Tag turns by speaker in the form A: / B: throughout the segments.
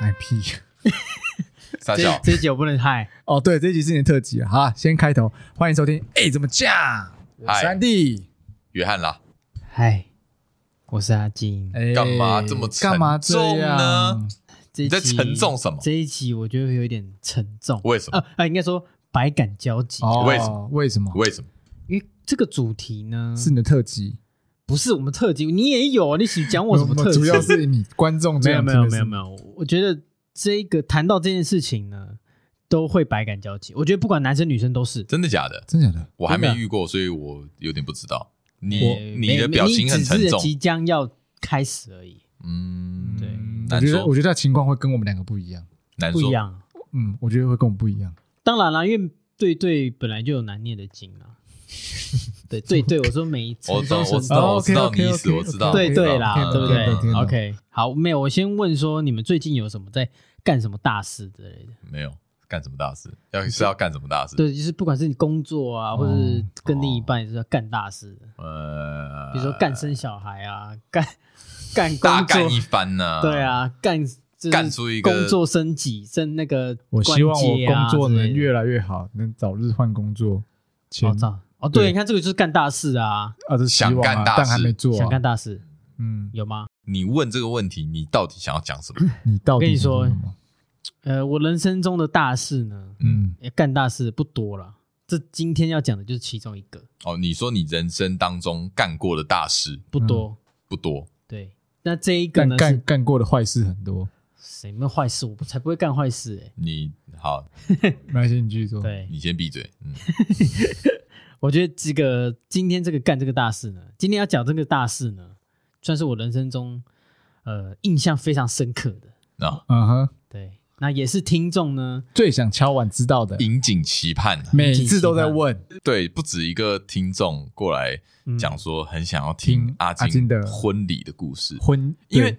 A: 哎屁！
B: 傻
C: 这
B: 笑
C: 这一集我不能嗨，
A: 哦，对，这一集是你的特辑啊。好啊，先开头，欢迎收听。哎，怎么讲？我
B: 嗨
A: 是安弟。
B: 约翰啦，
C: 嗨，我是阿金。
A: 哎，
B: 干嘛这么沉
A: 干嘛这
B: 重
A: 样
B: 呢？
C: 这
B: 你
C: 一
B: 在
C: 集
B: 沉重什么
C: 这一集我觉得有一点沉重。
B: 为什么？
C: 啊啊，应该说百感交集。啊
A: 哦，
B: 为什
A: 么？为什么？
B: 为什么？
C: 因为这个主题呢，
A: 是你的特辑？
C: 不是我们特辑？你也有，啊你想讲我什么特辑？
A: 主 要是你观众
C: 没有没有没有
A: 有。
C: 没有，我觉得这个谈到这件事情呢，都会百感交集。我觉得不管男生女生都是。
B: 真的假的？
A: 真假的？
B: 我还没
C: 真的
B: 遇过，所以我有点不知道。
C: 我
B: 你
C: 没
B: 你
C: 有
B: 的表情很
C: 你
B: 沉
C: 只
B: 重
C: 是，即将要开始而已，
B: 嗯，
C: 对
A: 嗯我
B: 难
A: 觉得
B: 说
A: 我觉得情况会跟我们两个不一样。
B: 难
C: 不一
B: 说。
C: 样。啊
A: 嗯，我觉得会跟我们不一样。
C: 当然啦，因为对对本来就有难念的经 啊。对对对，我说每
B: 我
C: 陈
B: 懂，
C: 双
B: 我
C: 生
B: 知
C: 都
B: 道，
A: 哦
B: 我知道你意思，
A: ，OK，OK，OK，
B: 我知道。我
C: 对
B: 知道
C: 对啦，
A: 嗯
C: 对不对
A: 嗯嗯嗯
C: ？OK，好，没有，我先问说你们最近有什么在干什么大事之类的？
B: 没有干什么大事，要是要干什么大事？
C: 对，就是不管是你工作啊，
A: 哦
C: 或者是跟另一半，就是要干大事的，
A: 哦
B: 呃，
C: 比如说干生小孩啊，
A: 呃
C: 干干
B: 大
C: 工
B: 干一
C: 作，
B: 番呢？
C: 对，啊，干就是
B: 干出一个
C: 工作升级，升那个
A: 我希望我
C: 关节
A: 工
C: 啊
A: 作
C: 之类
A: 能
C: 的
A: 越来越好，能早日换工作。前
C: 哦，
A: 啊，
C: 操哦，对，
A: 对
C: 你看这个就是干大事啊，
A: 这是希望
B: 想干
A: 啊，
B: 大
A: 但还
B: 事
A: 没做啊。
C: 想干大事
A: 嗯，
C: 有吗？
B: 你问这个问题，你到底想要讲什 么？
A: 你到底
C: 我跟你
A: 想做
C: 说
A: 什么
C: 呃，我人生中的大事呢，
A: 嗯，
C: 也干大事不多了，这今天要讲的就是其中一个，
B: 哦，你说你人生当中干过的大事
C: 不多。
B: 不多，
C: 对，那这一个
A: 干
C: 呢
A: 嗯干
C: 是
A: 干过的坏事很多。
C: 什么坏事？我不才不会干坏事哎、
B: 你好，
A: 没关系，你继续说。，
C: 对，
B: 你先闭嘴。嗯，
C: 我觉得这个今天这个干这个大事呢，今天要讲这个大事呢，算是我人生中呃印象非常深刻的。
B: 那
A: 嗯哼，
C: 对，那也是听众呢，
A: 最想敲碗知道的，
B: 引颈期盼，
A: 每次都在问。
B: 对，不止一个听众过来
C: 嗯
B: 讲说很想要
A: 听
B: 听阿
A: 阿金
B: 金
A: 的
B: 婚礼的故事，
A: 婚，
B: 因为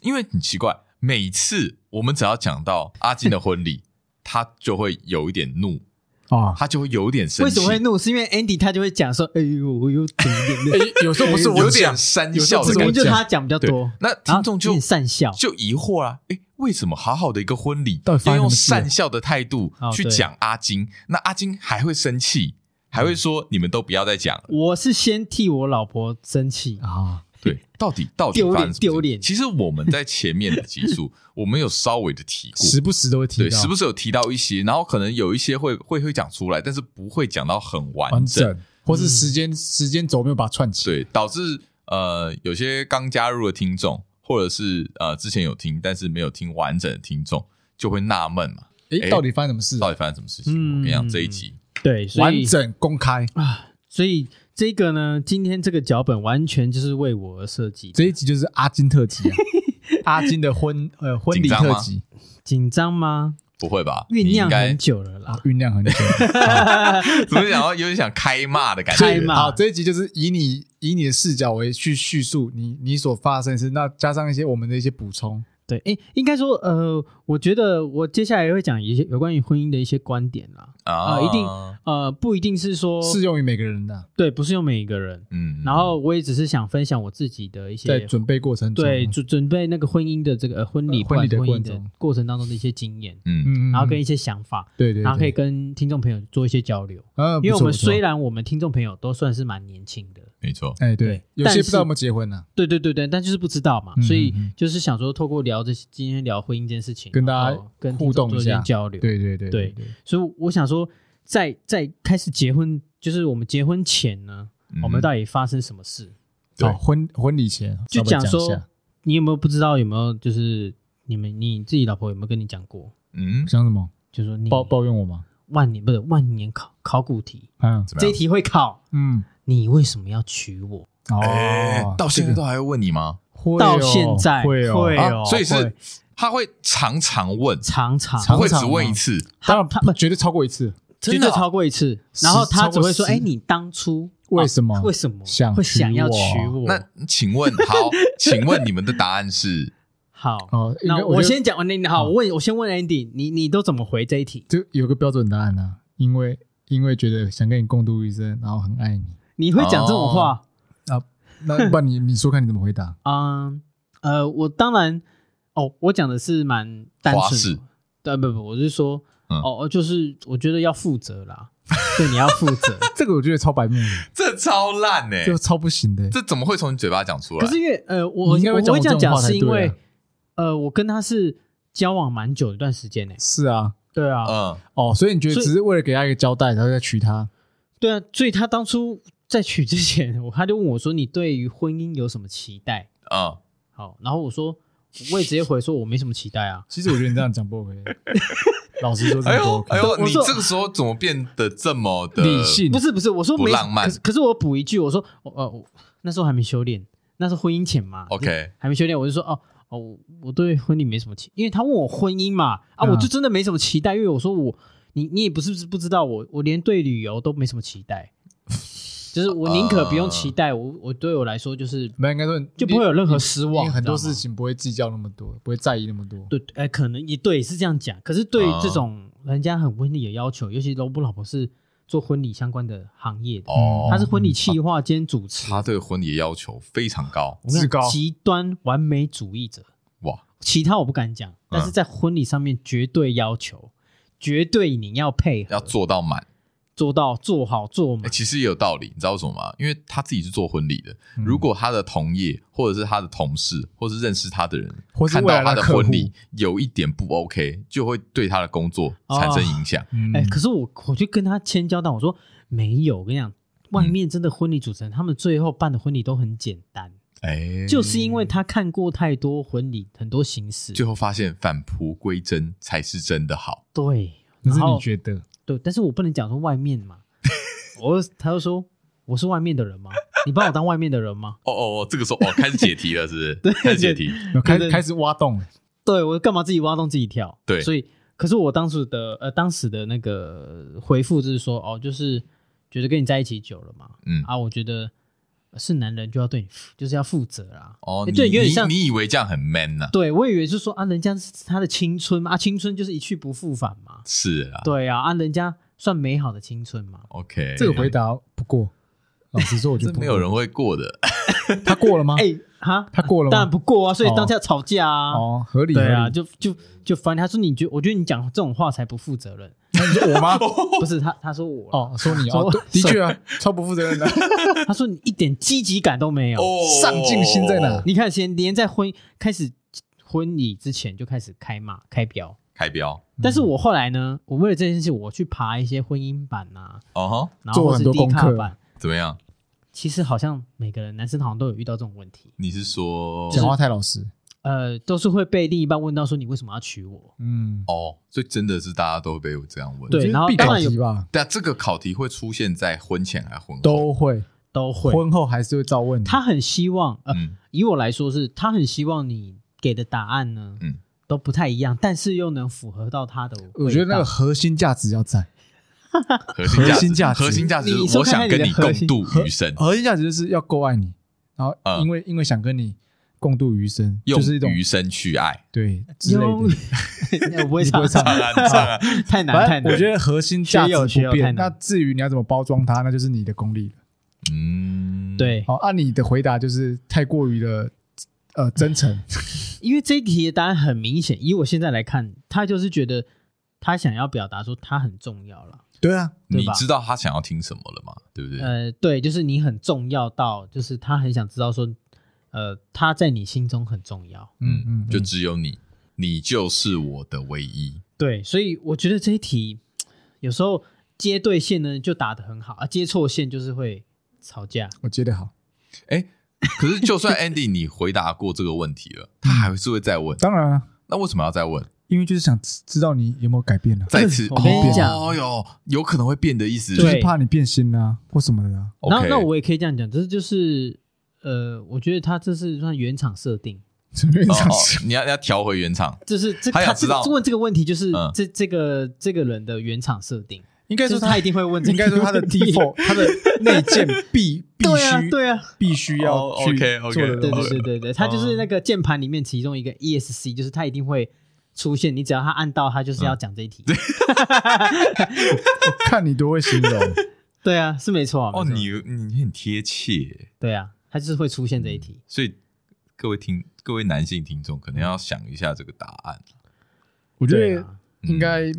B: 因为很奇怪，每次我们只要讲到阿金的婚礼，他就会有一点怒，
A: 啊，
B: 他就会有一点生
C: 为
B: 气，
C: 什么会怒？是因为 Andy 他就会讲说，哎呦，我又怎么 怎
B: 哎
C: 么，
A: 有时候不是我
B: 有
A: 讲
B: 点，三
A: 有时
B: 笑
A: 候不
B: 的
A: 是
C: 怎
A: 我
B: 感
C: 么
B: 觉。
C: 就他讲比较
B: 对
C: 多？啊
B: 那听众
C: 然后有
B: 就
C: 点善笑，
B: 就疑惑啊，诶，为什么好好的一个婚礼
A: 到底，发
B: 要
A: 生
B: 用
A: 什么事
B: 善笑的态度
C: 哦
B: 去
C: 对
B: 讲阿金？那阿金还会生气，还会说你们都不要再讲了。
C: 我是先替我老婆生气，
A: 啊，
B: 对，到底到底
C: 丢脸
B: 发生什么事
C: 丢脸
B: 其实我们在前面的集 数，我们有稍微的提过，
A: 时不时都会提
B: 对，
A: 到，
B: 时不时有提到一些，然后可能有一些会会会讲出来，但是不会讲到很完
A: 完整，或是时间时间轴没有把它串起。
B: 对，导致呃有些刚加入的听众，或者是呃之前有听但是没有听完整的听众，就会纳闷嘛，
A: 诶，
B: 诶
A: 到底发生什么事？啊
B: 到底发生什么事情？
C: 嗯
B: 我跟你讲，这一集
C: 对，所
A: 完
C: 以
A: 整公开
C: 啊，所以这个呢，今天这个脚本完全就是为我而设计的。
A: 这一集就是阿金特辑啊，阿金的婚呃婚礼
B: 紧张
A: 特
B: 吗
A: 辑
C: 紧张吗？
B: 不会吧？
C: 酝
B: 你应
C: 酿
B: 该
C: 很久了
A: 啊
C: 啦，，
A: 酝酿很久。啊
B: 怎么想要有点想开骂的感
C: 开
B: 觉
C: 骂？
A: 好，这一集就是以你以你的视角为去叙述你你所发生的事，那加上一些我们的一些补充。
C: 对，诶，应该说，呃，我觉得我接下来会讲一些有关于婚姻的一些观点啦，
B: 啊
C: 啊一定呃，不一定是说，
A: 适用于每个人的啊，
C: 对，不是用每一个人。
B: 嗯
C: 然后我也只是想分享我自己的一
A: 在
C: 些
A: 准备过程中，
C: 对准准备那个婚姻的这个、呃、婚礼
A: 呃婚礼的
C: 不管
A: 过程
C: 是婚姻
A: 中
C: 的过程当中的一些经验，
B: 嗯，
A: 嗯，嗯，
C: 然后跟
A: 嗯
C: 一些想法，
A: 对对，
C: 然后可以
A: 对，
C: 跟听众朋友做一些交流。
A: 呃，
C: 因为我们虽
A: 然
C: 然我们听众朋友都算是蛮年轻的，
B: 没错，
A: 哎对有
C: 对，
A: 些
C: 但
A: 不知道
C: 是
A: 有没有结婚啊呢，
C: 对对对对，但就是不知道嘛，
A: 嗯
C: 所以
A: 嗯嗯
C: 就是想说透过聊这今天聊婚姻这件事情，
A: 跟大家
C: 然后跟
A: 互动
C: 听众做
A: 一下
C: 些交流。，
A: 对对对
C: 对所以我想说，在在开始结婚，就是我们结婚前呢，
B: 嗯
C: 我们到底发生什么事？
B: 对
A: 哦，婚婚礼前
C: 就
A: 稍微讲
C: 说
A: 一下，
C: 你有没有不知道有没有就是你们你自己老婆有没有跟你讲过？
B: 嗯，
A: 讲什么
C: 就说你
A: 抱抱怨我吗？
C: 万年不是万年考考古题，
A: 嗯
B: 怎么
C: 这一
B: 样？
C: 题会考
A: 嗯，
C: 你为什么要娶我？
B: 哎
A: 哦，
B: 到现在
A: 这个
B: 都还会问你吗？
A: 会
C: 到
A: 哦
C: 现在
A: 会哦
C: 会
B: 啊，
C: 哦，
B: 所以是
C: 会
B: 他会常常问，
C: 常常
A: 常
B: 不会只
A: 常
B: 问
A: 吗
B: 一次，
A: 当然
C: 他
A: 不绝对超过一次，
C: 绝
B: 真的
C: 对
B: 啊
C: 超过一次，
A: 十
C: 然后他只会说：“
A: 超过
C: 哎，
A: 十
C: 你当初
A: 为什么
C: 啊为什么
A: 想
C: 会
A: 娶
C: 想要
A: 我
C: 娶我？”
B: 那请问，好，请问你们的答案是？
C: 好，
A: 哦，应该
C: 那
A: 觉
C: 我
A: 得哦
C: 先讲完。那好，我问，我先问 Andy，你你都怎么回这一题？
A: 就有个标准答案啊，因为因为觉得想跟你共度一生，然后很爱你。啊
C: 你会讲这种话？
A: 哦那不然你你说看你怎么回答？
C: 嗯，呃，我当然哦，我讲的是蛮单
B: 花
C: 纯
B: 式
C: 的，对不不，我是说，
B: 嗯
C: 哦哦，就是我觉得要负责啦， 对，你要负 责。
A: 这个我觉得超白目的，
B: 这超烂呢、
A: 这个超不行的。
B: 这怎么会从你嘴巴讲出来
C: 可？是因为呃，我我
A: 你应该会
C: 我
A: 讲
C: 会
A: 我
C: 这
A: 这种
C: 样讲
A: 话才
C: 是因
A: 对啊
C: 为，呃，我跟他是交往蛮久的一段时间呢、
A: 是啊，
C: 对啊，
B: 嗯，
A: 哦，所以你觉得
C: 所以
A: 只是为了给他一个交代，然后再娶她？
C: 对啊，所以他当初在娶之前， 我他就问我说：“你对于婚姻有什么期待
B: 嗯，？”
C: 好，然后我说，我也直接回说：“我没什么期待啊。
A: 其实我觉得你这样讲 不 OK，老实说，真
B: 哎
A: 的不
B: 呦，
A: OK。
B: 哎呦，
C: 我
B: 你
C: 说
B: 这个时候怎么变得这么的
A: 理性”
C: 不是不是，我说
B: 不
C: 没
B: 浪漫
C: 可是可是我补一句，我说：“我呃，我那时候还没修炼，那是婚姻前嘛
B: ？OK，
C: 还没修炼。”我就说：“哦哦，我我对婚礼没什么期，因为他问我婚姻嘛，啊，
A: 嗯
C: 我就真的没什么期待，因为我说我你你也不是不知道我，我连对旅游都没什么期待，就是我宁可不用期待，我我对我来说就是
A: 没有应该说你
C: 就不会有任何失
A: 因
C: 望，
A: 为很多事
C: 你知道吗。
A: 情不会计较那么多，不会在意那么多。
C: 对，哎、可能也对，是这样讲。可是对于
B: 啊
C: 这种人家很温理的要求，尤其罗布老婆是做婚礼相关的行业的，
B: 哦，
C: 她是婚礼企划兼主持，
B: 他对婚礼的要求非常高，
C: 我跟你
A: 至
C: 讲
A: 高
C: 极端完美主义者。
B: 哇，嗯
C: 其他我不敢讲，但是在婚礼上面绝对要求，绝对你要配合，
B: 要做到满。
C: 做到做好做
B: 哎、
C: 满。
B: 其实也有道理，你知道为什么吗？因为他自己是做婚礼的，
A: 嗯
B: 如果他的同业或者是他的同事，或是认识他的人，
A: 或是
B: 看
A: 未
B: 到
A: 来的
B: 他的
A: 客户
B: 婚礼有一点不 OK，就会对他的工作
A: 哦
B: 产生影响。
A: 嗯
C: 哎、可是我我就跟他千交代，我说没有，我跟你讲，外面真的婚礼主持人、他们最后办的婚礼都很简单，
B: 哎、
C: 就是因为他看过太多婚礼，很多形式。
B: 最后发现返璞归真才是真的好。
C: 对，
A: 那是
C: 然后
A: 你觉得？
C: 对，但是我不能讲说外面嘛，我他就说我是外面的人吗？你把我当外面的人吗？
B: 哦哦哦，这个时候哦，开始解题了，是不是？开始解题，
A: 没有开
C: 对对
A: 开始挖
C: 哎
A: 洞，
C: 对我干嘛自己挖洞自己跳？
B: 对
C: 所以可是我当时的呃当时的那个回复就是说，哦，就是觉得跟你在一起久了嘛，
B: 嗯，
C: 啊，我觉得是男人就要对你负就是要负责啦。
B: 哦，
C: 诶
B: 你
C: 对，有点
B: 你
C: 像，
B: 你以为这样很 man 呢、
C: 对我以为是说啊，人家是他的青春嘛，啊，青春就是一去不复返嘛，
B: 是啊
C: 对啊，啊，人家算美好的青春嘛，
B: ，OK，
A: 这个回答不过。老实说，我觉
B: 这
A: 得不
B: 没
A: 过
B: 有人会过的。
A: 他过了吗？
C: 哎、哈，
A: 他过了吗
C: 当然不过啊，所以
A: 哦
C: 当下吵架啊。
A: 哦，合理合
C: 对啊，
A: 理。
C: 就就就烦他说你觉，我觉得你讲这种话才不负责任。
A: 那你说我 吗？
C: 不是他，他说我啦
A: 哦，说你
C: 说
A: 哦
C: 我，
A: 对的确啊，超不负责任的。
C: 他说你一点积极感都没有。
B: 哦，
A: 上进心在哪
C: 你看，先连在婚开始婚礼之前就开始开骂开标，
B: 开标，
A: 嗯
C: 但是我后来呢，我为了这件事，我去爬一些婚姻版啊，
B: 哦吼，
C: 然后
A: 做
C: 或
A: 很
C: 是
A: 多
C: 低
A: 功
C: 卡
A: 课
C: 版，
B: 怎么样？
C: 其实好像每个人男生好像都有遇到这种问题，
B: 你是说
A: 讲话太老实。
C: 呃，都是会被另一半问到说你为什么要娶我？
A: 嗯，
B: 哦？所以真的是大家都被我这样问。
C: 对
A: 我觉得
C: 然后
A: 必
C: 当
A: 考
C: 然有
A: 题吧，
B: 但这个考题会出现在婚前还是婚后？
A: 都会，
C: 都会，
A: 婚后还是会照问你。
C: 他很希望，呃，
B: 嗯，
C: 以我来说是，他很希望你给的答案呢，
B: 嗯
C: 都不太一样，但是又能符合到他的味道。
A: 我觉得那 个核心价值要在，
B: 核心价
A: 核心
B: 核心价
A: 价值
B: 值
C: 你
B: 是
C: 说
B: 我想跟你
C: 看看
B: 共
C: 你的核心
B: 度
A: 核
B: 余生，
A: 核心价值就是要够爱你，然后
B: 嗯
A: 因为因为想跟你共度余生，
B: 用
A: 就是一种
B: 余生去 爱。
A: 对之 类
C: 有
A: 的。，
C: 我不会
A: 你不
C: 唱
A: 会，唱
B: 当然， 当然，
C: 太难太
A: 反
C: 难。
A: 正我觉得核心价
C: 学友学
A: 值
C: 友
A: 不
C: 太难
A: 变。那至于你要怎么包装它，那就是你的功力了。
B: 嗯，，
C: 对，
A: 好，按你的回答就是太过于的呃真诚，
C: 因为这一题的答案很明显，以我现在来看，他就是觉得他想要表达说他很重要了。
A: 对啊，
B: 你
C: 对吧
B: 知道他想要听什么了吗？对不对？嗯
C: 呃，对，就是你很重要到，就是他很想知道说，呃，他在你心中很重要。
A: 嗯嗯，
B: 就
A: 嗯
B: 只有你，你就是我的唯一。
C: 对，所以我觉得这一题有时候接对线呢就打得很好，啊，接错线就是会吵架。
A: 我接得好，
B: 哎，可是就算 Andy 你回答过这个问题了，他还是会再问。
C: 嗯
A: 当然啊，
B: 那为什么要再问？
A: 因为就是想知知道你有没有改变了、啊
B: 再次，
C: 我跟你讲
B: 哦哟，有可能会变的意思。
A: 就是
C: 对
A: 怕你变心啊或什么的啊。
B: OK，
C: 然
B: 哦
C: 后那我也可以这样讲，这就是呃，我觉得他这是算原厂设定，
A: 什么原
B: 哦
A: 因
B: 哦你要你要调回原厂。
C: 就是这
B: 他想
C: 他这
B: 知道
C: 个问这个问题就是、
B: 嗯
C: 这这个这个人的原厂设定，
A: 应该
C: 就
A: 说
C: 是他一定会问这
A: 应该
C: 个问题，
A: 说他 的 default，他的内建 必必
C: 对啊
A: 须
C: 对啊，
A: 必须要
B: 哦
A: 去
B: OK，OK，
A: 做的
C: 对
A: 东
C: 对
A: 西。
C: 对对对，他
A: 哦
C: 就是那个键盘里面其中一个 ESC，就是他一定会出现，你只要他按到，他
A: 嗯
C: 就是要讲这一题。
A: 看你多会形容，
C: 对啊，是没错啊。
B: 哦，
C: 没错
B: 你你很贴切，
C: 对啊，他就是会出现这一题。
B: 所以各位听各位男性听众可能要想一下这个答案。
A: 我觉
C: 对
A: 得
C: 啊，
B: 嗯
A: 应该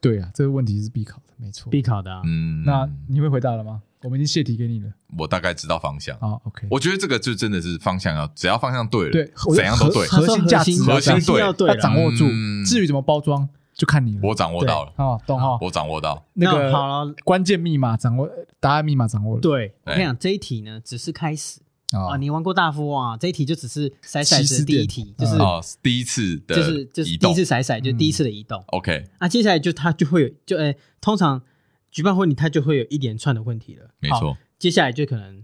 A: 对啊，这个问题是必考的，没错。
C: 必考的啊，
B: 嗯，
A: 那你会回答了吗？我们已经泄题给你了。
B: 我大概知道方向。
A: 好，OK。
B: 我觉得这个就真的是方向要，只要方向对了，
A: 对，我
B: 怎
A: 觉得
B: 样都对。
A: 核心价值
C: 他说
B: 核心
C: 核心要对
A: 要
C: 啦
A: 掌握住
B: 嗯。
A: 至于怎么包装，就看你了。
B: 我掌握到了，
A: 哦，懂哈？
B: 我掌握到。
A: 那个
C: 好了，
A: 关键密码掌握，答案密码掌握了。
C: 对我
B: 哎
C: 跟你讲，这一题呢只是开始啊，
A: 啊，
C: 你玩过大富翁啊，这一题就只是骰骰
A: 起
C: 子
A: 始
C: 的第
A: 点
C: 一题，就是
A: 嗯
B: 哦，第一次的
C: 就是就是
B: 移
C: 第一
B: 动
C: 次骰骰，就第一次的移动。
B: ，OK，
C: 那接下来就他就会有就哎，通常举办婚礼他就会有一连串的问题了。
B: 没
C: 好
B: 错，
C: 接下来就可能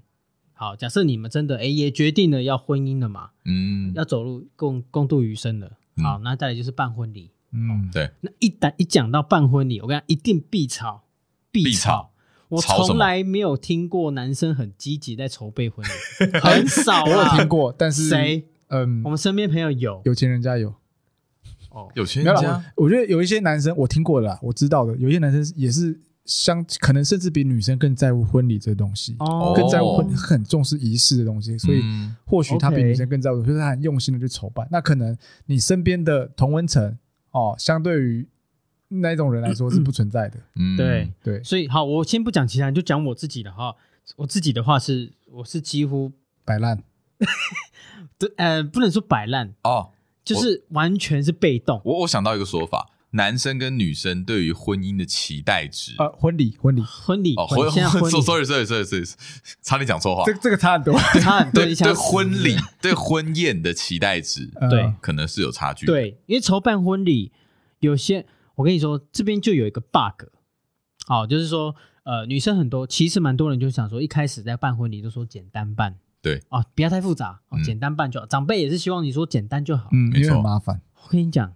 C: 好，假设你们真的哎也决定了要婚姻了嘛，
B: 嗯，
C: 要走入共共度余生了。
B: 嗯
C: 好，那再来就是办婚礼。
A: 嗯，
B: 对，
C: 那一旦一讲到办婚礼，我跟你讲，一定必吵，必
B: 必吵。
C: 我
B: 吵什么
C: 从来没有听过男生很积极在筹备婚 礼，很少
A: 我有
C: 啦。
A: 听过，但是
C: 谁？
A: 嗯
C: 我，们身边朋友有
A: 有钱人家有，
C: 哦，
B: 有钱
A: 没有
B: 人
A: 啦
B: 家，
A: 我我觉得有一些男生我听过了啦，我知道的，有一些男生也是相，可能甚至比女生更在乎婚礼这东西，
C: 哦
A: 更在乎
B: 婚
A: 婚很重视仪式的东西，所以
B: 嗯
A: 或许他比
C: OK
A: 女生更在乎，就是他很用心的去筹办。那可能你身边的同温层哦，相对于那一种人来说是不存在的。
B: 嗯
C: 对，
A: 对，
C: 所以好，我先不讲其他人，就讲我自己的哈。我自己的话是，我是几乎
A: 摆烂，
C: 对呃，不能说摆烂，
B: 哦，
C: 就是完全是被动。
B: 我我想到一个说法，男生跟女生对于婚姻的期待值。
A: 呃，婚礼，婚礼，
C: 婚礼，
B: 哦，
C: 婚现在婚礼
B: sorry sorry sorry sorry，差点讲错话
A: 这。这个差很多。
C: 差很多，
B: 对
C: 你想
B: 对，
C: 要
B: 婚礼对婚宴的期待值
A: 呃
C: 对
B: 可能是有差距。，
C: 对，因为筹办婚礼，有些我跟你说，这边就有一个 bug，好，就是说，呃，女生很多，其实蛮多人就想说，一开始在办婚礼就说简单办，
B: 对，
C: 啊，不要太复杂，哦
B: 嗯，
C: 简单办就好。长辈也是希望你说简单就好。
A: 嗯，
B: 没
A: 因为
B: 错
A: 很麻烦。
C: 我跟你讲，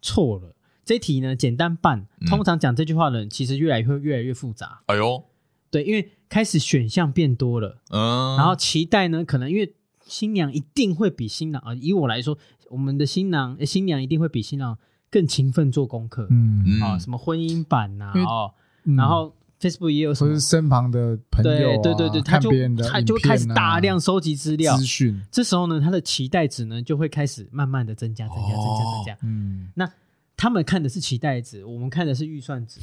C: 错了，这题呢简单办，
B: 嗯
C: 通常讲这句话的人，其实越来越越来越复杂，
B: 哎呦，
C: 对，因为开始选项变多了，
B: 嗯，
C: 然后期待呢，可能因为新娘一定会比新郎啊，以我来说，我们的新郎、呃新娘一定会比新郎更勤奋做功课
A: 嗯，
C: 啊，什么婚姻版呐、
A: 因为
C: 哦，
A: 嗯
C: 然后 Facebook 也有什
A: 或
C: 么
A: 是，身旁的朋友、
C: 对
A: 啊，
C: 对对对，他
A: 看
C: 就
A: 别人的
C: 他
A: 影
C: 就会开始
A: 片啊
C: 大量收集资料
A: 资，讯，
C: 这时候呢，他的期待值呢就会开始慢慢的增加，增加，增加，增加。
A: 嗯，
C: 那他们看的是期待值，我们看的是预算值，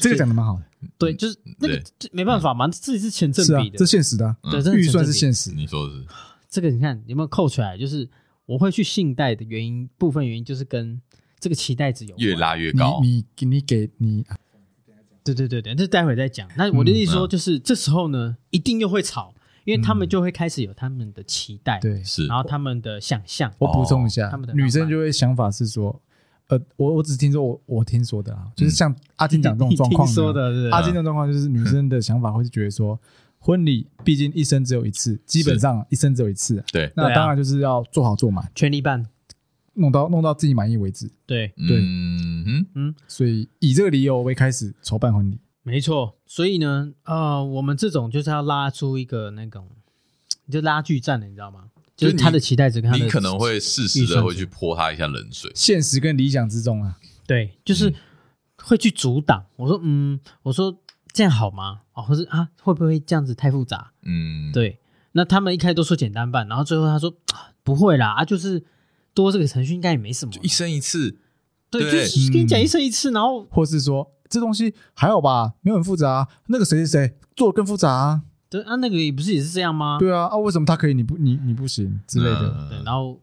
A: 这个讲的蛮好的，
C: 对，就是那个
B: 对
C: 这没办法嘛，这是成正
A: 是啊
C: 比，的，
A: 这现实的啊、
B: 嗯
C: 对，这
A: 预算是
C: 现。
A: 现实，
B: 你说的是
C: 这个你看有没有扣出来？就是我会去信贷的原因，部分原因就是跟这个期待值有关
B: 越拉越
A: 你
B: 高，
A: 你你给你啊
C: 对对对对，这待会再讲。那
A: 嗯
C: 我的意思说，就是、这时候呢，一定又会吵，因为他们就会开始有他们的期待，，
A: 嗯对
B: 是
C: 然后他们的想象，
A: 我补充一下，
C: 哦他们的
A: 女
C: 浪
A: 生
C: 漫
A: 就会想法是说，呃，我我只听说我我听说的啊，就是像阿金讲这种状况呢
C: 嗯你听说的，对不对
A: 阿金这种状况就是女生的想法会是觉得说，婚礼毕竟一生只有一次，基本上一生只有一次啊，
B: 对，
A: 那
C: 对啊
A: 当然就是要做好做满，
C: 全力办，
A: 弄到弄到自己满意为止。
C: 对，
A: 对
B: 嗯哼，
A: 所以以这个理由为开始筹办婚礼，
C: 没错。所以呢，呃，我们这种就是要拉出一个那种，就拉锯战了，你知道吗？就是
B: 就你
C: 他的期待值跟他的
B: 你可能会适时
C: 预
B: 的
C: 算
B: 会
C: 值
B: 去泼他一下冷水。
A: 现实跟理想之中啊，
C: 对，就是
B: 嗯
C: 会去阻挡。我说，嗯，我说这样好吗？哦，或是啊，会不会这样子太复杂？
B: 嗯，，
C: 对，那他们一开始都说简单办，然后最后他说、啊不会啦，啊，就是多这个程序应该也没什么
B: 就。一生一次，
C: 对，
B: 对
C: 就是跟你讲
A: 嗯
C: 一生一次，然后
A: 或是说这东西还好吧，没有很复杂啊、那个谁谁谁做的更复杂啊，
C: 对啊，那个也不是也是这样吗？
A: 对啊，啊为什么他可以你不你你不行之类的，
B: 嗯
C: 对，然后。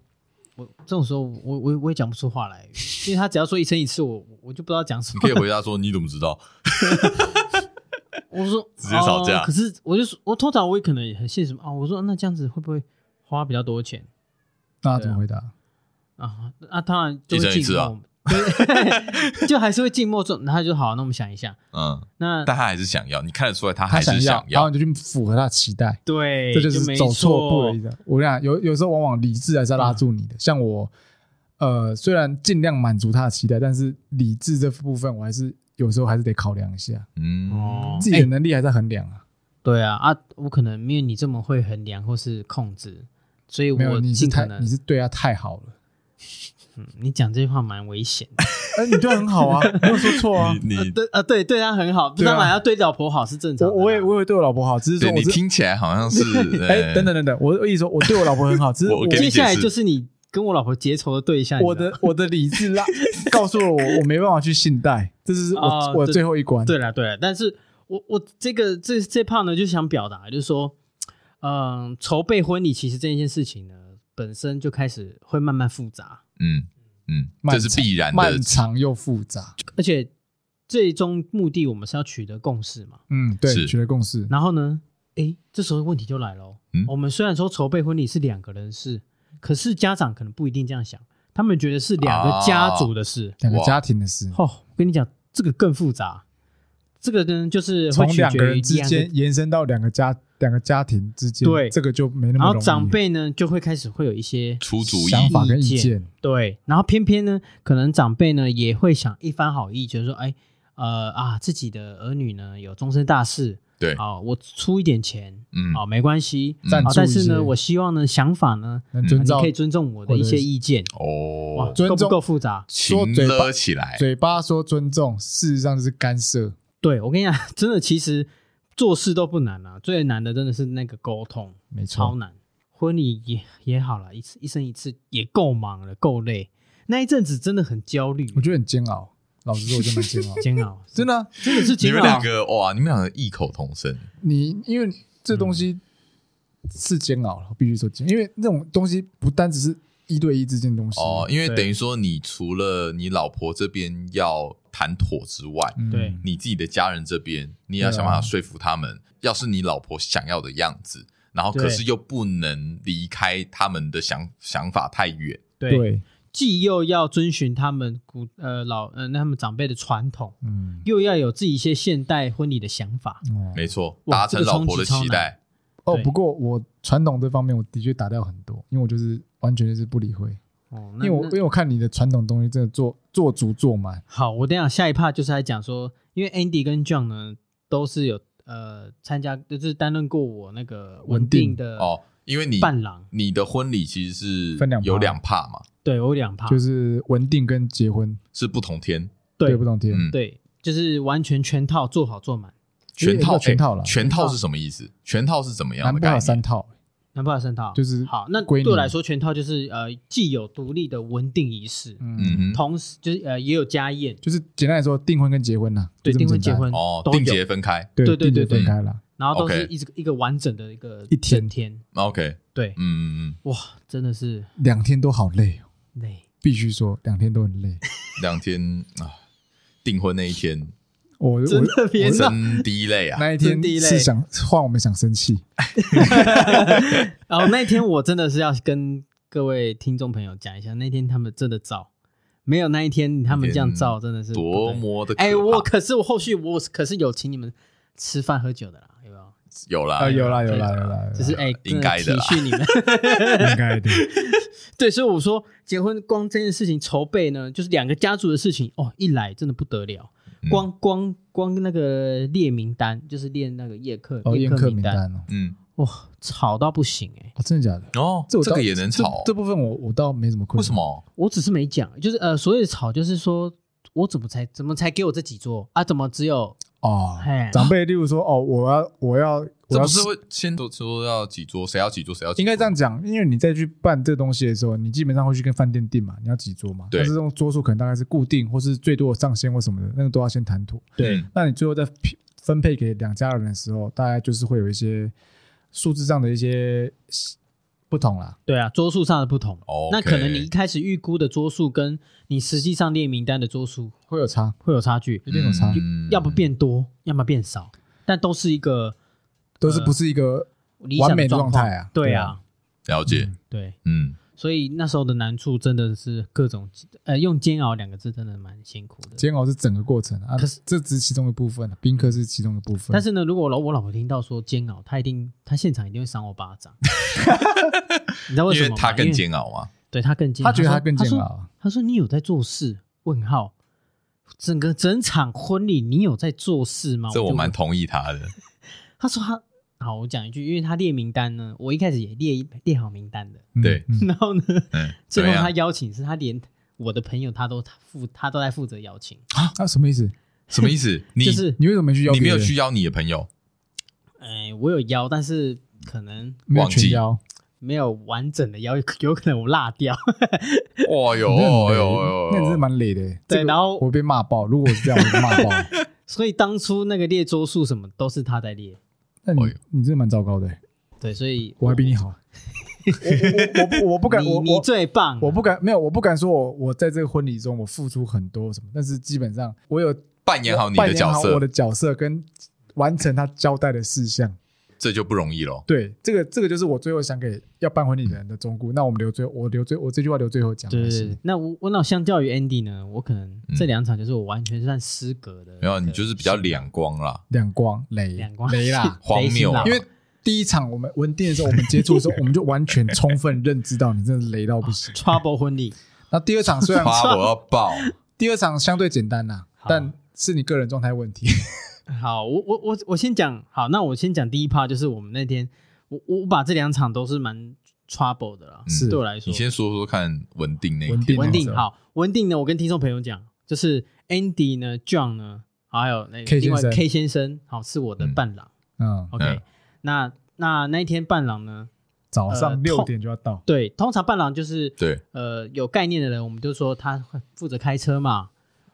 C: 我这种时候我，我我我也讲不出 话来，因为他只要说一生一次，我我就不知道讲什
B: 你 可。以
C: 么
B: 回答说你怎么知道？
C: 我说
B: 直接吵架
C: 哦可是我就说，我通常我也可能也很现实嘛啊、我说那这样子会不会花比较多钱？
A: 那他怎么回答？
C: 啊，那、当然就
B: 一
C: 会
B: 生一
C: 静
B: 次啊
C: 默，对， 就还是会静默中，然后就好，那我们想一下，
B: 嗯，
C: 那
B: 但他还是想要，你看得出来他
A: 他
B: 还是
A: 要，
B: 想
A: 然后
B: 要。
A: 你就去符合他的期待，
C: 对，
A: 这就是
C: 哎没
A: 走错步
C: 错
A: 了一，个。我跟你讲，有有时候往往理智还是要拉住你的。像我，呃，虽然尽量满足他的期待，但是理智这部分我还是有时候还是得考量一下，
B: 嗯，
C: 哦，
A: 自己
C: 哎
A: 的能力还在衡量啊。
C: 对啊啊，我可能没有你这么会衡量或是控制，所以
A: 没有，
C: 哎我
A: 你是
C: 尽可
A: 太
C: 能
A: 你是对他太好了，
C: 嗯，你讲这句话蛮危险 的。
A: 哎，你对他很好啊，没有说错啊。
B: 你你
C: 对啊，对，对他很好，
A: 对啊
C: 当然要对老婆好是正常
A: 我
C: 的啦。
A: 我也我也对我老婆好，只是说
B: 对
A: 我
B: 你
A: 是
B: 听起来好像是
A: 哎，等等等等，我我意思说我对我老婆很好，只是
B: 我
A: 我
B: 给你
C: 接下来
B: 解释
C: 就是你跟我老婆结仇的对象。
A: 我
C: 你知道
A: 的我的理智让告诉了我，我没办法去信贷，这是
C: 哦
A: 我我
C: 对
A: 最后一关。
C: 对了对了，但是我我这个这这怕呢，就想表达就是说，嗯，筹备婚礼其实这件事情呢，本身就开始会慢慢复杂，
B: 嗯嗯，
A: 漫
B: 这
A: 长，
B: 是必然的
A: 漫。长又复杂。
C: 而且最终目的我们是要取得共识嘛。
A: 嗯，对，
B: 是
A: 取得共识。
C: 然后呢，诶，这时候问题就来喽。
B: 嗯
C: 我们虽然说筹备婚礼是两个人的事，可是家长可能不一定这样想，他们觉得是两个
A: 啊
C: 家族的事。
A: 两个
B: 哇
A: 家庭的事，
C: 哦，我跟你讲，这个更复杂。这个呢，就是
A: 从
C: 会取
A: 两
C: 决
A: 个
C: 于
A: 人之
C: 两个
A: 间延伸到两个家两个家庭之间，
C: 对
A: 这个就没那么
C: 然
A: 容易。
C: 后长辈呢就会开始会有一些
B: 出主意，
A: 想法跟意
C: 意见
A: 见，
C: 对，然后偏偏呢，可能长辈呢也会想一番好意，就是说，哎，呃啊，自己的儿女呢有终身大事，
B: 对
C: 啊、我出一点钱，
B: 嗯
C: 啊、没关系，
B: 嗯
A: 赞
C: 啊、
A: 助
C: 但
A: 一
C: 是
A: 些
C: 呢，我希望呢想法呢，
A: 能遵
C: 你
A: 照
C: 可以尊重我的
A: 或
C: 一
A: 者
C: 些
A: 是
C: 意见，哇，
B: 哦，
A: 尊
C: 够不
A: 重
C: 够复杂？
A: 说
B: 情
A: 嘴巴
B: 勒起来，
A: 嘴巴说尊重，事实上就是干涉。
C: 对我跟你讲， 真的，其实做事都不难啊，最难的真的是那个沟通，
A: 没错
C: 超难。婚礼也也好了，一次一生一次也够忙了，够累。那一阵子真的很焦虑，。
A: 我觉得很煎熬，老实说，我觉得蛮煎 熬
C: 煎熬，
A: 真的啊，
C: 真的是
B: 你
C: 煎
B: 们
C: 熬。
B: 两个哇，你们两个异口同声，
A: 你因为这东
B: 嗯
A: 西是煎熬了，我必须说煎，因为那种东西不单只是一对一之间的东西
B: 哦，因为
C: 对
B: 等于说，你除了你老婆这边要谈妥之外，
A: 嗯啊
C: 对
B: 你自己的家人这边，你也要想办法说服他们，要是你老婆想要的样子，然后可
C: 对
B: 是又不能离开他们的想想法太远，
C: 对，
A: 对，
C: 既又要遵循他们古呃老呃那他们长辈的传统，
A: 嗯，
C: 又要有自己一些现代婚礼的想法。
A: 哦
B: 没错，
C: 哇
B: 达成老婆的期
C: 这个冲击超难
B: 待，
A: 哦，
C: 对
A: 不过我传统这方面我的确打掉很多，因为我就是完全就是不理会，
C: 哦，
A: 因
C: 那
A: 为我
C: 那
A: 因为我看你的传统东西真的做做足做满，
C: 好，我等一下下一趴就是来讲说，因为 Andy 跟 John 呢都是有呃参加，就是担任过我那个稳定的
B: 哦，因为你
C: 伴郎，
B: 你的婚礼其实是
A: 分两趴
B: 有两趴嘛，
C: 对我有两趴，
A: 就是稳定跟结婚
B: 是不同天，
C: 对
A: 不同天，
B: 嗯，
C: 对，就是完全全套做好做满，
B: 全
A: 因为
B: 套
A: 有全套
B: 哎
A: 了，
B: 全套是什么意思？全套是怎么样
A: 南
B: 的
A: 部
B: 概
A: 还有
B: 念
A: 三？套，
C: 南不好三套
A: 就是
C: 好。那
A: 归
C: 对
A: 你
C: 我来说，全套就是呃既有独立的稳定仪式，
A: 嗯，
B: 嗯哼，
C: 同时就是呃也有家宴，
A: 就是简单来说订婚跟结婚呐，
C: 对，
A: 就这
C: 订
A: 么
C: 婚
A: 简
C: 结
A: 单
C: 婚
B: 哦，
C: 都有
B: 定节分开
A: 对
C: 对对
A: 定
C: 对
A: 就分
B: 对
A: 开了，
C: 然后都是
B: OK
C: 一直一个完整的一个
A: 一天
C: 整天，
B: ，OK，
C: 对，
B: 嗯嗯嗯，
C: 哇，真的是
A: 两天都好累哦，
C: 累，
A: 必须说两天都很 累，
B: 两天啊，订婚那一天
A: 我我
C: 真的别闹
B: 真滴泪啊，
A: 那一天
C: 真的累
A: 是想换我们想生气，
C: 然哦后那一天我真的是要跟各位听众朋友讲一下，那天他们真的造，没有那一天他们这样造真的是
B: 多啊么的可
C: 哎、
B: 怕
C: 我可是我后续我可是有请你们吃饭喝酒的啦，有没有？
B: 有啦
A: 啊，有啦
B: 啦
A: 有啦有啦，
C: 就是
A: 有啦
C: 哎，
B: 应该的
C: 真
B: 啦
C: 体恤你们。
A: 应该的，
C: 对，所以我说结婚光这件事情筹备呢，就是两个家族的事情哦，一来真的不得了，
B: 嗯
C: 光光光那个列名单，就是列那个宴客
A: 哦，宴
C: 客
A: 客
C: 名
A: 名
C: 单，
A: 单哦，
B: 嗯，
C: 哇，吵到不行哎、
A: 哦，真的假的？
B: 哦，
A: 这我
B: 这
A: 倒
B: 个也能吵
A: 这，这部分我我倒没什么困扰。
B: 为什？么？
C: 我只是没讲，就是呃，所谓的吵，就是说我怎么才怎么才给我这几桌啊？怎么只有
A: 哦
C: 嘿，
A: 长辈例如说，哦，我要我要我
B: 这
A: 要
B: 不是会先都说要几桌，谁要几桌，谁要几桌
A: 应该这样讲，因为你再去办这东西的时候，你基本上会去跟饭店订嘛，你要几桌嘛，
B: 对
A: 但是这种桌数可能大概是固定，或是最多的上限或什么的，那个都要先谈妥。
B: 对
A: 那你最后在匹分配给两家人的时候，大概就是会有一些数字上的一些不同啦。
C: 对啊桌数上的不同
B: OK
C: 那可能你一开始预估的桌数跟你实际上列名单的桌数
A: 会有差，
C: 会有差距，
A: 一定有差，
B: 嗯
C: 要么变多，要么变少，但都是一个
A: 都是不是一个
C: 理
A: 完
C: 想
A: 美的
C: 状
A: 状
C: 况
A: 态啊
C: 对
A: 对
C: 啊
A: 啊，
B: 了解，
C: 对，
B: 嗯，
C: 所以那时候的难处真的是各种呃，用煎熬两个字真的蛮辛苦的。
A: 煎熬是整个过程啊，
C: 嗯可是
A: 这只是其中一部分啊，宾客是其中一部分。
C: 但是呢，如果我老我老婆听到说煎熬，她一定她现场一定会赏我巴 掌，你知道为
B: 因为
C: 什么吗？
B: 他更
C: 因为
B: 煎熬嘛，
C: 对他更煎熬，
A: 他觉得
C: 说
A: 他更煎。
C: 说
A: 熬，啊
C: 他说：“你有在做事？”问号，整个整场婚礼你有在做事吗？
B: 这我
C: 就
B: 蛮同意他的，
C: 他说他好，我讲一句，因为他列名单呢，我一开始也列列好名单的，
A: 嗯
B: 对
A: 嗯
C: 然后呢，
B: 嗯，怎
C: 最
B: 么
C: 后
B: 样
C: 他邀请是他连我的朋友他都负他都在负责邀请，
A: 啊，什么意思？
B: 什么意思？ 你
C: 就是
A: 你为什么没去邀别
B: 你没
A: 人？
B: 有去邀你的朋 友，
C: 哎、我有邀，但是可能
A: 没有
B: 忘记
A: 全邀，
C: 没有完整的邀，有可能我落掉。
B: 哦哟
A: 你真的
B: 哦
A: 很累
B: 哟哦
A: 那你真的
B: 哟，
A: 蛮累的欸。
C: 对
A: 这个
C: 然后
A: 我被骂爆，如果是这样，我被 骂爆。
C: 所以当初那个列桌数什么都是他在列，
A: 那你
B: 哎呦
A: 你真的蛮糟糕的欸，
C: 对，所以
A: 我还比你好。我我我不我 不敢，
C: 你
A: 我
C: 你
A: 我
C: 最棒，啊
A: 我不敢，没有，我不敢说我我在这个婚礼中我付出很多什么，但是基本上我有
B: 扮演好你
A: 扮
B: 的
A: 演
B: 角
A: 好我
B: 色，
A: 的角色跟完成他交代的事项。
B: 这就不容易咯。
A: 对，这个这个就是我最后想给要办婚礼的人的忠告。那我们留最我留最我这句话留最后讲。
C: 对
A: 还
C: 对
A: 是
C: 对。那我我那相较于 Andy 呢，我可能这两场就是我完全算失格的。
B: 嗯没有，你就是比较两光啦。，
A: 亮光雷
C: 两光
A: 雷啦
C: 雷
B: 荒谬
C: 是
B: 啊
C: 啦
A: 因为第一场我们文定的时候，我们接触的时候，我们就完全充分认知到你真的雷到不行。
C: Trouble 婚礼，
A: 那第二场虽然
C: 啊
B: 发我要爆，
A: 第二场相对简单啦，
C: 好
A: 但是你个人状态问题。
C: 好，我我我我先讲，好，那我先讲第一 part，就是我们那天，我我把这两场都是蛮 Trouble 的啦，
A: 是
C: 对我来
B: 嗯
C: 说
B: 你。先说说看文定那一
A: 文
B: 天
A: 定
C: 文
A: 那
C: 定
A: 个
C: 好，文定呢，我跟听众朋友讲，就是 Andy 呢，John 呢，还有那
A: K
C: 另外
A: 先生
C: K 先生，好是我的
B: 嗯
C: 伴郎。
A: 嗯，
C: OK，那那那一天伴郎呢，
A: 早
C: 呃
A: 上六
C: 痛
A: 点就要到，
C: 对，通常伴郎就是
B: 对，
C: 呃有概念的人，我们就说他会负责开车嘛，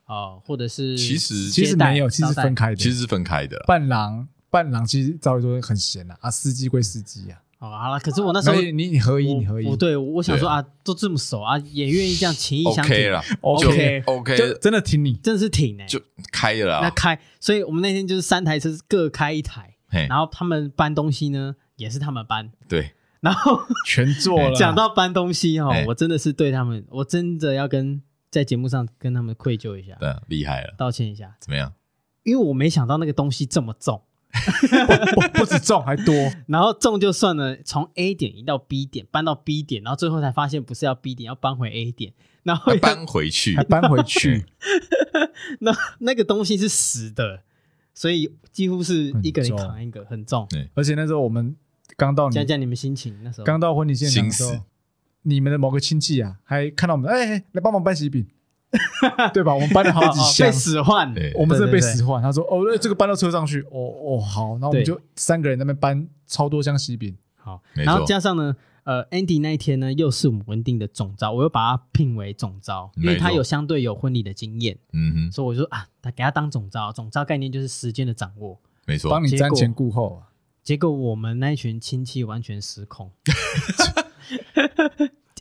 C: 哦、或者是
B: 其实
A: 其实
C: 接待
A: 没有，其实
C: 招待
A: 分开的。
B: 其实是分开的啦。
A: 伴郎伴郎其实照理说很闲啦，啊，司机归司机啊。
C: 哦好了，可是我那时
A: 所
C: 候
A: 以你你合一，你合
C: 我
A: 一
C: 我，对我想说
B: 对啊
C: 啊，都这么熟啊，也愿意这样情义相挺
B: OK 啦
A: OK
B: 就 OK
A: 就真的挺你。
C: 真的是挺呢、
B: 就啊开了
C: 那
B: 啦。
C: 开，所以我们那天就是三台车各开一台，
B: 嘿，
C: 然后他们搬东西呢也是他 们搬，
B: 对，
C: 然后
A: 全做了。
C: 讲到搬东西哦
B: 哎，
C: 我真的是对他们，我真的要跟在节目上跟他们愧疚一下，
B: 对，厉害了，
C: 道歉一下，
B: 怎么样？
C: 因为我没想到那个东西这么重。
A: 不不止重还多，
C: 然后重就算了，从 A 点移到 B 点，搬到 B 点，然后最后才发现不是要 B 点，要搬回 A 点，然后
A: 啊
B: 要搬回去
A: 还，搬回 去，
C: 那那个东西是实的，所以几乎是一个人
A: 很重
C: 扛一个，很重。
A: 而且那时候我们刚到你
C: 讲讲你们心情那时候，
A: 刚到婚礼现场的时
B: 心
A: 候，你们的某个亲戚啊，还看到我们，哎、哎来帮忙搬喜 饼，对吧？我们搬了好几
C: 哦哦
A: 箱
C: 被，使唤，
B: 对
A: 我们真的被
C: 对对对
A: 使唤。他说：“哦，这个搬到车上去。”哦哦，好，那我
C: 对
A: 们就三个人在那边搬超多箱喜饼，
C: 好，
B: 没错
C: 然后加上呢，呃，Andy 那一天呢，又是我们文定的总招，我又把他聘为总招，因为
B: 没错
C: 他有相对有婚礼的经验，
B: 嗯哼，
C: 所以我就说啊，他给他当总招，总招概念就是时间的掌握。
B: 没错
A: 帮，你
C: 结
A: 瞻
C: 果
A: 前顾后啊。
C: 结果我们那一群亲戚完全失控。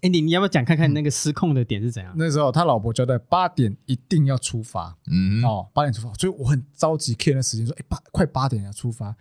C: Andy，你要不要讲看看那个失控的点是怎样？
A: 那时候他老婆交代八点一定要出发、
B: 嗯哼，
A: 哦，八点出发，所以我很着急 K 那时间说：“哎，八快八点要出发。啊”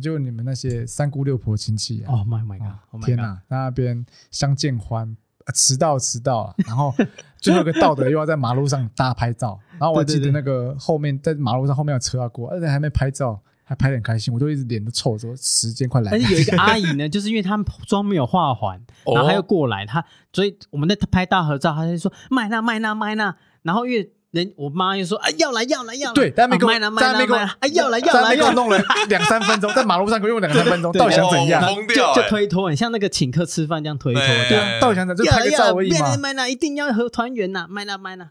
A: 结果你们那些三姑六婆亲戚啊，
C: 哦、my my
A: 啊
C: god！Oh
A: 天
C: my god！
A: 哪，那边相见欢，呃迟到迟到了， 然后最后一个到的又要在马路上大拍 照，然后我还
C: 对对
A: 记得
C: 对
A: 那个后面在马路上后面有车要过，而且还没拍照，还拍得很开心，我就一直脸都臭，说时间快来
C: 但
A: 了，
C: 是有一个阿姨呢，就是因为她妆没有化完，
B: 哦
C: 然后她又过来，她所以我们在拍大合照，她就说麦娜麦娜麦娜，然后因为人我妈又说啊要来要来要来，
A: 对，在那边
C: 啊
A: 给我，
C: 麦
A: 在
C: 娜麦
A: 那
C: 娜
A: 边给我
C: 麦娜，哎要来要
A: 在那
C: 来
A: 边给
C: 要
A: 我
C: 来，
A: 弄了两三分钟，在马路上给我用两三分钟，
C: 对
A: 到底想怎样
B: 哦？疯掉
C: 就就
B: 欸，
C: 推脱，很像那个请客吃饭这样推脱，
B: 对
A: 哎对啊，到底想怎样？就
C: 要
A: 拍
C: 来
A: 个
C: 要
A: 照
C: 来
A: 而已
C: 麦
A: 嘛
C: 娜。麦娜一定要和团圆呐，麦娜麦娜，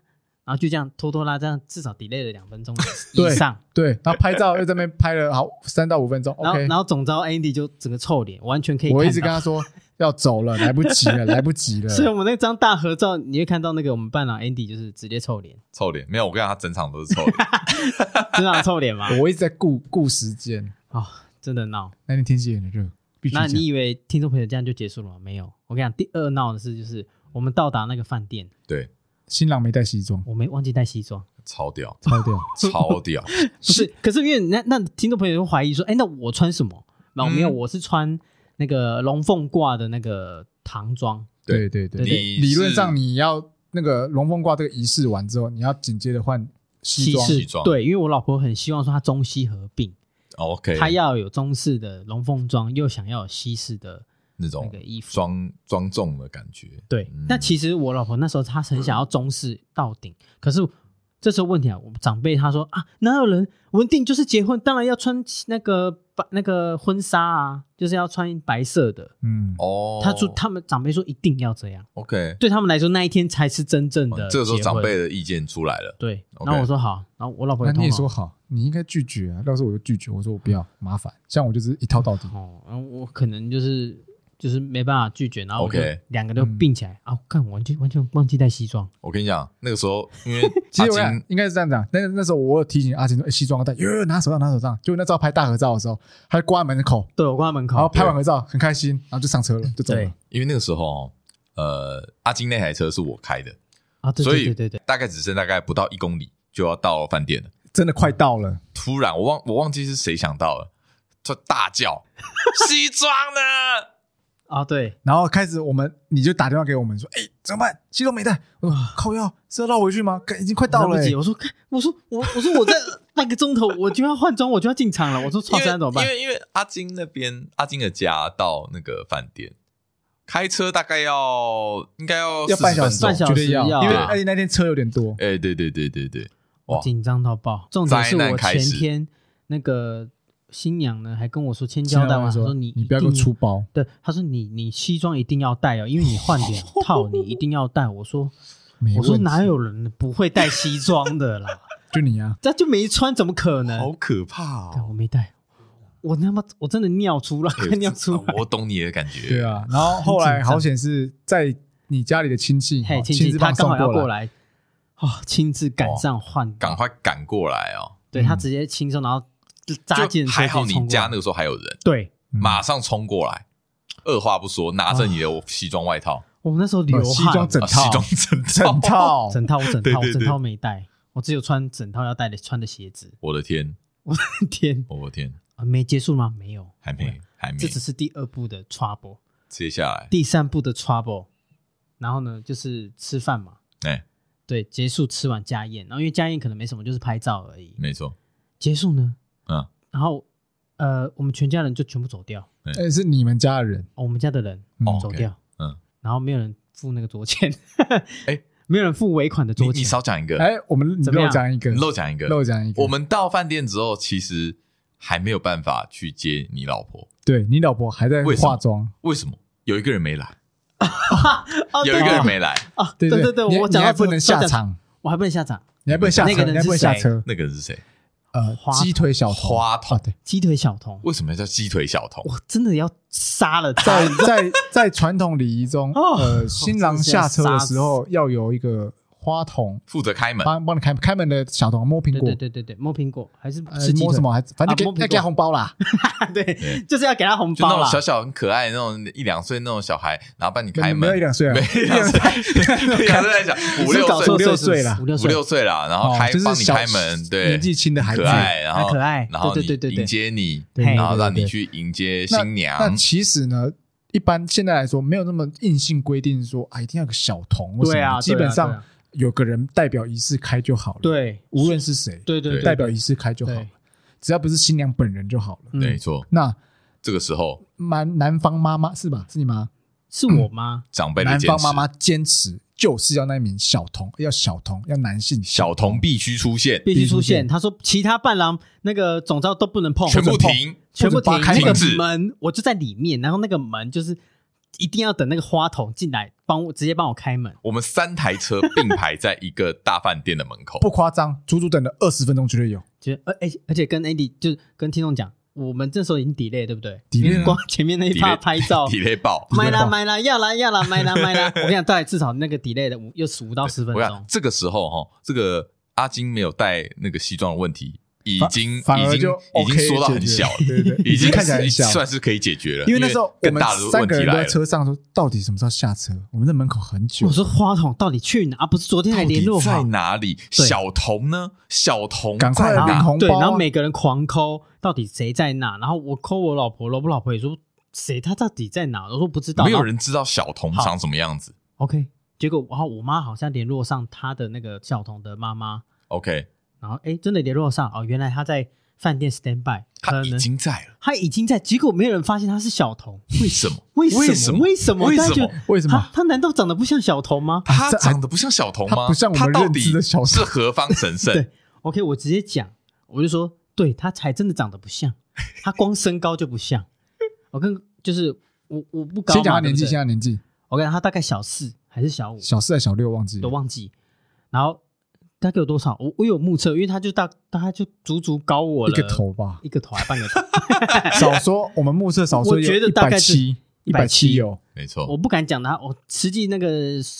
C: 然后就这样拖拖拉这样至少 delay 了两分钟以
A: 对
C: 上，
A: 对，然后拍照又在那边拍了好三到五分钟
C: 然后
A: ，OK
C: 然。后总招 Andy 就整个臭脸，完全可以
A: 我一
C: 看
A: 直跟
C: 到
A: 他说要走了，来不及了，来不及 了。
C: 所以我们那张大合照，你会看到那个我们伴郎 Andy 就是直接臭脸，
B: 臭脸，没有，我跟你讲，他整场都是臭 脸，
C: 真的臭 脸吗？
A: 我一直在顾顾时间。
C: 哦，真的闹。
A: 那天天气很热，必须
C: 那
A: 讲。
C: 你以为听众朋友这样就结束了吗？没有，我跟你讲，第二闹的是就是我们到达那个饭店，
B: 对，
A: 新郎没带西 装，
C: 我没忘记带西装，
B: 超屌，
A: 超掉。
B: 超屌，
C: 不是，可是因为那那听众朋友会怀疑说，哎，那我穿什么？那我没有，
B: 嗯
C: 我是穿那个龙凤褂的那个唐装，
A: 对
B: 对
A: 对对，
C: 对对
B: 你
A: 理论
B: 是
A: 上你要那个龙凤褂这个仪式完之后，你要紧接着换西装。
B: 西
C: 式
B: 装
C: 对，因为我老婆很希望说她中西合并，
B: OK，
C: 她要有中式的龙凤装，又想要有西式的
B: 那
C: 那
B: 种
C: 个衣服。
B: 庄庄重的感觉，
C: 对
B: 嗯，
C: 那其实我老婆那时候她很想要中式到顶，可是这时候问题啊，我们长辈他说啊，哪有人文定就是结婚，当然要穿那个把那个婚纱啊，就是要穿白色的。
A: 嗯，
B: 哦，
C: 他说他们长辈说一定要这样，
B: OK，
C: 对他们来说那一天才是真正的结
B: 哦
C: 婚。
B: 这个时候长辈的意见出来了，
C: 对，
B: OK
C: 然后我说好，然后我老婆
A: 那你也
C: 通
A: 说
C: 好
A: 好，你应该拒绝啊。到时候我就拒绝，我说我不要，麻烦。像我就是一套到底。
C: 哦，然后我可能就是就是没办法拒绝，然后我就
B: OK
C: 两个都
A: 嗯
C: 并起来、啊，看我完全完全忘记带西装，
B: 我跟你讲，那个时候因 为
A: 其
B: 阿
A: 实我俩
B: 金
A: 应该是这样讲，但是那时候我有提醒阿金说：“哎，西装要带，哟，拿手杖，拿手杖。”就那照拍大合照的时候，他就挂在门口，
C: 对我挂在门
A: 然后
C: 口，
A: 拍完合照很开心，然后就上车了，就走
C: 对
A: 了。
B: 因为那个时候，哦呃，阿金那台车是我开的，
C: 啊，对
B: 所以
C: 对对对对，
B: 大概只剩大概不到一公里就要到饭店了。
A: 真的快到了，
B: 突然，我忘我忘记是谁想到了，就大叫：“西装呢
C: 啊对，
A: 然后开始我们你就打电话给我们说：“哎，怎么办？西装没带。”我说：“靠腰是要绕回去吗？干已经快到
C: 我
A: 了
C: 来不及，
A: 欸。
C: 我说看我说 我我说我在半个钟头我就要换装，我就要进场了，我说？”超
B: 因为
C: 三怎么办
B: 因？为因为阿金那边，阿金的家到那个饭店，开车大概要应该要
A: 要半
B: 40
A: 小
B: 分
A: 时，
B: 钟
C: 半小
A: 绝
C: 时
A: 对要，
C: 要啊
A: 因为
B: 对
A: 而且那天车有点多，
B: 哎、对对对对对，哇
C: 我紧张到爆，重点是
B: 灾难
C: 我
B: 开始
C: 前天那个新娘呢还跟我说千
A: 现
C: 交
A: 在
C: 代
A: 我
C: 完，
A: 们
C: 她
A: 说
C: 说你
A: 你不要给我
C: 一定
A: 出包，
C: 对，她说你你西装一定要带哦，因为你换两 套你一定要带，我说
A: 没
C: 我说
A: 问题
C: 哪有人不会带西装的 啦？
A: 就你啊，
C: 这就没穿，怎么可能
B: 好？可怕
C: 干
B: 哦！
C: 我没带，我他妈我真的尿 出来，
B: 哎
C: 尿出
B: 啊
C: 来。
B: 我懂你的感觉。
A: 对，啊，然后后来
C: 很紧张
A: 好险是在你家里的亲戚
C: 嘿，
A: 哦
C: 亲
A: 亲
C: 戚
A: 自
C: 他
A: 帮
C: 刚
A: 送
C: 好要过
A: 来，
C: 来，哦，亲自赶上换，
B: 赶快赶过来哦！
C: 对他
A: 嗯
C: 直接轻松，然后扎
B: 就
C: 进
B: 还好你家那个时候还有人，
C: 对
A: 嗯
B: 马上冲过来，二话不说拿着你的西装外套、
C: 我们那时候流
A: 呃西装
C: 汗，
A: 整
B: 啊
A: 套
B: 西装整套，
A: 整套，
C: 整套我整
B: 对
C: 套我
B: 对
C: 整
B: 对
C: 套没带，我只有穿整套要带的穿的鞋子。
B: 我的天，
C: 天
B: 我的天，
C: 啊，没结束吗？没有，
B: 还没还没
C: 这，只是第二步的 trouble，
B: 接下来
C: 第三步的 trouble。然后呢，就是吃饭嘛，
B: 哎，
C: 对，结束吃完家宴，然后因为家宴可能没什么，就是拍照而已。
B: 没错，
C: 结束呢，
B: 嗯，
C: 然后呃，我们全家人就全部走掉，
A: 哎，是你们家的人，
C: 哦我们家的人
A: 嗯
B: 哦
C: 走掉，
B: 嗯，
C: 然后没有人付那个桌钱，
B: 哎，
C: 没有人付尾款的
B: 你
C: 桌
B: 你
C: 钱，
B: 少讲一个，
A: 哎，我们你
C: 怎么
A: 漏
C: 样
A: 讲一个，
B: 你漏讲一个，
A: 漏讲一个，
B: 我们到饭店之后，其实还没有办法去接你老婆，
A: 对你老婆还在
B: 为什么
A: 化妆，
B: 为什么？有一个人没来，
C: 哦
B: 有一个人没来，
C: 啊，
A: 对
C: 对
A: 对
C: 对，
A: 你
C: 我
A: 你
C: 讲
A: 还
C: 到
A: 不
C: 这
A: 能
C: 我
A: 下
C: 讲，
A: 场，
C: 我还不能下场，
A: 你还不能下
C: 那个
A: 车，
C: 人
A: 你还不能
C: 是
A: 下
C: 谁
A: 车，
B: 那个人是谁？
A: 呃
C: 花，
A: 鸡腿小童
B: 花童
A: 啊对，
C: 鸡腿小童，
B: 为什么叫鸡腿小童？
C: 我真的要杀了 他，
A: 在在在传统礼仪中，
C: 哦
A: 呃，新郎下车的时候要有一个花
C: 哦
A: 童
B: 负责开门，
A: 帮帮你开开门的小童摸苹
C: 对
A: 果
C: 啊对，对对对，摸苹果还是
A: 呃
C: 吃鸡腿
A: 摸什？ 么还反正
C: 啊
A: 给
C: 摸苹果
A: 要给他红包啦，
C: 对，就是要给他红
B: 就那
C: 包
B: 种
C: 啦
B: 小。小很可爱的那种一两岁那种小孩，然后帮你
A: 没
B: 开
A: 没
B: 门，
A: 有一 两岁啊，
B: 没一两岁，一两岁在 讲五
C: 是
B: 六
C: 搞
B: 岁
C: 错
A: 五六
C: 是不是
A: 岁啦
C: 五六
B: 五
C: 岁，
B: 六岁啦，然后
A: 哦
B: 开
A: 就是
B: 帮你
A: 小
B: 开门，对，
A: 年纪轻的孩子
B: 可爱，然后
C: 很可爱
B: 然后
C: 对
B: 你
C: 对对对对
B: 迎接你，
C: 对
B: 然后
C: 对对
B: 让你
C: 对
B: 去迎接
A: 那
B: 新
A: 那
B: 娘，
A: 其实呢，一般现在来说，没有那么硬性规定说啊，一定要有个小童或什么。
C: 对啊，
A: 基本
C: 对
A: 上
C: 啊
A: 有个人代表仪式开就好了。，
C: 对
A: 无论是谁，
C: 对对对
A: 代表仪式开就好了
C: 对，
A: 只要不是新娘本人就好了。
C: 嗯
B: 没错。
A: 那
B: 这个时候
A: 男男方妈妈是吧？是你妈？
C: 是我吗？
B: 长辈的
A: 男
B: 坚
A: 方
B: 持
A: 妈妈坚持就是要那一名小童，要小童，要男性
B: 小童必须出现，
C: 必须出现。
A: 必须出现
C: 他说其他伴郎那个总招都不能碰，
B: 全部
C: 不准碰，
B: 停，
C: 全部停。
A: 或者扒开
C: 那
B: 停止
C: 个门我就在里面，然后那个门就是一定要等那个花童进来帮我直接帮我开门。
B: 我们三台车并排在一个大饭店的门口，
A: 不夸张，足足等了二十分钟绝对有。
C: 觉得而而且而且跟 Andy 就是跟听众讲，我们这时候已经 delay 对不对
A: delay 了
C: 因为光前面那一趴
B: 嗯 delay
C: 拍照。
B: 体力爆。
C: 买啦
A: 爆
C: 买啦，要啦要啦，买啦买啦！我跟你讲，大概至少那个 delay 的五又十五到十分
B: 我想
C: 钟，
B: 这个时候哈，这个阿金没有带那个西装的问题，已经
A: 反
B: 已
A: 而
B: 经
A: 就
B: 已经
A: OK
B: 缩到
A: 解
B: 很
A: 决
B: 小了，
A: 对对对
B: 已经
A: 看起来很小
B: 算是可以解决了。
A: 因为那时候我
B: 更
A: 们
B: 大的
A: 三
B: 问
A: 个
B: 题
A: 人
B: 来
A: 都在
B: 了。
A: 车上说，到底什么时候下车？我们在门口很久
C: 我。说花筒到底去哪？啊不是昨天还
B: 到
C: 联
B: 底
C: 络
B: 在
C: 好，
B: 哪里？
C: 对
B: 小童呢？小童
A: 赶快
B: 在
C: 然
A: 领
B: 哪？
A: 红包
C: 后对，
A: 啊
C: 然后每个人狂抠，到底谁在哪？然后我抠我老婆，老婆老婆也说谁他到底在哪？我说不知道，
B: 没有
C: 然后
B: 人知道小童长什么样子。
C: OK。结果然后我妈好像联络上她的那个小童的妈妈，
B: OK，
C: 然后哎真的联络上哦，原来她在饭店 stand by，
B: 他
C: 可
B: 已
C: 能
B: 经在了，
C: 她已经在，结果没有人发现她是小童，
B: 为什么？
C: 为
B: 为什
C: 什
B: 么
C: 么？为什么？
B: 为什么
C: 大家觉得
A: 为什么
C: 她她难道长得不像小童吗？
B: 他
A: 啊这还
B: 长得不像小童
A: 他
B: 吗？
A: 不像我
B: 他
A: 们
B: 到
A: 认知
B: 底
A: 的小童
B: 是何方神圣
C: 对？OK，我直接讲，我就说对他才真的长得不像，他光身高就不像。我跟就是我我不高嘛，
A: 先讲他
C: 对
A: 年
C: 不
A: 纪，
C: 对
A: 先讲年纪，
C: 我跟你讲他大概小四还是小五，
A: 小四还是小六
B: 嗯
A: 忘记
C: 都
A: 了，
C: 忘记。然后他给我多少？我我有目测，因为他就大，他就足足高我
A: 一
C: 了
A: 个头吧，
C: 一个头啊还 半个头，
A: 少说我们目测少说
C: 我觉
A: 有
C: 得
A: 一
C: 大概
A: 百
C: 是
A: 七，一百七有，
B: 没错，
C: 我不敢讲他，我实际那个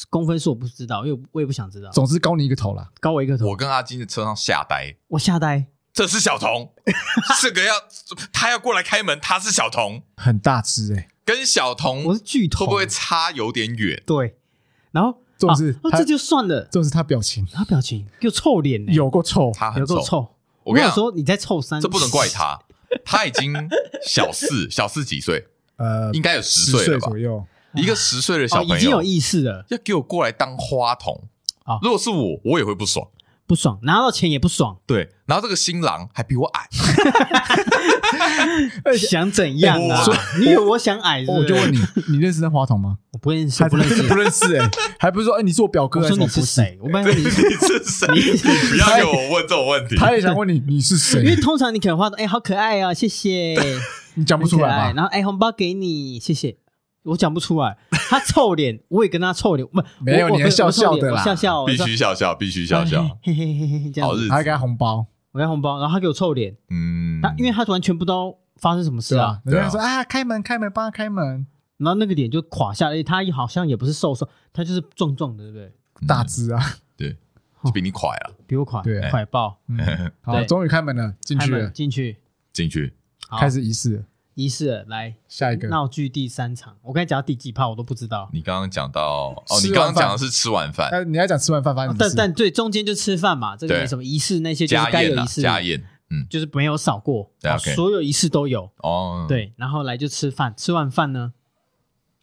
C: 公分数我不知道，因为我我也不想知道。
A: 总之高你一个头啦。
C: 高我一个头，
B: 我跟阿金在车上吓呆，
C: 我吓呆，
B: 这是小童，这个要他要过来开门，他是小童，
A: 很大只哎、欸，
B: 跟小童
C: 我
B: 会
C: 是巨头，
B: 不嗯会差有点远？
C: 对，然后
A: 重点是
C: 啊哦
A: 他
C: 这就算了，
A: 就是他表情
C: 他表情又臭脸呢，
A: 有够臭，
B: 他很
C: 有够
B: 丑，
C: 臭。
B: 啊我跟你
C: 有
B: 讲，
C: 说你在臭三，
B: 这不能怪。他，他已经小 四，小四几岁，
A: 呃，
B: 应该有十
A: 十
B: 岁了吧
A: 左？右，
B: 一个十岁的小
C: 哦，
B: 朋
C: 已经
B: 友
C: 有意识了，
B: 要给我过来当花童
C: 啊
B: 如果是我，我也会不爽。
C: 不爽，拿到钱也不爽，
B: 对，然后这个新郎还比我矮，哎
C: 想怎样啊
B: 哇？
C: 你以为我想矮是不
A: 哦
C: 是？
A: 我就问你，你认识那花筒吗？
C: 我不认识，
A: 还
C: 我不认识，
A: 不认识哎、 还不是说哎、你是我表哥
C: 我
A: 还
C: 说
A: 是
C: 你
A: 我
C: 是
A: 不
C: 谁？我本来
B: 对，
C: 问
B: 你
C: 你
B: 是
C: 是，
B: 谁？
C: 你 是谁
B: 不要给我问这种问题。
A: 他也想问你你是
C: 因为
A: 谁，
C: 通常你可能话说，哎，好可爱啊，谢谢，
A: 你讲不
C: 很
A: 出
C: 可
A: 来
C: 爱。
A: 吧？
C: 然后哎，红包给你，谢谢。我讲不出来，他臭脸， 我也跟他臭脸，不，
A: 没有
C: 我我
A: 你还笑
C: 我臭
A: 笑
C: 脸
A: 的啦
C: 我笑笑，我
B: 必
C: 说
B: 须笑笑，必须笑笑，，
C: 嘿嘿嘿嘿哎嘿，这样
B: 好
C: 子。
B: 日
A: 还给
B: 子。
A: 他红包，
C: 我要红包，然后他给我臭脸，
B: 嗯，
C: 他因为他完全不知道发生什么事
A: 对
C: 啊
A: 吧，？人家说啊，开门开门，帮他开门，
C: 然后那个脸就垮下来，他好像也不是瘦瘦，他就是壮壮的，对不对？
A: 大只啊，
B: 就嗯比你快啊了，
C: 比我垮，
A: 对
C: 快爆，
A: 嗯好，
C: 对
A: 终于开门了，进
C: 开
A: 去
C: 门
A: 了，
C: 进去，
B: 进去。
C: 好
A: 开始仪式了，
C: 仪式了来
A: 下一个
C: 闹剧第三场，我刚才讲到第几趴我都不知道，
B: 你刚刚讲到哦，
A: 吃
B: 你
A: 完
B: 刚刚讲的
A: 饭
B: 是吃完饭
A: 呃，你要讲吃完饭发
C: 哦
A: 生什么
C: 但
A: 事？
C: 但对中间就吃饭嘛，这个
B: 对
C: 没什么仪式，那些就是
B: 家
C: 该
B: 宴
C: 有
B: 啊，
C: 仪式
B: 家宴
C: 就是没有少过，
B: 对
C: 啊
B: OK
C: 所有仪式都有，
B: 哦，，
C: 对，然后来就吃饭，吃完饭呢，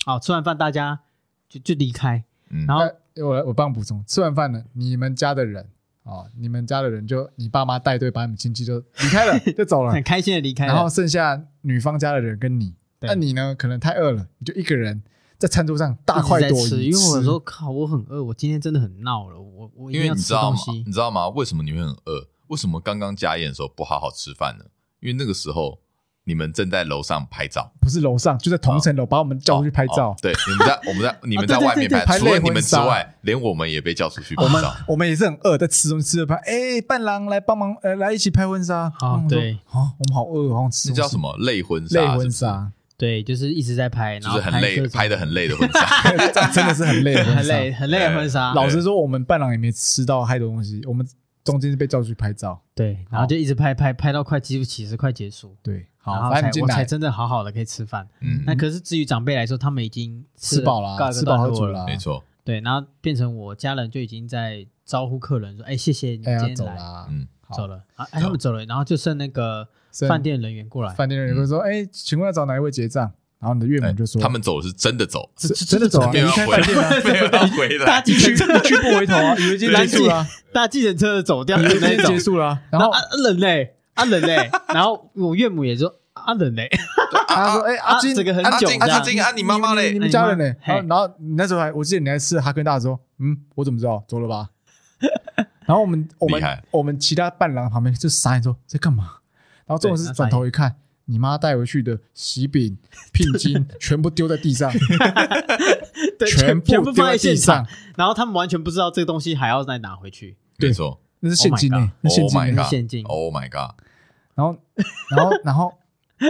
C: 好吃完饭大家就就离开，
B: 嗯
C: 然后
A: 那我我帮补充，吃完饭了，你们家的人哦，你们家的人就你爸妈带队把你们亲戚就离开 了，就走了
C: 很，开心的离开了，
A: 然后剩下女方家的人跟你，
C: 对
A: 那你呢？可能太饿了，你就一个人在餐桌上大快
C: 一直在
A: 朵颐
C: 吃，因为我说靠，我很饿，我今天真的很闹了，我我一
B: 因
C: 定
B: 为
C: 要
B: 你
C: 吃
B: 知道
C: 东
B: 吗
C: 西？，
B: 你知道吗？为什么你会很饿？为什么刚刚家宴的时候不好好吃饭呢？因为那个时候你们正在楼上拍照，
A: 不是楼上，就在同
C: 哦
A: 层楼，把我们叫出去拍
B: 哦
A: 照。啊
B: 对，你们在我们在你们在
C: 对对
B: 外面
C: 对
A: 拍
B: 拍，除了
A: 类
B: 你
A: 婚
B: 们之
A: 纱
B: 外，连我们也被叫出去拍
A: 我们
B: 照。
A: 我们也是很饿，在吃东西吃着拍，哎，伴郎来帮忙，呃，来一起拍婚纱。
C: 哦
A: 嗯
C: 对，
A: 我说啊，我们好饿，好想吃。
B: 那叫什？么类婚
C: 啊
B: 纱？
A: 累婚
B: 是
A: 纱，
C: 对，就是一直在拍，
B: 不是，
C: 然
B: 就
C: 后
B: 是很累，
C: 各种
B: 拍的很累的婚纱。
A: 真的是很 累的婚纱，
C: 很累，很累的婚纱。
A: 老实说，我们伴郎也没吃到太多东西，我们中间是被叫出去拍照。
C: 对，然后就一直拍拍拍到快几乎其实快结束，
A: 对，
C: 然
A: 好，
C: 后
A: 反
C: 才
A: 正进
C: 我才
A: 来
C: 真的好好的可以吃饭。
B: 嗯，
C: 那可是至于长辈来说，他们已经
A: 吃饱了，啊
C: 告
A: 吃饱喝足
C: 了。啊
A: 了，
B: 嗯没，错，
C: 对，然后变成我家人就已经在招呼客人说：“哎，谢谢你
A: 哎，
C: 今
A: 要
C: 天
A: 走
C: 来，
A: 啦。
B: 嗯，
A: 好
C: 走了。”啊，哎，他们走了，然后就剩那个
A: 剩
C: 饭店人员过来，
A: 饭店人员会说：“
C: 嗯
A: 哎，请问要找哪一位结账？”然后你的岳母就说：“
B: 哎他们走的是真的走，
A: 是真的走啊，
B: 没
A: 离
B: 有要
A: 开
B: 回
A: 饭店啊
B: 来，，没有要回
C: 大
B: 来。
C: 计 程车
A: 去不回头啊，以为今天结束了啊，
C: 大计程车的走掉
A: 以
C: 的
A: 为今
C: 那
A: 天
C: 种
A: 结。束了啊。”然后
C: 啊啊人嘞，啊 人嘞，然后我岳母也说啊人嘞，啊
A: 他说：“哎，阿金，
C: 这个很
A: 阿
B: 阿
C: 久
B: 静，
C: 这
B: 阿
C: 样
B: 静，啊，你妈妈
A: 你
B: 嘞？
A: 们家人呢？”然
C: 哎
A: 后然后你那时候还，我记得你还吃哈根达斯，说：“嗯，我怎么知道？走了吧。”然后我们我
B: 厉害
A: 们我们其他伴郎旁边就傻眼说：“在干嘛？”然后这种
C: 对
A: 是
C: 那
A: 转头一看。你妈带回去的喜饼、聘金 全部丢在地上，
C: 对，
A: 全
C: 全
A: 丢
C: 部放
A: 在
C: 在
A: 地
C: 现场
A: 上，，
C: 然后他们完全不知道这个东西还要再拿回去，
A: 对
B: 没错
A: 那是现金呢、
C: Oh my god
B: Oh my
A: 那现金、欸
B: god
C: 是现金。
B: ，Oh my god！
A: 然后，然后，然后，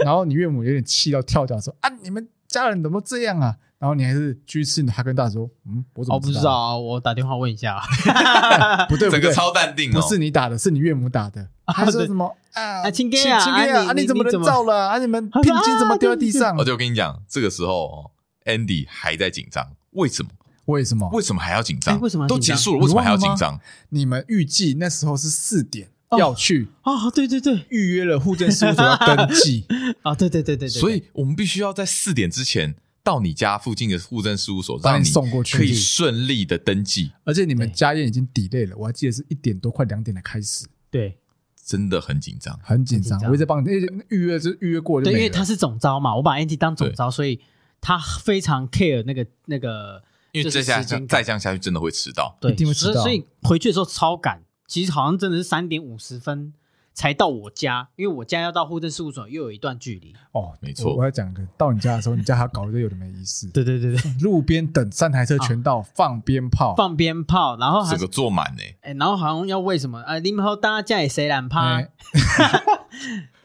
A: 然后你岳母有点气到跳脚说：“啊，你们家人怎么这样啊？”然后你还是继续吃你的哈根达斯，说：“嗯，我怎
C: 我
A: 么
C: 不知
A: 知
C: 道
A: 道？
C: 啊，我打电话问一下啊。
A: 不对，不
B: 整个
A: 对，
B: 超淡定哦，
A: 不是你打的，是你岳母打的。”他说
C: 对
A: 什么啊？
C: 啊亲
A: 哥
C: 哥啊
A: 亲
C: 啊
A: 哥
C: 你
A: 啊，
C: 你
A: 怎么
C: 你
A: 人
C: 怎么
A: 造了啊？你们
C: 他
A: 聘
C: 说
A: 金
C: 啊
A: 怎么丢在地
C: 对对对
A: 上
B: 而？且我哦跟你讲，这个时候哦 Andy 还在紧张，为什么？
A: 为什么？
B: 为什么还要紧张？
C: 哦哎为什么要
B: 都
C: 紧
B: 结
C: 张
B: 束了，
A: 你
B: 为什么
A: 忘
B: 还要
A: 了
B: 紧
A: 吗
B: 张？
A: 你们预计那时候是四点
C: 哦
A: 要去
C: 哦，对对对，
A: 预约了户政事务所要登 记，
C: 啊，对对对对对，
B: 所以我们必须要在四点之前到你家附近的户政事务所，
A: 把
B: 让
A: 你
B: 你
A: 送过去
B: 可以顺利的登记，
A: 而且你们
C: 对
A: 家宴已经 delay 了，我还记得是一点多快两点才开始。
C: 对
B: 真的很紧张。
A: 很紧张
C: 很紧，张
A: 我一直帮你因为预约，就是预约过就
C: 对，因
A: 没
C: 为
A: 了
C: 他是总招嘛，我把 Andy 当总招，所以他非常 care 那个那个，
B: 因为
C: 就
B: 再
C: 是
B: 下
C: 时间感
B: 再这样下去，真的会迟到。
C: 对，
A: 一定会迟到
C: 所以所以回去的时候超赶，其实好像真的是三点五十分才到我家，因为我家要到户政事务所又有一段距离。
A: 哦，
B: 没错
A: 我我要讲一个，到你家的时候，你叫他搞一堆有的没意思，
C: 对对对对，
A: 路边等三台车全到，放鞭炮，
C: 放鞭炮，然后还
B: 整个坐满呢、
C: 哎、然后好像要为什么啊？你们后大家也谁懒趴、
A: 哎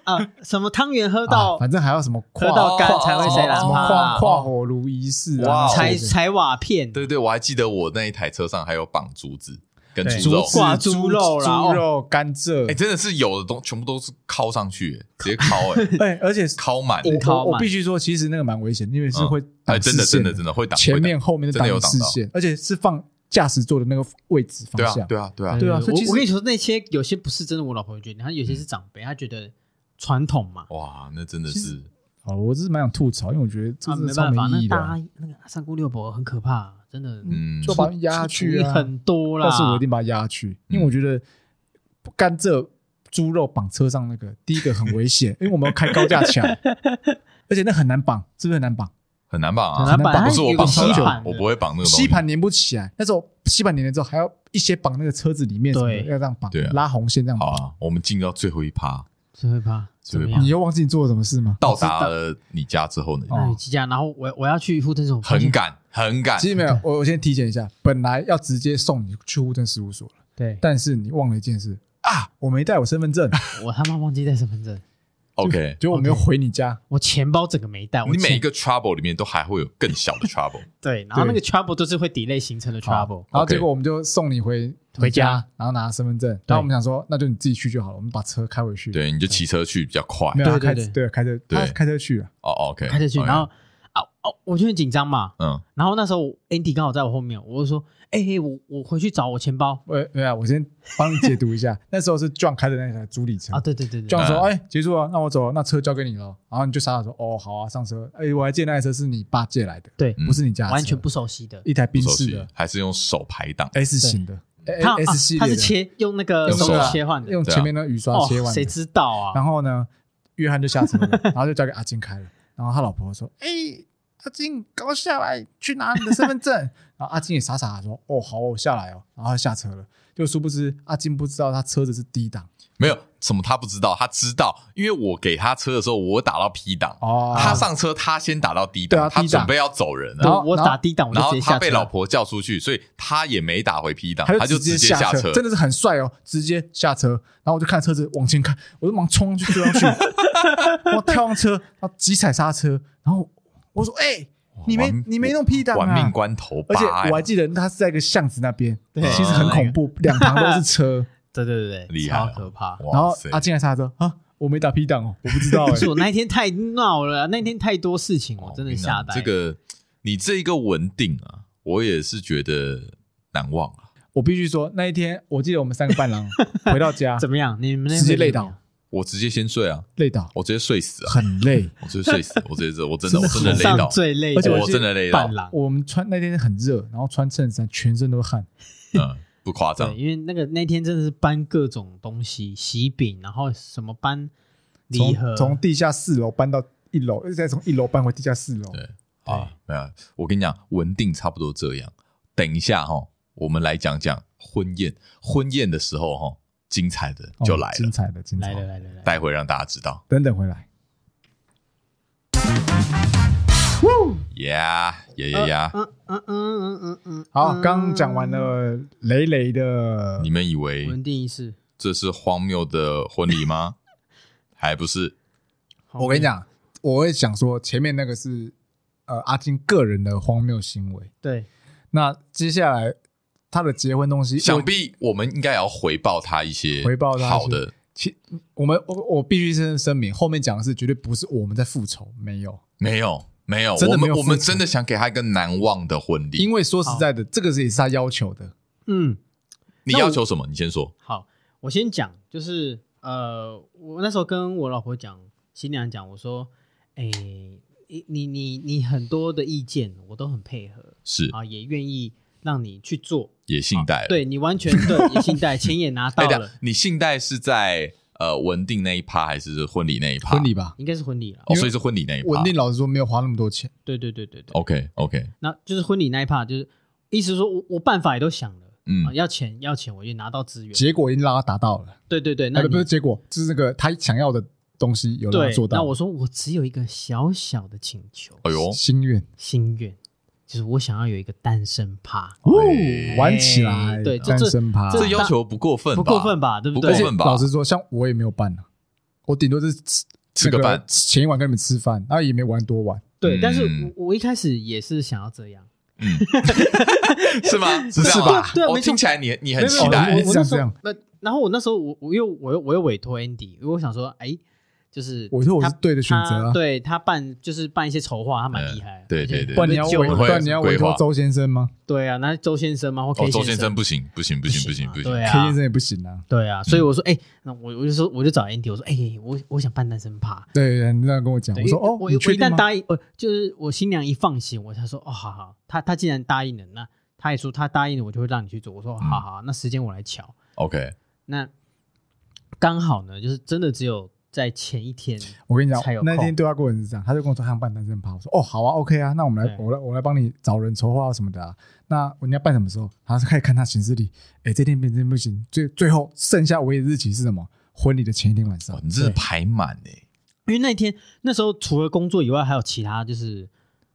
C: 啊？什么汤圆喝到、
A: 啊，反正还有什么跨
C: 喝到干才会谁懒
A: 什么
C: 趴、
A: 跨跨火炉仪式
B: 哇
A: 啊，
B: 哦
A: 那
C: 踩
A: 些的
C: 踩瓦片，
B: 对对，我还记得我那一台车上还有绑竹子跟
A: 对
B: 猪肉，
C: 竹子挂猪肉啦
A: 猪
C: 哦
A: 肉、甘
B: 哎、
A: 蔗，
B: 真的是有的东全部都是敲上去、欸，直接敲 哎、
A: 哎，而且
B: 敲满、欸
C: 硬，
A: 我
C: 靠
A: 我
C: 嘛
A: 必须说，其实那个蛮危险，因为是
B: 嗯
A: 会
B: 哎、
A: 挡
B: 真的
A: 视线
B: 真的真的会挡
A: 前面
B: 会
A: 后面
B: 真的有
A: 挡
B: 挡
A: 视
B: 到
A: 线，而且是放驾驶座的那个位置方
B: 挡
A: 向，
B: 对啊对啊对啊，
A: 对啊
C: 呃
A: 所以其实
C: 我我跟你说，那些有些不是真的，我老婆觉得，她有些是长辈，她觉得传统嘛，
B: 哇，那真的
A: 其
B: 是
A: 好，我是蛮想吐槽，因为我觉得这
C: 啊，
A: 真的
C: 没
A: 超
C: 办
A: 没
C: 法，
A: 意
C: 那
A: 义的
C: 大
A: 啊，
C: 家那个三姑六婆很可怕，真的，
B: 嗯，
A: 就把它压下去啊。
C: 很多啦。
A: 但是我一定把它压下去，
B: 嗯
A: 因为我觉得甘蔗、猪肉绑车上那个，第一个很 危险，因为我们要开高架桥，而且那很难绑，是不是很难绑？
B: 很难绑啊，
C: 很难绑
B: 不是我绑
A: 它哎有
B: 的
A: 个吸
B: 啦
C: 盘，的
B: 我不会绑那个东西。
A: 吸盘连不起来，那时候吸盘连了之后，还要一些绑那个车子里面什么的，
C: 对
A: 要这样绑
B: 对啊，
A: 拉红线这样
B: 好
A: 绑。
B: 啊，我们进到最后一
A: 哦
B: 趴，
C: 最会怕，
B: 最会
C: 怎么
B: 怕
C: 样
A: 你又忘记你做了什么事吗？
B: 到达了你家之后呢，
A: 哦
C: 那你几家？然后我我要去护政所，
B: 很赶很赶，
A: 其实没 有，我我先提前一下，本来要直接送你去户政事务所了，
C: 对，
A: 但是你忘了一件事啊，我没带我身 份证，
C: 我他妈忘记带身份证，
B: OK，
A: 结果我没有回你家，
C: 我钱包整个没带，我
B: 你每一
C: 钱
B: 个 trouble 里面都还会有更小的 trouble，
C: 对，然后
A: 对
C: 那个 trouble 都是会 delay 形成的 trouble，
A: 然后
B: OK
A: 结果我们就送你回
C: 回家，
A: 然后拿身份证。然后我们想说，那就你自己去就好了，我们把车开回去。，
B: 对，你就骑车去比较快。
A: 没有他
C: 对
A: 开
C: 对
A: 对开车，
B: 对
A: 他开车去啊了。
B: 哦，OK，
C: 开着去，
B: OK
C: 然后啊哦，我就很紧张嘛。
B: 嗯，
C: 然后那时候 Andy 刚好在我后面，我就说，哎、欸，我我回去找我钱包
A: 喂，对啊，我先帮你解读一 下。那时候是 John 开的那台朱里车
C: 啊，对对对对，
A: ，John 说：“
B: 嗯
A: 哎，结束了，那我走了，那车交给你了。”然后你就傻傻说：“哦，好啊，上车。”哎，我还记得那台车是你爸借来的，
C: 对，
B: 嗯
A: 不是你家的车，
C: 完全不熟悉的，
A: 一台
B: 不
A: 宾
B: 熟
A: 士
B: 悉
A: 的，
B: 还是用手排档。
A: S 型的哎
C: 他
A: 哎
C: 啊
A: ，S 系列
C: 他
A: 的
C: 是切用那个
B: 用
C: 手
B: 手啊
C: 指切换的，
A: 用
B: 对啊
A: 前面那个雨刷
C: 哦
A: 切，完的
C: 谁。知道啊？
A: 然后呢，约翰就下车了，然后就交给阿金开了。然后他老婆说：“哎、阿金，赶快下来，去拿你的身份证。”然后阿金也傻傻的说：“哦，好哦，我下来哦。”然后他下车了，就殊不知阿金不知道他车子是低档
B: 没有什么，他不知道，他知道，因为我给他车的时候，我打到 P 档，
A: 哦，
B: 他上车，他先打到 D
A: 对啊
B: 档，他
A: D 档
B: 准备要走人
A: 然
B: 了，
A: 后
C: 我我打低档，我就
B: 然
C: 直
B: 后
C: 接
B: 他
C: 下车
B: 被老婆叫出去，所以他也没打回 P 档，
A: 他
B: 他就
A: 啊直
B: 直
A: 接
B: 接
A: 下
B: 车。
A: 真的是很帅哦，直接下车。然后我就看车子往前开，我就忙冲上去追上去，我跳上车，然后急踩刹车，然后我说：“哎、你没
B: 玩
A: 你没弄 P 档啊
B: 玩命关头
A: 而且
B: 拔
A: 我还
B: 哎，
A: 记得他是在一个巷子那边，
C: 对
A: 其实很恐怖，两旁都是车。
C: 对对对对，
B: 厉害
C: 超
B: 了
C: 可怕。
A: 然
B: 哎
A: 后
B: 哇塞
A: 阿！进来查说啊，我没打 P 档哦，我不知 道哎、
C: 不是我那一天太闹了，啊那天太多事情，我真的吓
B: 哦
C: 呆。
B: 这个你这一个文定啊，我也是觉得难忘啊。
A: 我必须说那一天，我记得我们三 个伴郎回到家
C: 怎么样？你们那
A: 直接累
C: 到
A: 倒，
B: 我直接先睡啊，
A: 累倒，
B: 我直接睡死啊，
A: 很累。
B: 我直接睡死，我直接我真的
A: 真
B: 我真
A: 的
B: 的
A: 很
B: 累
A: 上
B: 到，
C: 最累
A: 而且
C: 的
A: 我
B: 我真的累到
C: 伴，郎。
A: 我们穿那天很热，然后穿衬衫，全身都是汗。
B: 嗯，不夸张
C: 对，。因为那个那天真的是搬各种东西，喜饼，然后什么搬
A: 从
C: 礼盒，
A: 从地下四楼搬到一楼，又再从一楼搬回地下四楼。
B: 对啊，没有，我跟你讲，文定差不多这样。等一下哈，我们来讲讲婚宴。婚宴的时候哈，精彩的
A: 哦
B: 就来了
A: 精，彩的，精彩
C: 来了
A: 的。
C: 来了来了，
B: 待会让大家知道。
A: 等等回来，
B: 呀
A: 呃
B: 耶耶呀！
C: 嗯嗯嗯嗯嗯嗯，
A: 好，
C: 嗯
A: 刚讲完了雷雷的
B: 你们以为
C: 文定仪式。
B: 这是荒谬的婚礼 吗？还不是，
C: 好
A: 我跟你，讲，我会想说前面那个是呃阿金个人的荒谬行为，
C: 对，
A: 那接下来他的结婚东西，
B: 想
A: 我
B: 必我们应该也要回报他一些
A: 回报他一些
B: 好的。
A: 其我们我我必须先声明，后面讲的是绝对不是我们在复仇，没有，
C: 嗯
B: 没有，没有，
A: 真的
B: 我
A: 没
B: 们
A: 有
B: 我们
A: 付出
B: 真的想给他一个难忘的婚礼。
A: 因
B: 为
A: 为说实在的，这个是也是他要求的，
C: 嗯，
B: 你要求什么？你先说。
C: 好，我先讲，就是呃，我那时候跟我老婆讲，新娘讲，我说，哎、你你你你很多的意见我都很配合
B: 是
C: 啊，也愿意让你去做，
B: 也
A: 啊
B: 信贷了，
C: 对你完全对，也信贷，钱也拿到
B: 哎，等一
C: 了
B: 下，你信贷是在呃文定那一趴，还是婚礼那一趴？
A: 婚礼吧。
C: 应该是婚礼了。
B: 哦，所以是婚礼那一趴。
A: 文定老实说没有花那么多钱，
B: 哦
C: 对对对对对，
B: OK OK，
C: 那就是婚礼那一 part，就是意思是说我我办法也都想了，
B: 嗯
C: 啊，要钱要钱，我就拿到资源。
A: 结果已经让他达到了，
C: 对对对，那
A: 那哎
C: 你
A: 不是结果，就是那个他想要的东西有让
C: 对
A: 他做，到。
C: 那我说我只有一个小小的请求，
B: 哎呦，
A: 心愿
C: 心愿就是我想要有一个单身趴，
B: 哎
A: 哦玩起来，
C: 对这
A: 单身趴。
B: 这要求不过分吧，
C: 啊不过分吧？对
B: 不
C: 对？
B: 过
C: 而且
B: 分吧？
A: 老实说，像我也没有办啊，我顶多是吃
B: 吃个
A: 那
B: 饭
A: 前一晚跟你们吃饭，然后也没玩多晚。
C: 对，
B: 嗯
C: 但是我我一开始也是想要这样，
B: 是 吗？是这样
A: 是吧
C: 对啊
B: 我
C: 没错
B: 听起来你你
C: 没
B: 很
C: 有
B: 期
C: 没有
B: 待
C: 我我
A: 想
C: 那时
A: 这
C: 候
A: 样
C: 那然后我那时候我我又我又我又委托 Andy，因为我想说，哎，就是
A: 我说我是
C: 他
A: 对的选择
C: 他
A: 啊，
C: 对他办就是办一些筹划，他蛮厉害的啊
B: 嗯。对对
C: 而且
B: 对
A: 不然你要
C: 被救
A: 委，
C: 了
B: 我会
A: 不然你要委
B: 规
A: 托
B: 划
A: 周先生吗
C: 对啊，那周先生吗？或 K
B: 哦，周先生
C: 生
B: 不行，不行，不行，不行，
C: 嘛
B: 不
C: 对
B: 行，
A: ？K
C: 啊
A: 先，生也不行啊。
C: 对啊，所以我说，哎，那我我就说我就找 Andy，我说，哎，我我想办单身趴。
A: 对，对你这样跟我讲，
C: 对
A: 我说
C: 因为
A: 哦，
C: 我
A: 你
C: 一
A: 确定
C: 旦
A: 吗？
C: 答应，呃，就是我新娘一放行，我才说哦，好好，他他既然答应了，那他也说他答应了，我就会让你去做。我说
B: 嗯
C: 好好，那时间我来瞧。
B: ，OK，
C: 那刚好呢，就是真的只有在前一天，
A: 我跟你讲
C: 才有，空
A: 那天对话过程是这样，他就跟我说他想办单身趴，我说哦好啊，OK 啊，那我们来
C: 对
A: 我来我来帮你找人筹划什么的啊。那你要办什么时候？他是开始看他行事历，哎，这天变这天不行，最最后剩下唯一的日期是什么？婚礼的前一天晚
C: 哦
A: 上
B: 哦哇，。你真是
A: 对
B: 排满哎，
C: 因为那天那时候除了工作以外，还有其他就是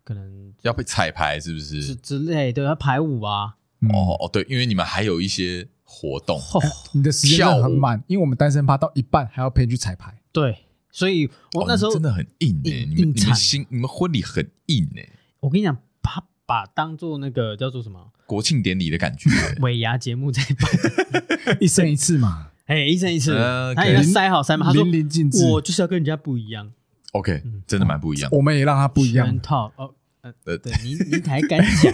C: 可能
B: 要被彩排是不
C: 之
B: 是？
C: 之类的，要排舞啊，
A: 嗯
B: 哦哦，对，因为你们还有一些活动，
C: 哦，
A: 你的时间真的很满，因为我们单身趴到一半还要陪你去彩排。
C: 对，所以我
B: 哦
C: 那时候、
B: 你真的很硬哎，
C: 硬
B: 你们
C: 硬
B: 你们
C: 产
B: 新你们婚礼很硬哎，
C: 我跟你讲，把把当做那个叫做什么
B: 国庆典礼的感 觉，
C: 尾牙节目在办。
A: 一生一次嘛，
C: 哎，一生一次，
A: 啊
B: 呃
C: 他
B: 可以
C: 也要塞好塞满。他说
A: 淋漓尽致。
C: 我就是要跟人家不一样，
B: OK，
C: 嗯
B: 真的蛮不一样。
A: 我们也让他不一样
C: 全。套哦，呃，
B: 呃
C: 对你你才敢 讲。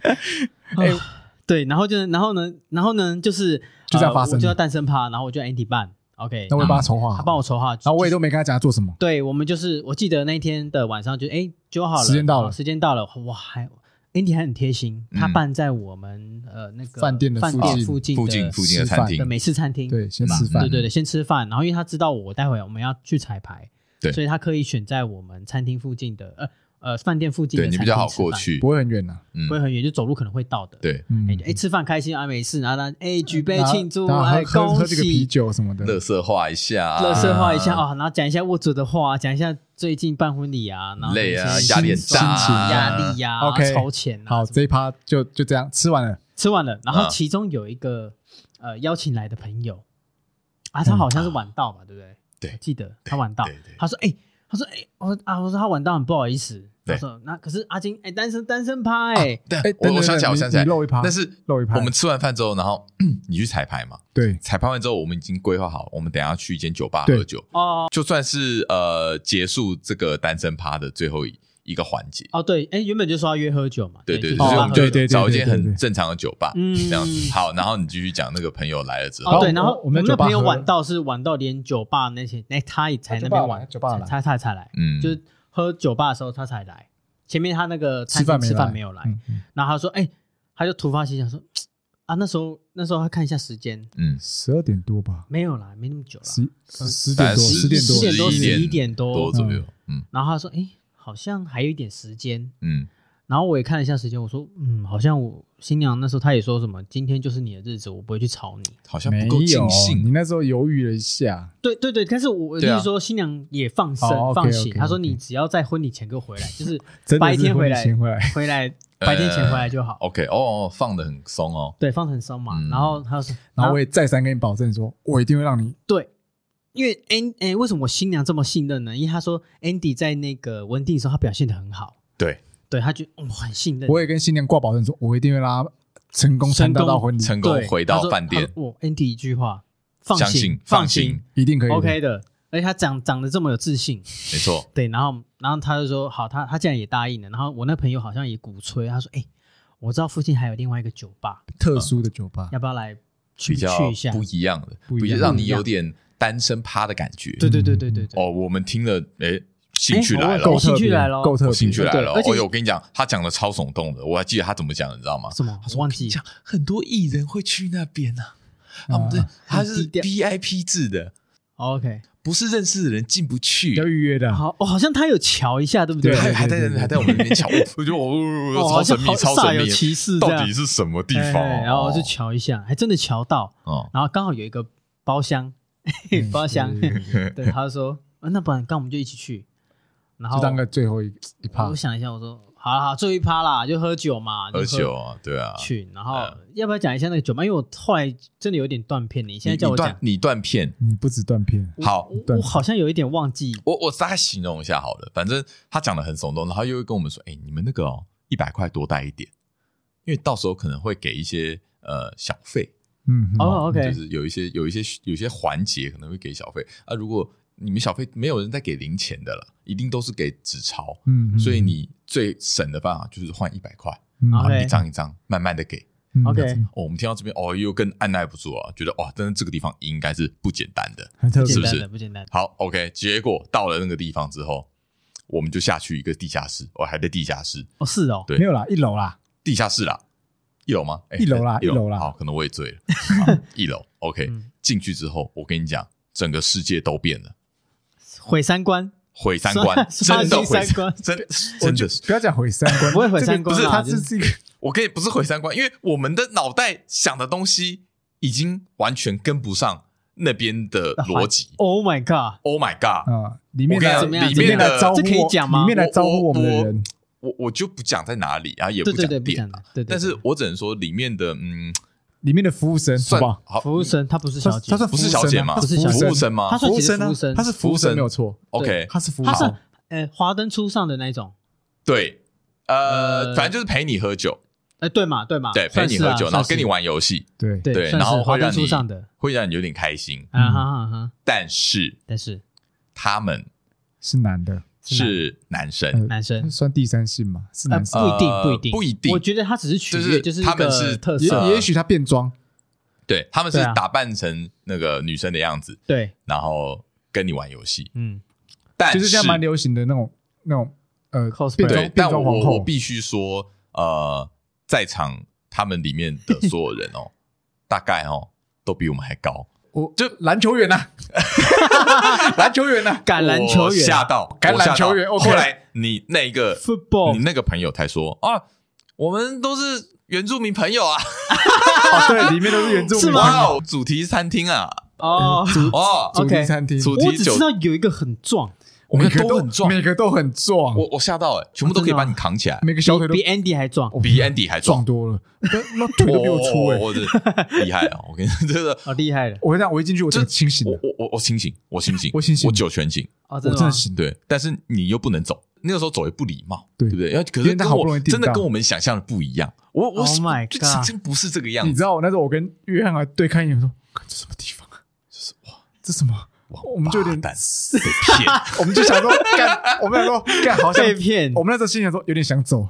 C: 啊对，然后就是，然后呢，然后呢，就是
A: 哎就这样
C: 呃
A: 发生
C: 我就要
A: 了
C: 单身趴，然后我就 Andy 办，OK，
A: 那我也帮他筹划，
C: 他帮我，筹划，然
A: 然后我也都没跟他讲他做什么。
C: 对我们就是，我记得那天的晚上就哎揪好了，
A: 时间到了
C: 时间到了，哇，还 Andy 还很贴心，
B: 嗯
C: 他办在我们呃那个
A: 饭店的
C: 饭
A: 附
C: 店
A: 近
C: 附近
B: 附
C: 的
B: 近附近的
A: 吃
B: 餐
A: 饭
B: 厅
C: 的，美式餐厅，
A: 对，先
C: 吧
A: 吃饭
C: 对。对对，先吃饭，然后因为他知道我待会我们要去彩排，
B: 对
C: 所以他刻意选在我们餐厅附近的呃呃饭店附近的
B: 对
C: 餐
B: 你
C: 厅
B: 比较好
C: 吃饭
B: 过，去
A: 不。会很远呐、
B: 嗯
C: 不会，很远，就走路可能会到的。，
B: 对，
A: 嗯
C: 哎、，吃饭开心啊，没事，然后呢，哎举杯
A: 然后
C: 庆祝，
A: 然后喝
C: 哎
A: 嗯喝
C: 恭
A: 喝这个啤
C: 喜，
A: 酒什么的，
B: 乐色化一下啊，
C: 乐色化一下啊，然后讲一下握手的话，讲一下最近办婚礼啊，然后
B: 累啊
C: 一些
B: 压力很
C: 心
B: 大
C: 情
B: 啊
C: 压力呀、
A: OK
C: 筹钱啊。
A: 好，
C: 什么
A: 这一趴就就这样吃完了。
C: 吃完了，然后
B: 嗯
C: 其中有一个、呃邀请来的朋友啊，他好像是晚到吧，对不对？
B: 嗯对
C: 我记得他晚到
B: 对对，
C: 他说：“哎、他说：“哎、我说啊，我说他晚到很不好意思。”
B: 对
C: 他说：“那可是阿金，哎、单身单身趴、哎、
B: 对
A: 哎，
B: 我
A: 等等
B: 我想起来，
A: 等
B: 我想起来
A: 你，漏一趴，
B: 但是
A: 漏一趴
B: 我们吃完饭之后，然后 你去彩排嘛，
A: 对
B: 彩排完之后，我们已经规划好，我们等一下去一间酒吧
A: 对
B: 喝酒，
C: 哦
B: 就算是呃结束这个单身趴的最后一一个环节。
C: 哦，对，哎、原本就说要约喝酒嘛，
B: 啊对对对，
C: 去酒
B: 所以我
C: 吧
B: 们
C: 喝
A: 对
B: 就
C: 酒
A: 对
B: 找一间
A: 对对
B: 很
A: 对
B: 正常的酒吧，
C: 嗯
B: 这样子。好，然后你继续讲那个朋友来了之
A: 然
C: 哦，
B: 后，
A: 后
C: 对，然后
A: 我
C: 我
A: 我们
C: 们
A: 在酒
C: 那
A: 吧
C: 朋友
A: 喝
C: 晚到是晚到连酒吧那些，那他也才
A: 啊酒
C: 那
A: 吧
C: 边
A: 来
C: 晚，
A: 酒吧
C: 才
A: 来
C: 他他才来，
B: 嗯，
C: 就是喝酒吧的时候他才来，前面他那个餐
A: 吃饭没
C: 厅吃饭
A: 来
C: 没有来，
A: 嗯嗯
C: 然后他说，哎、他就突发奇想说，嘖啊，那时候那时候他看一下时间，
B: 嗯，
A: 十二点多吧，
C: 没有啦，没那么久了，
A: 十十十
B: 大概
A: 点多，
B: 十
A: 十点多，
C: 10点多
B: 11
C: 11点多
B: 多左右，嗯
C: 然后他说，哎、好像还有一点时间，
B: 嗯，
C: 然后我也看了一下时间，我说，嗯，好像我新娘那时候她也说什么，今天就是你的日子，我不会去吵你。
B: 好像
A: 没
B: 不够
A: 有
B: 尽，兴
A: 你，那时候犹豫了一下，
C: 对对对，但是我
B: 对
C: 就
B: 啊
C: 是说，新娘也放生、
A: 哦，OK，
C: 放行
A: OK，
C: 她说
A: OK
C: 你只要在婚礼前给我回来，就是
A: 真的
C: 白
A: 是
C: 天
A: 婚
C: 回
A: 礼
C: 来，啊
A: 前回来，呃
C: 回来白天前回来就好。
B: OK，哦，哦放的很松哦，
C: 对，放很松嘛。
B: 嗯
C: 然后他说，
A: 然后我也再三跟你保证说，我一定会让你
C: 对，因为 An 哎、为什么我新娘这么信任呢？因为他说 Andy 在那个文定的时候，他表现的很好，
B: 对，
C: 对他就、嗯、很信任。
A: 我也跟新娘挂保证说，我一定会让她成功参加到婚礼，
B: 成功
C: 对
B: 回到饭店，
C: 我哦 Andy 一句话，放
B: 相
C: 心
B: 信，
C: 放
B: 放心，
A: 一定可以的。
C: ，OK 的。而且他长长得这么有自信，
B: 没错，
C: 对，然后然后他就说好，他他竟然也答应了。然后我那朋友好像也鼓吹，他说哎、我知道附近还有另外一个酒吧，
A: 特殊的酒吧
C: 要，不要来去
B: 比较
C: 去一下？
B: 不一样的，
A: 不一
B: 比较
A: 样
B: 让你
C: 不一样
B: 有点单身趴的感觉。
C: 对对对对对对。
B: 哦，我们听了，哎，兴趣
C: 哎
B: 来
C: 我
B: 了哦
A: 够
C: 有。兴
A: 特
C: 趣
A: 别
C: 来咯
A: 够特
B: 我
A: 别，
B: 兴趣来了，
C: 对而且
B: 哦，我跟你讲，他讲的超耸动的，我还记得他怎么讲，你知道吗？
C: 什么？我忘记
B: 讲很多艺人会去那边啊，
A: 啊
B: 他们的他
C: 很
B: 是
C: 低调
B: VIP 制的，
C: 哦 OK，
B: 不是认识的人进不去
A: 要。预约的，
C: 好，哦，好像他有瞧一下，对不
A: 对
B: 还还
A: 对
B: 在
A: 对
B: 还在我们面前 瞧，我觉得我
C: 哦，
B: 超
C: 好
B: 神
C: 像
B: 秘，
C: 好
B: 超
C: 煞
B: 神
C: 有
B: 秘，
C: 其事这
B: 到
C: 样，
B: 底是什么地方？
C: 哎然后我就瞧一下，还真的瞧到，
B: 哦，
C: 然后刚好有一个包厢，
B: 嗯
C: 嘿包厢， 对，他就说，啊那不然刚我们就一起去，然后
A: 就当个最后一一趴
C: 我，想一下，我说好啦好啦最后一趴啦，就喝酒嘛，就
B: 喝
C: 喝
B: 酒啊，对啊，
C: 去，然后
B: 嗯
C: 要不要讲一下那个酒吧？因为我后来真的有点断片，你现在
B: 你
C: 叫
B: 你
C: 我
B: 断
C: 讲，
B: 你断片，
A: 你不止断片，
B: 好，
C: 我我好像有一点忘记，
B: 我我大概形容一下好了，反正他讲的很耸动，然后又会跟我们说，哎、你们那个哦，一百块多带一点，因为到时候可能会给一些呃小费，
A: 嗯，
C: 哦，OK
B: 就是有一些有一些有一些环节可能会给小费啊。如果你们小费没有人在给零钱的了，一定都是给纸钞，
A: 嗯，嗯
B: 所以你最省的办法就是换一百块，
A: 嗯
C: 好
B: 然后
C: OK
B: 一张一张慢慢的给。
A: 嗯
C: OK
B: 哦，我们听到这边哦，又更按耐不住啊，觉得哇，真的这个地方应该是不简单的。
A: 很特
C: 不
A: 别
B: 是
C: 简
B: 不
C: 单
B: 是
C: 的不简单，
B: 好，OK，结果到了那个地方之后，我们就下去一个地下室，我、还在地下室，
C: 哦是哦，
B: 对
A: 没有啦，一楼啦，
B: 地下室啦，一楼吗？哎
A: 一楼啦
B: 一
A: 一楼啦
B: 好，可能我也 醉了，好一楼，OK，
C: 嗯
B: 进去之后，我跟你讲，整个世界都变了，
C: 毁三观，
B: 毁三观，
C: 刷
B: 真的
C: 刷新
B: 毁
C: 三观
B: 真
A: 我
B: 真
A: 觉
B: 的
A: 得，不要讲毁三观，
C: 不会毁
A: 这个
C: 三观
A: 不是
C: 啦
A: 它
C: 就是
A: 是一个
B: 我跟你不是毁三观，因为我们的脑袋想的东西已经完全跟不上那边的逻辑。
C: ，Oh my god，
B: Oh my god！
A: 啊，里面
B: 我跟你
A: 来
B: 讲
C: 怎么样
A: 里
B: 里面
A: 面来
B: 的
A: 招呼
C: 这可以
A: 我
C: 讲吗
A: 里面来招呼我们的
B: 我我
A: 人，
B: 我我就不讲在哪里啊，也
C: 对
B: 不
C: 对
B: 讲
C: 对，不
B: 店
C: 讲的，对对，
B: 但
C: 对
B: 是我只能说里面的嗯，
A: 里面的服务生，好
B: 算
A: 不好？
B: 好
C: 服务生她不是小姐，
A: 他算
B: 不是小姐吗？
A: 嘛，
C: 不是小姐
B: 服务
A: 服务
B: 生吗
C: 她算
A: 服务
C: 其实
A: 生
C: 服
A: 啊
C: 务生，
A: 他是服务生没有错，
B: ？OK，
A: 他是服务
C: 她
A: 生
C: 是，呃华灯初上的那一种，
B: 对，呃，
C: 呃
B: 反正就是陪你喝酒，
C: 哎对嘛对嘛，
B: 对，陪
C: 算
B: 你
C: 是
B: 喝
C: 啊
B: 酒，然后跟你，
C: 算
B: 玩游戏，
A: 对
C: 是对，
B: 对，
C: 算
B: 然
C: 是
B: 后
C: 华
B: 会
C: 灯
B: 让
C: 初
B: 你嗯
C: 上的，
B: 会让你有点开心，
C: 啊哈哈哈，
B: 但是
C: 但是
B: 他们
A: 是男的，
B: 是男生
A: 嗯，
C: 男生
A: 算第三性嘛？嗯是
C: 呃
A: 男生，
C: 不一定
B: 呃
C: 不一定
B: 不一定
C: 我觉得他只是取
B: 就是
C: 悦，就是
B: 他们
C: 一个
B: 是
C: 特
A: 也
B: 呃
C: 色，
A: 也许他变装，
B: 对，他们是
C: 对啊
B: 打扮成那个女生的样子，
C: 对，
B: 然后跟你玩游戏，
C: 嗯，
B: 但
A: 就是
B: 是
A: 现在蛮流行的那种那种呃
C: Cosplay
A: 变
B: 对
A: 装，
B: 但
A: 变
B: 我
A: 装皇
B: 我我
A: 后，
B: 必须说，呃，在场他们里面的所有人哦， 大概哦都比我们还高，
A: 我就篮球员 呐，篮球员啊呐，
C: 橄榄球
B: 我
C: 员
B: 吓到，
A: 橄榄
B: 我吓到
A: 球员，OK
B: 后来 你那个
C: Football
B: 你那个朋友才说啊，我们都是原住民朋友啊，
A: 哦对，里面都是原住
C: 是
A: 民，
B: 哇
C: 吗
B: 哦，主题餐厅啊，
C: 哦，
B: 哦，
A: 主题
C: OK
A: 餐厅，
B: 主
C: 我
B: 题
C: 只
B: 酒
C: 知，道有一个很壮，
B: 我
A: 每
B: 们
A: 个
B: 都很壮，
A: 每个都很壮，
B: 我我吓到哎，全部都可以
C: 真的
B: 把
C: 吗
B: 你扛起来，
A: 每个小腿都
C: 比 Andy 还壮，
B: 比 Andy 还壮
A: 壮，多了，那那腿都比我粗哎
B: 哦！我 这厉害啊！我跟你说， 真的，
C: 哦，厉害了，
A: 我跟你讲，我一进去我就
B: 这
A: 清醒
B: 我
A: 了，
B: 我我我清醒，我清醒，
A: 我清醒
B: 我九全醒。
C: 哦，
A: 我
C: 真
A: 真
C: 的吗
A: 的？醒了。
B: 对，但是你又不能走，那个时候走也不礼貌，
A: 对
B: 对不对？要可
A: 因
B: 是
A: 为他
B: 跟
A: 好不容
B: 我
A: 易订
B: 真的
A: 到
B: 跟我们想象的不一样。我我
C: Oh my
B: 就
C: God
B: 真不是这个样
A: 你
B: 子
A: 知。道，那时候我跟约翰啊对看一眼，我说看这什么地方啊？这是哇，这什么？
B: 王
A: 我们就有点
B: 八蛋被骗，
A: 我们就 想说干，我们想说干，好像
C: 被骗
B: 哦
A: 我们那时候心里想说有点想走，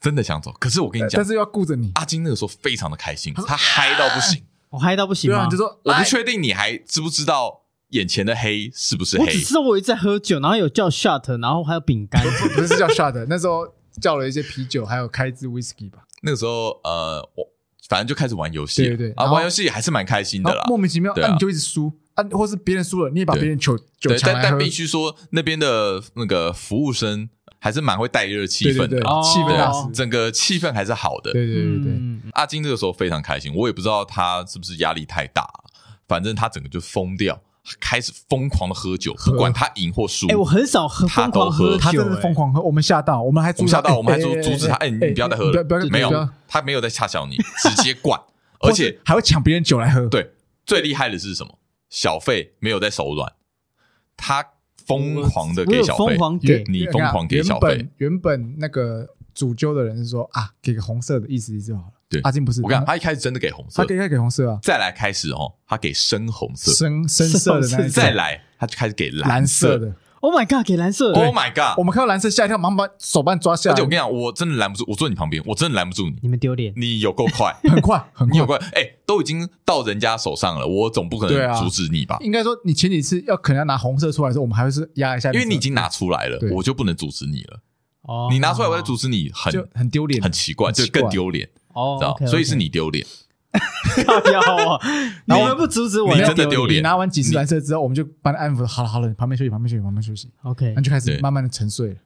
B: 真的想走。可是我跟你
A: 但
B: 讲，
A: 是又要顾着你。
B: 阿金那个时候非常的开心，他嗨到不
A: 哎
B: 行。
C: 我嗨到不行
B: 啊
A: 约翰
C: 吗
A: 啊就？说
B: 我不
A: 来
B: 确定你还知不知道眼前的黑是不是
C: 我
B: 黑
C: 只？知道我一直在喝酒，然后有叫 shot，然后还有饼干，
A: 不是叫 shot，那时候叫了一些啤酒，还有开支 whisky 吧。
B: 那个时候呃，我反正就开始玩游戏了，
A: 对对对
B: 啊，
A: 然后
B: 玩游戏还是蛮开心
A: 然
B: 的
A: 后
B: 啦。
A: 莫名其妙，
B: 对啊
A: 那你就一直输啊，或是别人输了，你也把
B: 对
A: 别人酒酒
B: 对，
A: 抢
B: 但
A: 来
B: 但
A: 喝，
B: 必须说那边的那个服务生还是蛮会带热气
A: 对对
B: 氛的
A: 对，
B: 啊，
C: 哦
A: 气氛
B: 对啊
A: 大师。
B: 整个气氛还是好的。
A: 对对对对对，
C: 嗯，嗯
B: 阿金这个时候非常开心，我也不知道他是不是压力太大，反正他整个就疯掉，开始疯狂的喝酒，不管他赢或输。
C: 哎，我很少喝
B: 他
C: 疯
B: 都
C: 狂
B: 喝
C: 喝
A: 他
C: 酒，
A: 真的
C: 哎
A: 疯狂喝，我们吓到，我们还
B: 我
A: 阻
B: 们
A: 止
B: 吓到，我们还阻
A: 哎哎
B: 阻止他，哎，你不要再喝
A: 不要
B: 了
A: 不要，
B: 没
A: 不要
B: 有，他没有在恰小你，直接 灌，而
A: 或是
B: 且
A: 还会抢别人酒来喝。
B: 对，最厉害的是什么？小费没有在手软，他疯狂的
C: 我
B: 给
C: 有
B: 小
C: 疯
B: 费，
C: 狂
A: 原，
C: 给，
B: 你疯狂给小
A: 原
B: 费
A: 本。原本那个主揪的人是说啊，给个红色的意思意思就好了。
B: 对
A: 阿金不是，
B: 我跟你讲，
A: 他
B: 他一开始真的给红
A: 他
B: 色，
A: 给他给红色啊，
B: 再来开始哦，他给深红色，
A: 深深色的那一
C: 深
A: 种
B: 再来他就开始给蓝
A: 蓝色
B: 的。
A: 的。
C: ，Oh my god，给蓝色的，
B: Oh my god！
A: 我们看到蓝色吓一跳，忙把手腕抓下
B: 而
A: 来。
B: 且我跟你讲，我真的拦不住，我坐你旁边，我真的拦不住你，
C: 你们丢脸，
B: 你有够快，
A: 很快很
B: 你有
A: 快，
B: 够快，哎、都已经到人家手上了，我总不可
A: 对
B: 能
A: 啊
B: 阻止你吧？
A: 应该说你前几次要可能要拿红色出来的时候，我们还会是压一下，
B: 因为你已经拿出来了
A: 对，
B: 我就不能阻止你了。
C: 哦，
B: 你拿出来，我再阻止你，很
A: 就很丢脸，
B: 很奇怪，
A: 很奇
B: 就
A: 怪
B: 更丢脸，
C: 哦
B: 知道
C: OK，OK
B: 所以是你丢脸。
C: 靠腰 哦，你
A: 然后
C: 们不阻止我，
B: 你
C: 要
B: 真的丢
A: 你
B: 脸
A: 拿完几次蓝色之后，我们就把你安抚，好了好了，你旁边休息，旁边休息，旁边休息，
C: OK，
A: 然后就开始
B: 对
A: 慢慢的沉睡了。，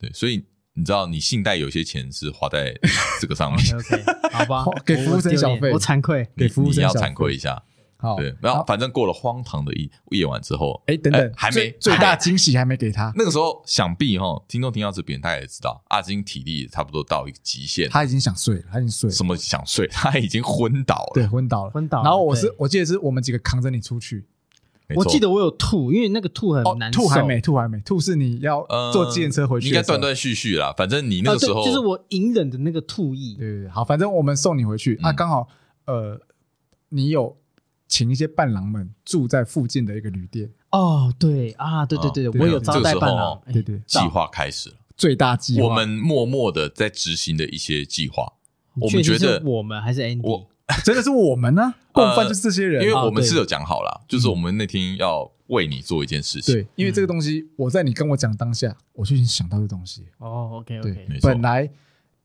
B: 对，所以你知道，你信贷有些钱是花在这个上面，
C: OK OK，好吧
A: 给服务生小费
C: 我惭愧。
A: 给
B: 你
A: 服务
B: 你
A: 生
B: 要
A: 小
B: 惭
A: 费
B: 愧一下。
A: 好，
B: 对，然后反正过了荒唐的一夜晚之后，
A: 哎，等等
B: 哎，还
A: 最
B: 没
A: 最
B: 还
A: 大惊喜还没给他，
B: 那个时候想必哈，听众听到这边，大家也知道，阿金体力也差不多到一个极限，
A: 他已经想睡了，他已经睡了
B: 什，么想睡， 他已经昏倒了。
A: 对，昏倒了，
C: 昏倒了
A: 然后我是
C: 对
A: 我记得是我们几个扛着你出去，
B: 没
C: 我
B: 错
C: 记得我有吐，因为那个吐很
A: 哦
C: 难，受。
A: 吐还没吐还没吐是你要
B: 呃，
A: 坐计程车回去
B: 应
A: 的
B: 该
A: 时候，哦
B: 断断续续啦。反正你那
C: 啊
B: 个
C: 对
B: 时候，
C: 就是我隐忍的那个吐意。
A: 对对对，好，反正我们送你回去。那、
B: 嗯
A: 刚好，呃，你有请一些伴郎们住在附近的一个旅店，
C: 哦，对啊，对对
B: 哦
C: 对，
A: 对
C: 我有招待啊哎伴郎，
A: 这个时候对对
B: 计划开始了，
A: 最大计划。
B: 哎我们默默的在执行的一些计划。
C: 我
B: 我们觉得
C: 我们还是 Andy，
B: 我
A: 真的是我们呢、啊共犯就是这些人、
B: 呃因为
A: 啊
B: 我们
C: 对
B: 是有讲好啦，就是我们那天要为你做一件事情。
A: 嗯对，因为这个东西，我在你跟我讲当下，我就已经想到这东西了。
C: 哦，OK
A: 对
C: OK，
B: 没，错
A: 本来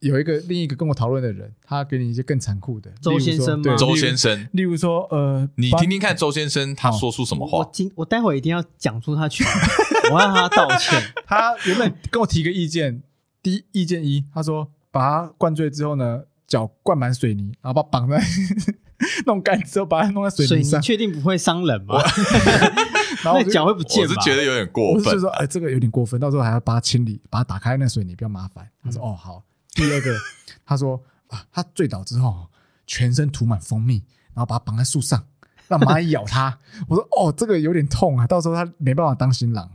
A: 有一个另一个跟我讨论的人，他给你一些更残酷的，
C: 周先生吗
A: 例如说对
B: 周先生，
A: 例如说，呃，
B: 你
A: 帮
B: 听听看周先生
A: 哦
B: 他说出什么
C: 我
B: 话
C: 我。今我待会儿一定要讲出他去， 我让他道 歉。
A: 他原本跟我提个意见，第一意见一，他说把他灌醉之后呢，脚灌满水泥，然后把绑在 弄干之后，把它弄在水
C: 水
A: 泥
C: 泥
A: 上，
C: 确定不会伤人吗？
A: 然后
C: 那
A: 我就
C: 脚会不
B: 我
C: 见
B: 是
C: 吧？
B: 觉得有点过
A: 我是
B: 分
A: 就，说，哎，这个有点过分，到时候还要把它清理，把它打开那水泥，比较麻烦。他说，哦，好。第二个，他说啊，他醉倒之后，全身涂满蜂蜜，然后把它绑在树上，让蚂蚁咬他。我说，哦，这个有点痛啊，到时候他没办法当新郎。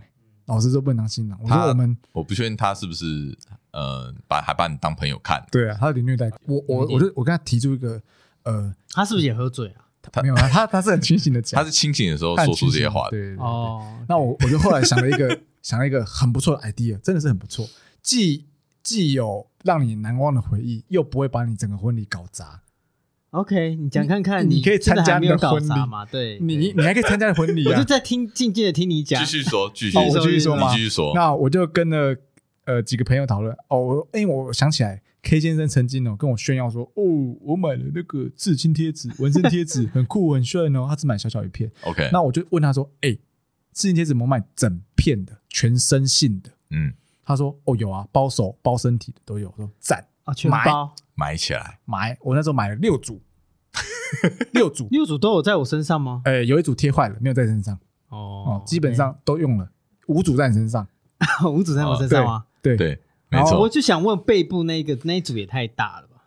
A: 老师说不能当新郎，我
B: 他
A: 说我们
B: 我不确定他是不是呃把还把你当朋友看。
A: 对啊，他有点虐待我，我
C: 有一
A: 我
C: 点
A: 就我跟他提出一个呃，
C: 他是不是也喝醉啊？
A: 他没有啊，他他是很清醒的讲，
B: 他是清醒的时候
A: 他很
B: 说出这
A: 清
B: 些
A: 醒的
B: 话的，
A: 对对对对
C: 哦，
A: 那我我就后来想了一个 想了一个很不错的 idea，真的是很不错，既既有让你难忘的回忆，又不会把你整个婚礼搞砸。
C: OK，你讲看看，
A: 你你可以参加
C: 真的还没
A: 你的
C: 有搞
A: 婚
C: 砸
A: 礼
C: 嘛？对，
A: 你你
C: 对
A: 你还可以参加婚礼
C: 我
A: 啊
C: 就！在听静静的听你讲
B: 继。续说，继续
A: 哦，我
B: 说，
A: 继续说
B: 你
A: 嘛
B: 继。续说。
A: 那我就跟了呃几个朋友讨论哦，我因为我想起来，K 先生曾经哦跟我炫耀说，哦，我买了那个刺青贴纸、纹身贴纸，很酷很炫哦，他只买小小一片。
B: OK，
A: 那我就问他说：“哎、刺青贴纸怎么买整片的，全身性的
B: 嗯，？”
A: 他说：“哦，有啊，包手、包身体的都有。”我说：“赞，
C: 啊，全
A: 买
C: 包
B: 埋起来。
A: 买！”我那时候买了六组， 六组，
C: 六组都有在我身上吗？
A: 呃，有一组贴坏了，没有在身上
C: 哦
A: 哦，基本上都用了，五组在你身上，
C: OK 哦五组在我身上吗？哦
A: 对，
B: 对，没
A: 然后
C: 我
B: 错，
C: 就想问背部那个那一组也太大了吧？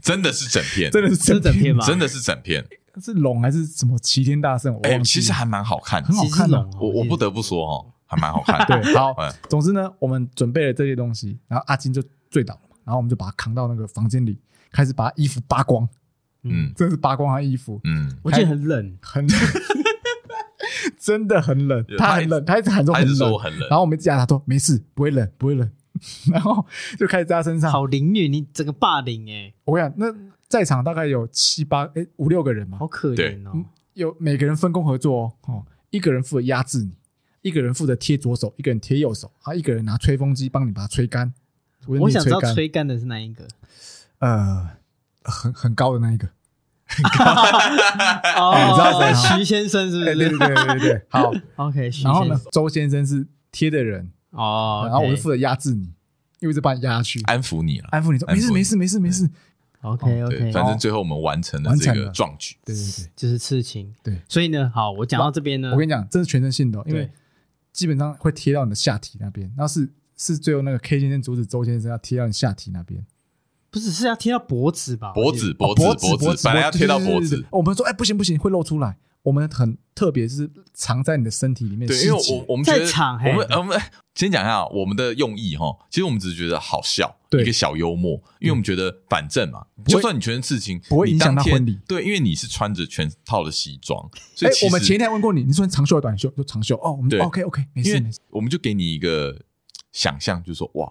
B: 真的是整片，
A: 真的是
C: 是整片吗？
B: 真的是整片。
A: 是龙还是什么齐天大圣？我
B: 哎，
A: 忘记
B: 其
A: 了
B: 实还蛮好看的
A: 很，好
C: 其实
A: 看啊
C: 龙哦
B: 我我不得不说哦，还蛮好看的。
A: 对，好
B: 哎，
A: 总之呢，我们准备了这些东西，然后阿金就醉倒了嘛，然后我们就把他扛到那个房间里，开始把他衣服扒光，
B: 嗯
A: 真的是扒光他衣服，
B: 嗯，
C: 我记得很冷，
A: 很真的很冷
B: 对，
A: 他很冷，他一直喊说
B: 他一
A: 很
B: 直说我
A: 冷，
B: 很冷
A: 然，后我们一直讲他说没事，不会冷，不会冷， 然后就开始在他身上。
C: 好凌虐，你整个霸凌哎，
A: 我跟你讲，那在场大概有七八哎五六个人嘛
C: 好，可怜哦
A: 嗯。有每个人分工合作哦，哦，一个人负责压制你，一个人负责贴左手，一个人贴右手，啊，一个人拿吹风机帮你把它吹干。为
C: 我
A: 你
C: 想知道
A: 干，
C: 吹干的是哪一个？
A: 呃，很很高的那一个，
C: 哦，
A: 哎你知道谁吗
C: 徐先生是不
A: 对对对
C: 是
A: 对对对，好。
C: ？OK，徐
A: 然后
C: 先
A: 呢
C: 生。，
A: 周先生是贴的人，
C: 哦，
A: 然后我就
C: OK
A: 负责压制你，因为这把你压下去，
B: 哎安抚你了。
A: 安抚你说
B: 安抚
A: 没
B: 你
A: 事没事没事没事。
C: OK
A: 哦
B: 对，
C: OK，哦
B: 反正最后我们完成了
A: 完
B: 这
A: 成
B: 个
A: 了
B: 壮举。
A: 对对对，
C: 就是刺青。
A: 对，
C: 所以呢，好，我讲到这边
B: 嗯
C: 呢，
A: 我跟你讲，这是全身性的哦，因为
C: 对
A: 基本上会贴到你的下体那边，那是是最后那个 K 先生阻止周先生要贴到你下体那边，
C: 不是是要贴到脖子吧？
B: 脖
C: 我记
B: 子，
C: 得
B: 脖
A: 哦
B: 子，
A: 子
B: 脖
A: 脖
B: 子，本来要贴到脖
A: 对对对
B: 子
A: 对，我们说哎不行不行会露出来，我们很特别是藏在你的身体里面，哎
B: 对，因为我我们觉
C: 在
B: 得
C: 场嘿
B: 我们我们先讲一下我们的用意哈，其实我们只是觉得好笑，
A: 对嗯
B: 一个小幽默，因为我们觉得反正嘛，就算你全身刺青，
A: 不会影响到
B: 你当天
A: 婚礼
B: 对，因为你是穿着全套的西装，所
A: 哎
B: 以其实
A: 我们前一天还问过你，你说你长袖还是短袖？说长袖哦，我们
B: 对
A: OK OK 没
B: 因
A: 事
B: 为
A: 没事，
B: 我们就给你一个想象，就是说哇，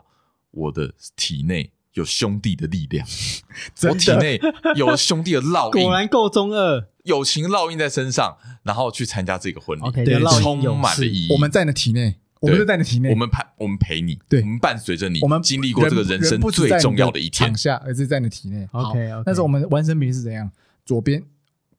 B: 我的体内有兄弟的力量，
A: 真
B: 我
A: 的
B: 体内有兄弟的 烙
C: 果
B: 印，
C: 然够中二。
B: 友情烙印在身上，然后去参加这个婚礼
C: OK，
A: 对
C: 就烙印
B: 充满了
C: 勇士
B: 意义。
A: 我们在你的体内，我们
B: 对
A: 就在你的体内，
B: 我们陪我们陪你，
A: 对
B: 我们伴随着你，
A: 我们
B: 经历过这个人生
A: 不只
B: 最
A: 在你
B: 重要的一天
A: 场。下，而是在你体内。好
C: OK，OK
A: 那时候我们完成比是怎样？左边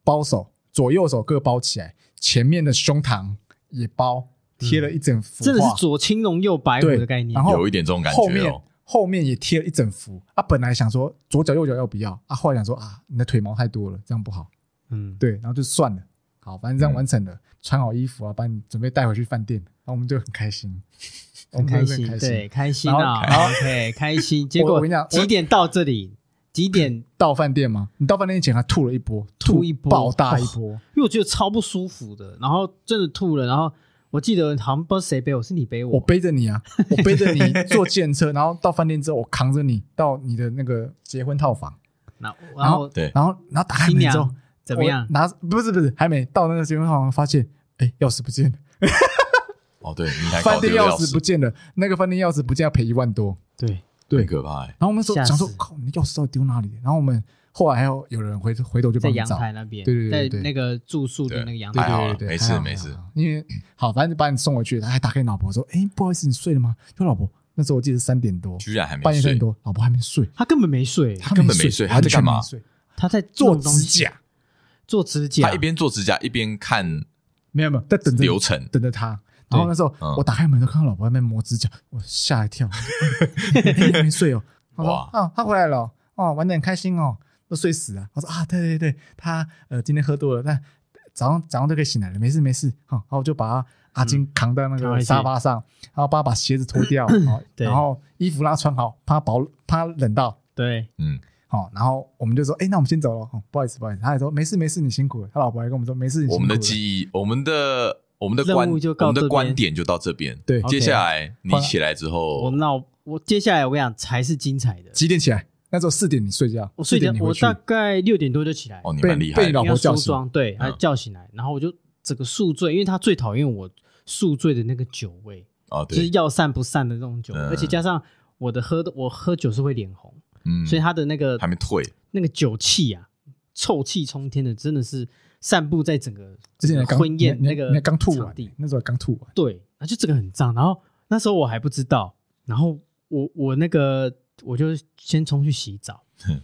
A: 包手，左右手各包起来，前面的胸膛也包，
C: 嗯
A: 贴了一整幅画，
C: 真的是左青龙右白虎
A: 对
C: 的概念。
A: 然后
B: 有一点这种感
A: 后
B: 觉
A: 面
B: 哦。
A: 后面也贴了一整幅啊，本来想说左脚右脚要不要啊，后来想说啊，你的腿毛太多了，这样不好。
C: 嗯，
A: 对，然后就算了，好，反正这样
B: 嗯
A: 完成了，穿好衣服啊，把你准备带回去饭店，然后我们就很开心，我
C: 很
A: 们就
C: 开
A: 很
C: 心，
A: 开
C: 对，
A: 心。
C: 开心
A: 然
C: 啊
A: 后然后
C: ，OK，开心。结果
A: 我跟你讲我
C: 几点到这里？几点？
A: 到饭店嘛，你到饭店前还吐了一波，
C: 吐一波哦
A: 爆大一波，
C: 因为我觉得超不舒服的，然后真的吐了，然后我记得好像不知道谁背我，是你背我，
A: 我背着 你啊，我背着你坐电车，然后到饭店之后，我扛着你到你的那个结婚套房，
C: 然后然后
B: 对，
A: 然后然后打开
C: 新
A: 门之后
C: 娘，啊怎么样
A: 我？拿不是不是，还没到那个结婚套房，发现哎钥匙不见 了，
B: 哦，对，你还
A: 饭
B: 搞
A: 店
B: 丢
A: 钥匙
B: 匙
A: 不，见了，那个饭店钥匙不见要赔一万多。
C: 对，
A: 对
B: 很可怕欸。
A: 然后我们说
C: 吓死
A: 想说，靠，你的钥匙到底丢哪里？然后我们后来还有有人回回头就
C: 在
A: 帮你
C: 阳
A: 找，
C: 台那边，
A: 对对对
C: 在
A: 对
C: 那个住宿的那个阳
A: 对
B: 还
C: 台，
B: 好
A: 对
B: 啦
A: 对对，
B: 哎没
A: 还
B: 事
A: 好
B: 没
A: 还
B: 事
A: 好因为好，反正就把你送回去，他还打给你老婆说，哎，不好意思，你睡了吗？就老婆那时候我记得是三点多，
B: 居然还没
A: 半夜三
B: 睡
A: 点，多，老婆还没睡，
C: 他根本没睡，
A: 她
B: 根本
A: 没
B: 没睡她
A: 完
B: 在
A: 全
B: 干嘛
A: 没睡
C: 他在
A: 做
C: 弄东西
A: 指，
B: 啊
A: 甲，
C: 做指甲，
B: 他一边做指甲一边看
A: 没有没有，在等着
B: 流程，
A: 等着他。然后那时候
B: 嗯
A: 我打开门都看到老婆在那边磨指甲，我吓一 跳，我说哎你还没睡哦。他说
B: 哇
A: 啊，他回来了哦，哦玩的很开心哦，都睡死啊。我说啊，对对对，他呃今天喝多了，但早上早上就可以醒来了，没事没事。好，然后我就把阿
B: 嗯
A: 金扛到那
C: 扛回
A: 个
C: 去
A: 沙发上，然后帮他把鞋子脱掉，好
C: 对
A: 然后衣服让他穿好，怕他保怕他冷到。
C: 对，
B: 嗯，
A: 好，然后我们就说，哎，那我们先走了，哦，不好意思，不好意思。他还说没事没事，你辛苦了。他老婆还跟我们说没事，你辛苦
B: 我们的
A: 了
B: 记忆，我们的我们的
C: 任
B: 观，
C: 务就
B: 我
C: 到
B: 们
C: 这
B: 的
C: 边
B: 观点就到这边。
A: 对
B: 接下来你起来之
C: 我
B: 后，
C: 那我我接下来我跟你讲才是精彩的，
A: 哦几点起来？那时候四点你睡觉，
C: 我睡觉
A: 4点你回
C: 我
A: 去
C: 大概六点多就起来，
B: 哦，你
A: 被
B: 蛮厉害
A: 被
B: 的
A: 老
C: 因为
A: 婆
C: 梳
A: 叫醒，嗯
C: 妆，对，他叫醒来，然后我就整个宿醉，因为他最讨厌我宿醉的那个酒味，
B: 哦，
C: 就是
B: 对，
C: 要散不散的那种酒味，
B: 嗯
C: 而且加上我的喝的我喝酒是会脸红，
B: 嗯，
C: 所以他的那个
B: 还没退，
C: 那个酒气啊，臭气冲天的，真的是散布在整个
A: 之前才刚
C: 婚宴
A: 你
C: 那个
A: 你刚吐
C: 场
A: 完
C: 地，
A: 那时候刚吐完，
C: 对，啊那就这个很脏。然后那时候我还不知道，然后我我那个我就先冲去洗澡
B: 哼。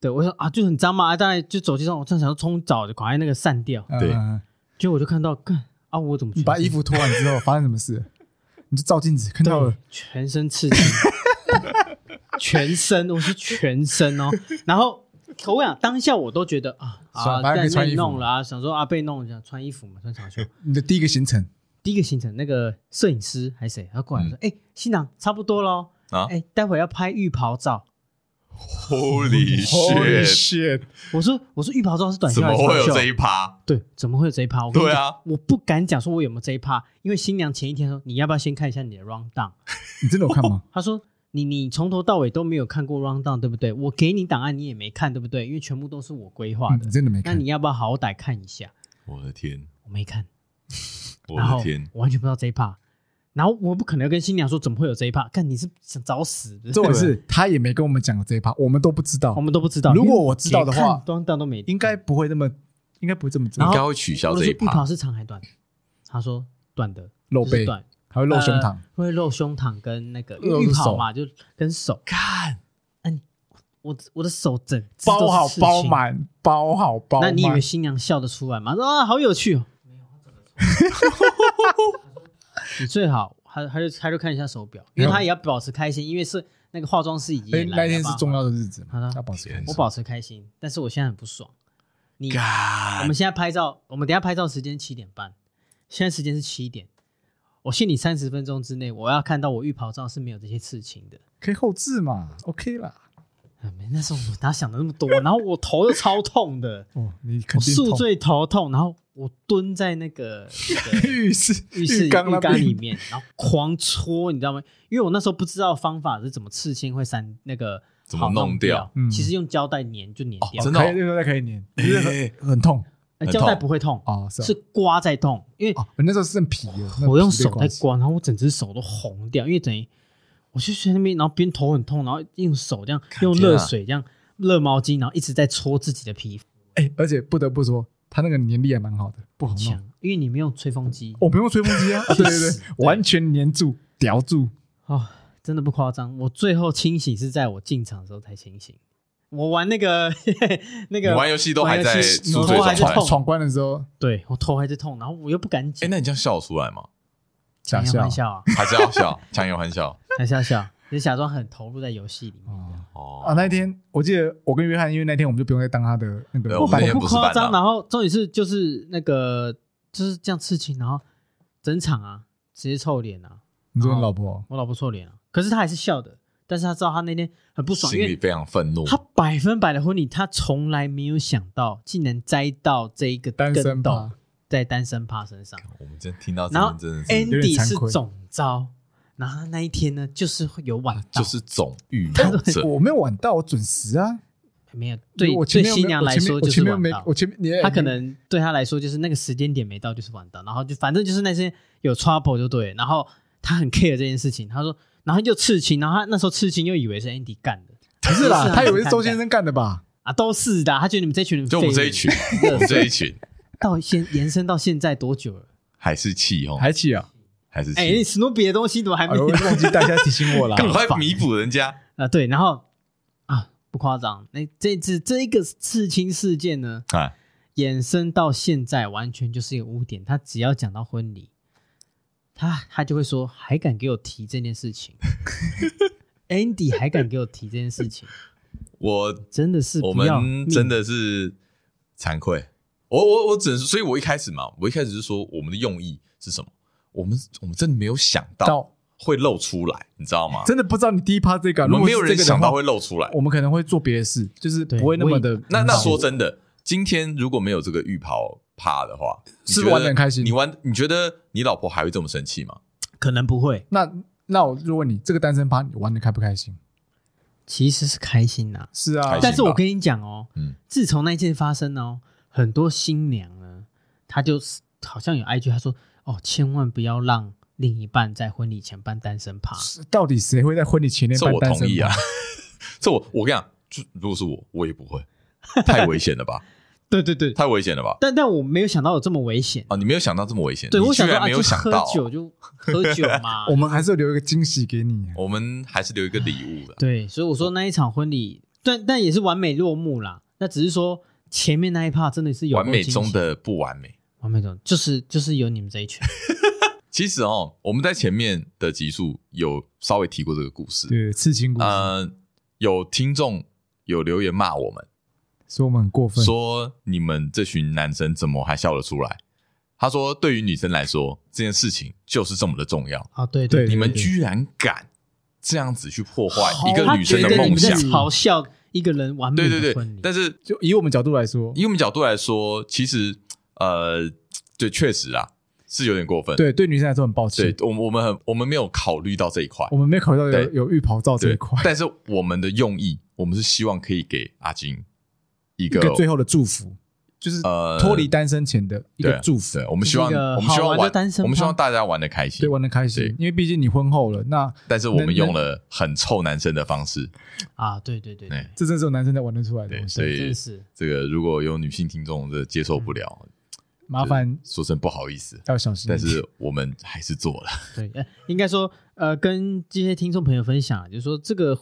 C: 对，我说啊，就很脏嘛，啊当然就走街上，我正想要冲澡，就赶快那个散掉。
A: 嗯
B: 对
A: 嗯嗯
C: 结果我就看到，干啊，我怎么
A: 你把
C: 全身
A: 衣服脱完之后，发生什么事？你就照镜子看到
C: 对
A: 了，
C: 全身刺青，全身，我是全身哦。然后我想当下我都觉得啊
A: 算
C: 啊，
A: 了反正可
C: 被
A: 以穿衣服
C: 弄了啊，想说啊被弄，想穿衣服嘛，穿长袖。
A: 你的第一个行程，
C: 第一个行程，那个摄影师还是谁，他过来说：“哎、新郎差不多喽，
B: 啊
C: 哎、待会要拍浴袍照。
B: ，Holy
A: Holy
B: shit！
A: shit！”
C: 我说：“我说浴袍照是短袖
B: 怎
C: 还
B: 么
C: 是
B: 会
C: 长
B: 有
C: 袖
B: 这？”一趴？
C: 对，怎么会有这一趴？我跟你
B: 对
C: 讲
B: 啊，
C: 我不敢讲说我有没有这一趴，因为新娘前一天说你要不要先看一下你的 round down，
A: 你真的有看吗？
C: 他说：“你你从头到尾都没有看过 round down，对不对？我给你档案你也没看，对不对？因为全部都是我规划
A: 嗯
C: 的
A: 你。真的没
C: 那
A: 看
C: 你？要不要好歹看一下？
B: 我的天，
C: 我没看，
B: 我
C: 然后
B: 的天，
C: 我完全不知道这一趴。然后我不可能跟新娘说怎么会有这一趴，看你是想找死的。
A: 重点
C: 对不对
A: 是他也没跟我们讲这一趴，我们都不知道
C: 我，们都不知道。
A: 如果我知道的话
C: 连看 round down 都没，
A: 应该不会那么，应该不会这么
C: 然
B: 应
C: 后
B: 该会取消
C: 我
B: 这
C: 说
B: 一
C: 浴袍
B: 趴。
C: 是长还短？他说短的，
A: 露
C: 就是
A: 背，
C: 短
A: 还会露胸膛
C: 呃，会露胸膛跟那个
A: 露
C: 浴袍
A: 手
C: 嘛，就跟手。啊
B: 看，
C: 我我的手整只
A: 包
C: 都是
A: 好
C: 刺
A: 包
C: 青
A: 满，包好包
C: 那
A: 满
C: 你以。为新娘笑得出来吗？说啊，好有趣 哦。你最好，他他就他就看一下手表，因为他也要保持开心，因为是那个化妆师已经
A: 哎
C: 也，来
A: 那
C: 了
A: 天是
C: 嘛
A: 重要的日子
C: 好
A: 嘛
C: 的，
A: 要保持开哦
B: 天
A: 心
C: 我保持开心，但是我现在很不爽。你我
B: 干
C: 们，现在拍照，我们等一下拍照时间七点半，现在时间是七点。我限你三十分钟之内，我要看到我浴袍照是没有这些刺青的。
A: 可以后置嘛，OK 啦。
C: 啊，没那时候我哪想的那么多，然后我头又超痛的，
A: 哦，你肯
C: 我
A: 定
C: 宿
A: 痛
C: 醉头痛，然后我蹲在那个那 个
A: 浴室
C: 浴室浴
A: 缸那
C: 缸里
A: 边
C: 面，然后狂搓，你知道吗？因为我那时候不知道方法是怎么刺青会删那个
B: 怎么
C: 好
B: 弄掉
C: 掉，
A: 嗯
C: 其实用胶带粘就粘掉，
B: 哦真的
A: 可以，那个可以粘，就是
B: 哎
A: 很很痛
C: 呃
B: 很
C: 胶带
B: 痛
C: 不会痛，
A: 哦，是哦
C: 是刮在痛，因为
A: 哦，我那时候是剩皮了，那
C: 我用
A: 皮被
C: 手在
A: 刮起来，
C: 刮，然后我整只手都红掉，因为等于我就在那边，然后边头很痛，然后用手这样
B: 看
C: 用
B: 天
C: 热
B: 啊
C: 水这样热毛巾，然后一直在搓自己的皮肤
A: 哎，而且不得不说，它那个粘力还蛮好的，不好弄。
C: 墙，因为你没有吹风机
A: 我不用吹风 机啊，啊对对对，完全粘住、叼住。
C: 啊哦，真的不夸张。我最后清醒是在我进场的时候才清醒，我玩那个那
B: 你
C: 个
B: 玩游戏都还在
C: 玩游戏
B: 宿
C: 我
B: 醉
C: 头还
B: 状
C: 是
B: 态。
C: 痛，
A: 闯关的时候
C: 对我头还是痛，然后我又不敢
B: 哎，
C: 讲，
B: 那你这样笑得出来 吗？
A: 假
C: 强颜
A: 笑
C: 欢笑啊，
B: 还是要笑，强颜欢笑。
C: 还是要笑，啊就假装很投入在游戏里面。
A: 啊
B: 哦
A: 啊！那一天我记得我跟约翰，因为那天我们就不用再当他的那
B: 对
A: 个
B: 我们
A: 伴
B: 那
A: 侣
B: 也
C: 不
B: 不是
C: 夸
B: 班啊
C: 张，
B: 长，
C: 然后重点是就是那个就是这样刺青，然后整场啊直接臭脸啊，
A: 你说你老婆
C: 我老婆臭脸啊，可是她还是笑的，但是她知道她那天很不爽，
B: 心
C: 因
B: 里
C: 为
B: 非常愤怒。
C: 她百分百的婚礼，她从来没有想到竟然栽到这一个
A: 单身
C: 跟斗
A: 吧？
C: 在单身趴身上，
B: 我们真听到这
C: 然后
B: 边真的是，
A: 有点
C: Andy
A: 惭
C: 是
A: 愧
C: 总招，然后她那一天呢就是会有晚到，
B: 啊就是总欲
C: 他
B: 望症。
A: 我没有晚到，我准时啊。
C: 没有对
A: 我前
C: 对
A: 面又没
C: 新娘来说
A: 我
C: 就
A: 前
C: 是
A: 面又
C: 晚
A: 没
C: 到，
A: 我前面 你
C: 他可能对他来说就是那个时间点没到就是晚到，然后就反正就是那些有 trouble 就对了，然后他很 care 这件事情，他说，然后又刺青，然后他那时候刺青又以为是 Andy 干的，
A: 不是
C: 不
A: 啦，
C: 是
A: 他以为是
C: 很
A: 周
C: 尴尬
A: 先生干的吧？
C: 啊，都是的啊，他觉得你们这群人
B: 就我们
C: 废
B: 这
C: 物
B: 一群，我们这一群
C: 到现延伸到现在多久了？
B: 还是气哦，
A: 还起啊！
B: 还 是
C: 哎，你
B: 气，
C: 史努比的东西怎么还
A: 哎
C: 没
A: 我忘记大家提醒我啦。
B: 赶快弥补人家。
C: 啊？对，然后啊，不夸张，那这次这一个刺青事件呢，
B: 哎，
C: 衍生到现在完全就是一个污点，他只要讲到婚礼，他他就会说还敢给我提这件事 情，Andy 还敢给我提这件事情，
B: 我
C: 真的是
B: 我
C: 不要
B: 们
C: 命
B: 真的是惭愧。我我我只能说，所以我一开始嘛，我一开始是说我们的用意是什么？我们我们真的没有想到
A: 到
B: 会露出来，你知道吗？
A: 真的不知道你第一趴这个啊，
B: 我
A: 如
B: 们
A: 果
B: 没
A: 是
B: 有人
A: 这个的
B: 想到
A: 话
B: 会露出来。
A: 我们可能会做别的事，就是
C: 对
A: 不会那么的。
B: 那那说
A: 真，
B: 真的，今天如果没有这个浴袍趴的话，
A: 是
B: 你觉
A: 不是
B: 得
A: 玩得很开心
B: 你玩，你觉得你老婆还会这么生气吗？
C: 可能不会，
A: 那那我就问你，这个单身趴你玩的开不开心？
C: 其实是开心呐、
A: 是
B: 开
A: 啊
B: 心，
C: 但是我跟你讲哦，
B: 嗯
C: 自从那件发生哦，很多新娘呢，她就是好像有 IG，她说哦，千万不要让另一半在婚礼前办单身趴，
A: 到底谁会在婚礼前天
B: 这
A: 办
B: 我
A: 单
B: 同
A: 身
B: 意啊
A: 趴？。。
B: 这我我跟你讲，就如果是我，我也不会，太危险了吧？
C: 对对对，
B: 太危险了吧？
C: 但但我没有想到有这么危险。
B: 啊，你没有想到这么危险，
C: 对，
B: 你
C: 我
B: 居
C: 想说
B: 然
C: 啊，
B: 没有
C: 就
B: 想
C: 喝
B: 到哦，
C: 酒就喝酒 嘛
A: 我们还是要留一个惊喜给你啊。
B: 我们还是留一个礼物的。
C: 对，所以我说那一场婚礼，但但也是完美落幕啦。那只是说前面那一 part 真的是有够
B: 完美
C: 惊
B: 中
C: 喜
B: 的不完美。
C: 完美中，就是就是有你们这一群。
B: 其实哦，我们在前面的集数有稍微提过这个故事，
A: 对，刺青故事，
B: 呃，有听众有留言骂我们，
A: 所以我们很过分。
B: 说你们这群男生怎么还笑得出来？他说，对于女生来说，这件事情就是这么的重要，
C: 哦，对
A: 对
C: 对，
B: 你们
A: 对
B: 居然敢这样子去破 坏
A: 好
B: 一个
C: 他
B: 女
C: 觉
B: 生
C: 得
B: 的
C: 你
B: 梦
C: 们在
B: 想。
C: 嘲笑一个人完美
B: 对对
C: 的
B: 对
C: 婚礼，，
B: 但是
A: 就以我们角度来说，
B: 以我们角度来说，其实呃，对，确实啊，是有点过分。
A: 对对女生来说很抱
B: 对
A: 歉，，
B: 我们我们很我们没有考虑到这一块
A: 我，们没有考虑到有
B: 对
A: 有浴袍照哦这
B: 对
A: 一块，，
B: 但是我们的用意，我们是希望可以给阿金一
A: 一
B: 个
A: 个最后的祝福，就是
B: 呃
A: 脱离单身前的一个
B: 对
A: 祝福
B: 对，。我们
C: 就是
B: 希望
C: 一个
B: 我们希
C: 好
B: 望
C: 玩的
B: 玩
C: 单身，
B: 我们希望
C: 趴
B: 大家玩的开心
A: 对，，玩的开心
B: 对，
A: 因为毕竟你婚后了，那
B: 但是我们
A: 能
B: 用了很臭男生的方式，
C: 啊，对对对对
B: 哎，
A: 这正是有男生才玩得出来的东西。
B: 对
C: 真的是
B: 这个如果有女性听众的接受不了，
A: 麻烦
B: 说声不好意思，
C: 嗯
A: 要小心一
B: 但
A: 点。
B: 是我们还是做了。
C: 对，呃应该说呃，跟这些听众朋友分享，啊就是说这个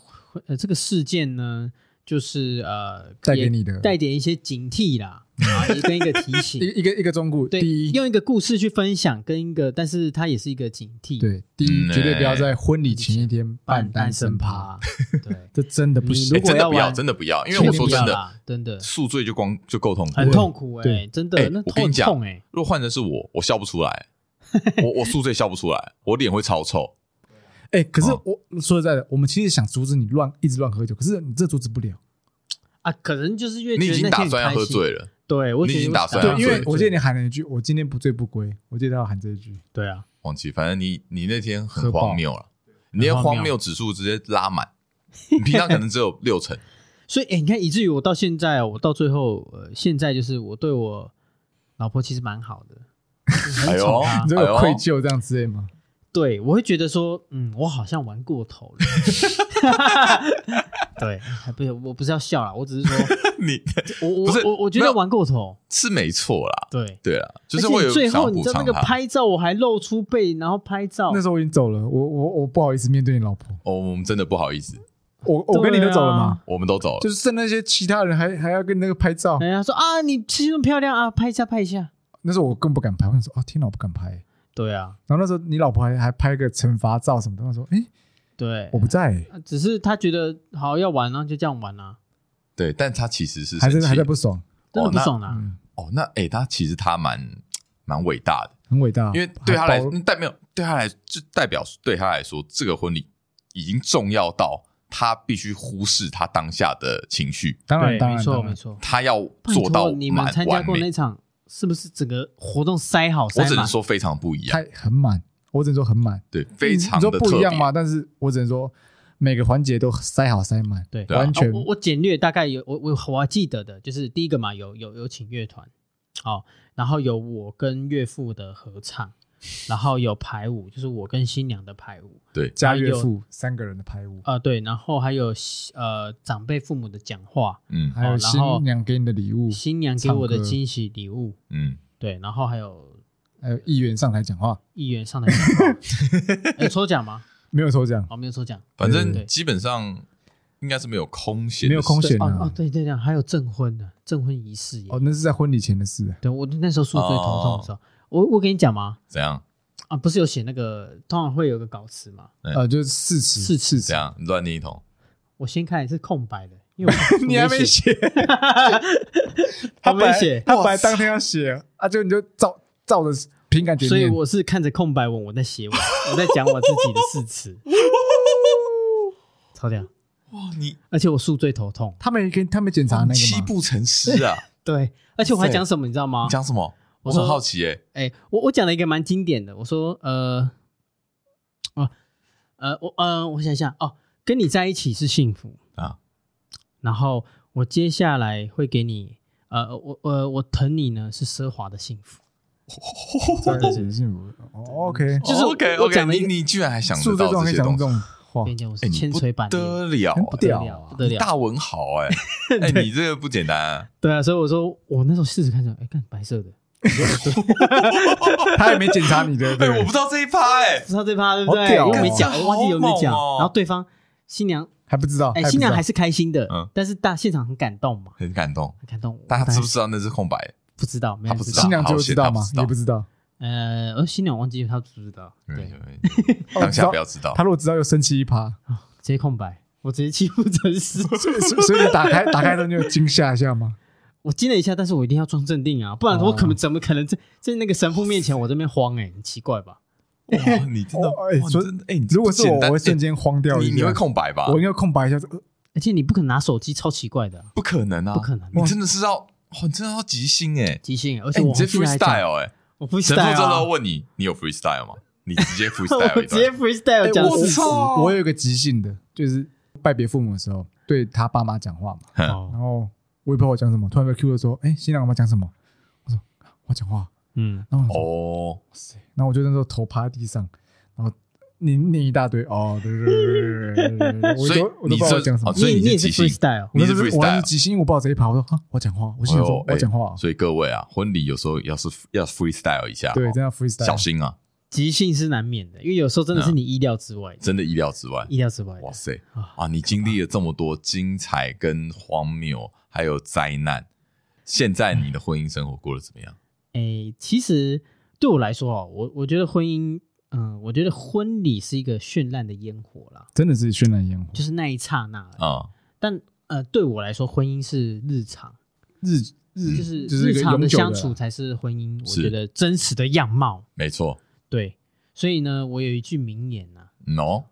C: 呃这个事件呢，就是呃
A: 带给
C: 也
A: 你的
C: 带点一些警惕 啦，啊，也跟一个提
A: 一
C: 醒。
A: 一个一个忠告，
C: 对，
A: 第一，
C: 用一个故事去分享，跟一个，但是它也是一个警惕。，
A: 对，第一
B: 嗯
A: 绝对不要
B: 哎
A: 在婚礼前一天办
C: 哎半
A: 单
C: 单
A: 身
C: 身
A: 趴，
C: 趴，对，
A: 这真的不
C: 如
A: 行
B: 哎，
C: 果
B: 真的
C: 要
B: 不要，
C: 玩
B: 真的不 要，因为
A: 确
B: 我
A: 定
B: 说
A: 不
B: 真
A: 要
B: 的，，
C: 真的
B: 宿醉就光就够痛苦
C: 很
B: 了。
C: 痛苦哎
A: 对，
C: 真
B: 哎
C: 的，那
B: 我跟
C: 痛
B: 你讲
C: 痛哎，
B: 如果换的是我，我笑不出来，我我宿醉笑不出来， 我脸会超臭。
A: 哎，可是
B: 哦
A: 我说实在的，我们其实想阻止你乱一直乱喝酒，可是你这阻止不了。
C: 啊，可能就是越
B: 你已
C: 觉得
B: 经
C: 那
B: 打
C: 天很
B: 算要
C: 开
B: 喝
C: 心
B: 醉了，
C: 对，我
B: 你已
C: 觉得
B: 经
C: 我
B: 打
C: 想
B: 算
C: 要
B: 要
A: 因
B: 对
A: 为
B: 对
A: 我记得你喊了一句“我今天不醉不归”，我记得要喊这一句。
C: 对啊，
B: 忘记，反正你你那天很
A: 喝爆
B: 荒谬了，你那
C: 很荒
B: 荒
C: 谬
B: 谬指数直接拉 满，你平常可能只有六成。
C: 所以哎、诶你看，以至于我到现在，我到最后，呃，现在就是我对我老婆其实蛮好 的，就是
B: 哎
C: 很
B: 呦
C: 宠她
A: 你这有
B: 哎呦
A: 愧疚这样之类吗？
C: 对我会觉得说，嗯，我好像玩过头了。 对，还不是，我不是要笑啦，我只是说，
B: 你
C: 我我
B: 不是
C: 我我觉
B: 没
C: 得
B: 有
C: 玩过头，
B: 是没错啦，
C: 对，
B: 对啊，就
C: 而
B: 是
C: 且
B: 会
C: 你
B: 有
C: 最
B: 想要
C: 后你
B: 补
C: 知道那
B: 偿
C: 个
B: 他。
C: 拍照，我还露出背，然后拍照
A: 那，时候我已经走了，我我我不好意思面对你老婆，
B: 哦，我们真的不好意思，
A: 我
C: 啊
A: 我跟你都走了嘛，
B: 我们都走了，
A: 就是剩那些其他人还还要跟那个拍照，
C: 人家说啊，你吃那么漂亮啊，拍一下拍一下。
A: 那时候我更不敢拍，我想说哦天哪，我不敢拍。
C: 对啊，
A: 然后那时候你老婆还还拍个惩罚照什么的，我说
B: 哎
A: 诶，
C: 对，
A: 我不在、欸，
B: 呃
C: 啊只是他觉得好要玩啊，就这样玩啊，
B: 对，但他其实是
A: 还
B: 生
A: 是
B: 气
A: 还在不爽，
C: 真的不
B: 那
C: 爽啊啦。
A: 嗯，
B: 哦，那哎、他其实他蛮蛮伟大的，
A: 很伟大，
B: 因为对他来
A: 啊还包
B: 代没有对他来就代表对他来说，这个婚礼已经重要到他必须忽视他当下的情绪，
A: 当然
C: 对，
A: 当然
C: 没错
A: 当然
C: 没错。
B: 他要做到
C: 拜托你们
B: 满
C: 参加
B: 完
C: 过
B: 美
C: 那。场，是不是整个活动塞好塞
B: 我只能
C: 满？
B: 说非常不一样，
A: 太很满，我只能说很满，
B: 对，非常
A: 嗯你说
B: 的
A: 不
B: 特
A: 一
B: 别
A: 样。嘛，但是我只能说每个环节都塞好塞满，
C: 对，
B: 对啊
A: 完全
C: 啊我我简略大概有我我我还记得的，就是第一个嘛，有有有请乐团，好、然后有我跟岳父的合唱，然后有排舞，就是我跟新娘的排舞，
B: 对，
A: 加岳父三个人的排舞，
C: 啊、对，然后还有呃长辈父母的讲话，
B: 嗯
A: 还有新
C: 然后
A: 娘给你的礼物，
C: 新娘给
A: 唱
C: 我的
A: 嗯歌
C: 惊喜礼物，
B: 嗯，
C: 对，然后还有
A: 还有议员上台讲话，
C: 议员上台讲话，有哎抽奖吗？
A: 没有抽奖，
C: 哦，没有抽奖，
B: 反
C: 对
B: 正基本上应该是没有空闲的事，
A: 没有空闲
C: 哦
A: 啊
C: 哦，对对对，还有证婚的证婚仪式耶。
A: 哦，那是在婚礼前的事，
C: 对我那时候宿醉头痛的时候，我我跟你讲嘛，
B: 怎样
C: 啊，不是有写那个，通常会有个稿词嘛，
B: 对
A: 呃，就是誓词，
C: 誓词
B: 怎样乱念一通，
C: 我先看也是空白的，因为我
A: 你还没
C: 没，
A: 写，
C: 他
A: 本
C: 没
A: 来
C: 写，
A: 他本来当天要写啊，就你就照照着凭感觉
C: 所以
A: 念，
C: 我是看着空白文我在写我，我在讲我自己的誓词，超屌，
B: 哇，你
C: 而且我宿醉头痛，
A: 他们跟他们检查那个
B: 七
A: 吗？
B: 步成诗啊！
C: 对，而且我还讲什么你知道吗
B: 你？讲什么？
C: 啊我
B: 我
C: 说
B: 很好奇诶，
C: 哎、我我讲了一个蛮经典的，我说呃，哦、呃，我呃，我想一下哦，跟你在一起是幸福
B: 啊，
C: 然后我接下来会给你呃，我呃，我疼你呢是奢华的幸福，
A: 在一起幸福。哦 OK，
C: 就是
B: OK
C: 我
B: OK，
C: 讲了一个
B: 你你居然还想得
A: 宿醉
B: 到
A: 状
B: 这
A: 可
B: 些
A: 以讲
B: 东
A: 这
B: 西
A: 种，话
C: 我跟，你讲，我是
B: 哎，你
C: 千
B: 不
C: 锤百炼，
B: 得了
A: 很
B: 欸，
A: 不
C: 得
A: 屌
C: 了
A: 啊
C: 不得了，
B: 大文豪哎哎，你这个不简单啊，
C: 对啊，所以我说我那时候试试看着，哎，看 白色的，
A: 他也没检查你的，
B: 哎，
A: 对
B: 我不知道这一趴哎，
C: 知道这趴对不
A: 好
C: 对？
A: 屌哦
C: 又没讲，
B: 干
C: 我忘记有没有讲，
B: 好猛哦
C: 然后对方新娘
A: 还不知道，
C: 哎，
A: 不知道
C: 新娘还是开心的，
B: 嗯
C: 但是大现场很感动嘛，
B: 很感动。
C: 很感动，
B: 但他
C: 大概
B: 知不知道那是空白？
C: 不知道，没人
B: 他不
C: 知
B: 知道
C: 道
A: 新。娘最后知道吗
B: 好险？他
A: 也
B: 不
A: 不知道，
C: 呃，呃，新娘忘记他知不知道，对，
B: 没
C: 直
B: 嗯有没有当下不要知道
A: 他。如果哦知道又生气一 趴，
C: 接空白，我直接泣不成声。
A: 所以所以你打开打开灯就惊吓一下吗？
C: 我惊了一下，但是我一定要装镇定啊，不然
A: 哦
C: 我可能怎么可能在在那个神父面前我这边慌哎、很奇怪吧？
B: 哇，你真的
A: 哦
B: 哇
A: 哎
B: 你
A: 所以
B: 真的哎，你
A: 如果是我，
B: 简单
A: 我会瞬间慌掉
B: 哎你
A: 一下，
B: 你会空白吧？
A: 我应该空白一下，呃
C: 而且你不可能拿手机，超奇怪的啊、
B: 不可能啊，
C: 不可能
B: 你真的是要，哇你真的要即兴哎，
C: 即兴欸、而且
B: 哎，
C: 我
B: 你直接
C: 忘记了还讲
B: freestyle 哎，
C: 我 freestyle，
B: 神父这时候
C: 啊、
B: 问你，你有 freestyle 吗？你直接 freestyle
C: 我
B: 一
C: 直接
B: 段，
C: freestyle 讲
B: 哎
C: 事
B: 我
C: 实、
B: 操
A: 我有一个即兴的，就是拜别父母的时候，对他爸妈讲话嘛，然
C: 哦，
A: 后我也不知道我讲什么，突然被 Q 的时候，哎，新娘我们讲什么？我说我讲话，
C: 嗯，
A: 然后我说
B: 哦，
A: 塞！然后我就那时候头趴在地上，然后念念一大堆哦，对对对对对对对，我
B: 所以
A: 都我都不
B: 你
A: 知道
B: 这
A: 我讲什么
B: 哦。
C: 你
B: 所以
C: 也
B: 你
C: 你也
B: 是
C: 是
B: 即兴
C: freestyle，哦
A: 我那时
B: 你
A: 候
B: 是
A: 我那
B: freestyle
A: 是即兴，我不知道这一趴，我说啊，我讲话，我心想说
B: 哎呦
A: 我讲话
B: 哎
A: 啊，
B: 所以各位啊，婚礼有时候要是要 freestyle 一下，
A: 对，
B: 哦
A: 这样 freestyle
B: 小心啊，
C: 即兴是难免的，因为有时候真的是你意料之外的，
B: 真的意料之外。
C: 意料之外的
B: 哇塞
C: 啊
B: 啊！你经历了这么多精彩、跟荒谬，还有灾难，现在你的婚姻生活过得怎么样？
C: 诶，其实对我来说哦，我我觉得婚姻，嗯，我觉得婚礼是一个绚烂的烟火啦，
A: 真的是渲染烟火
C: 就，是那一刹那而已。
B: 啊，
C: 但呃，对我来说，婚姻是日常，
A: 日日
C: 就是
A: 就是一
C: 日
A: 个
C: 常
A: 永
C: 的
A: 久
C: 相
A: 的
C: 处
A: 啊
C: 才是婚姻，我
B: 是
C: 觉得真实的样貌。
B: 没错
C: 对，所以呢，我有一句名言呐、
B: ，no，
C: 啊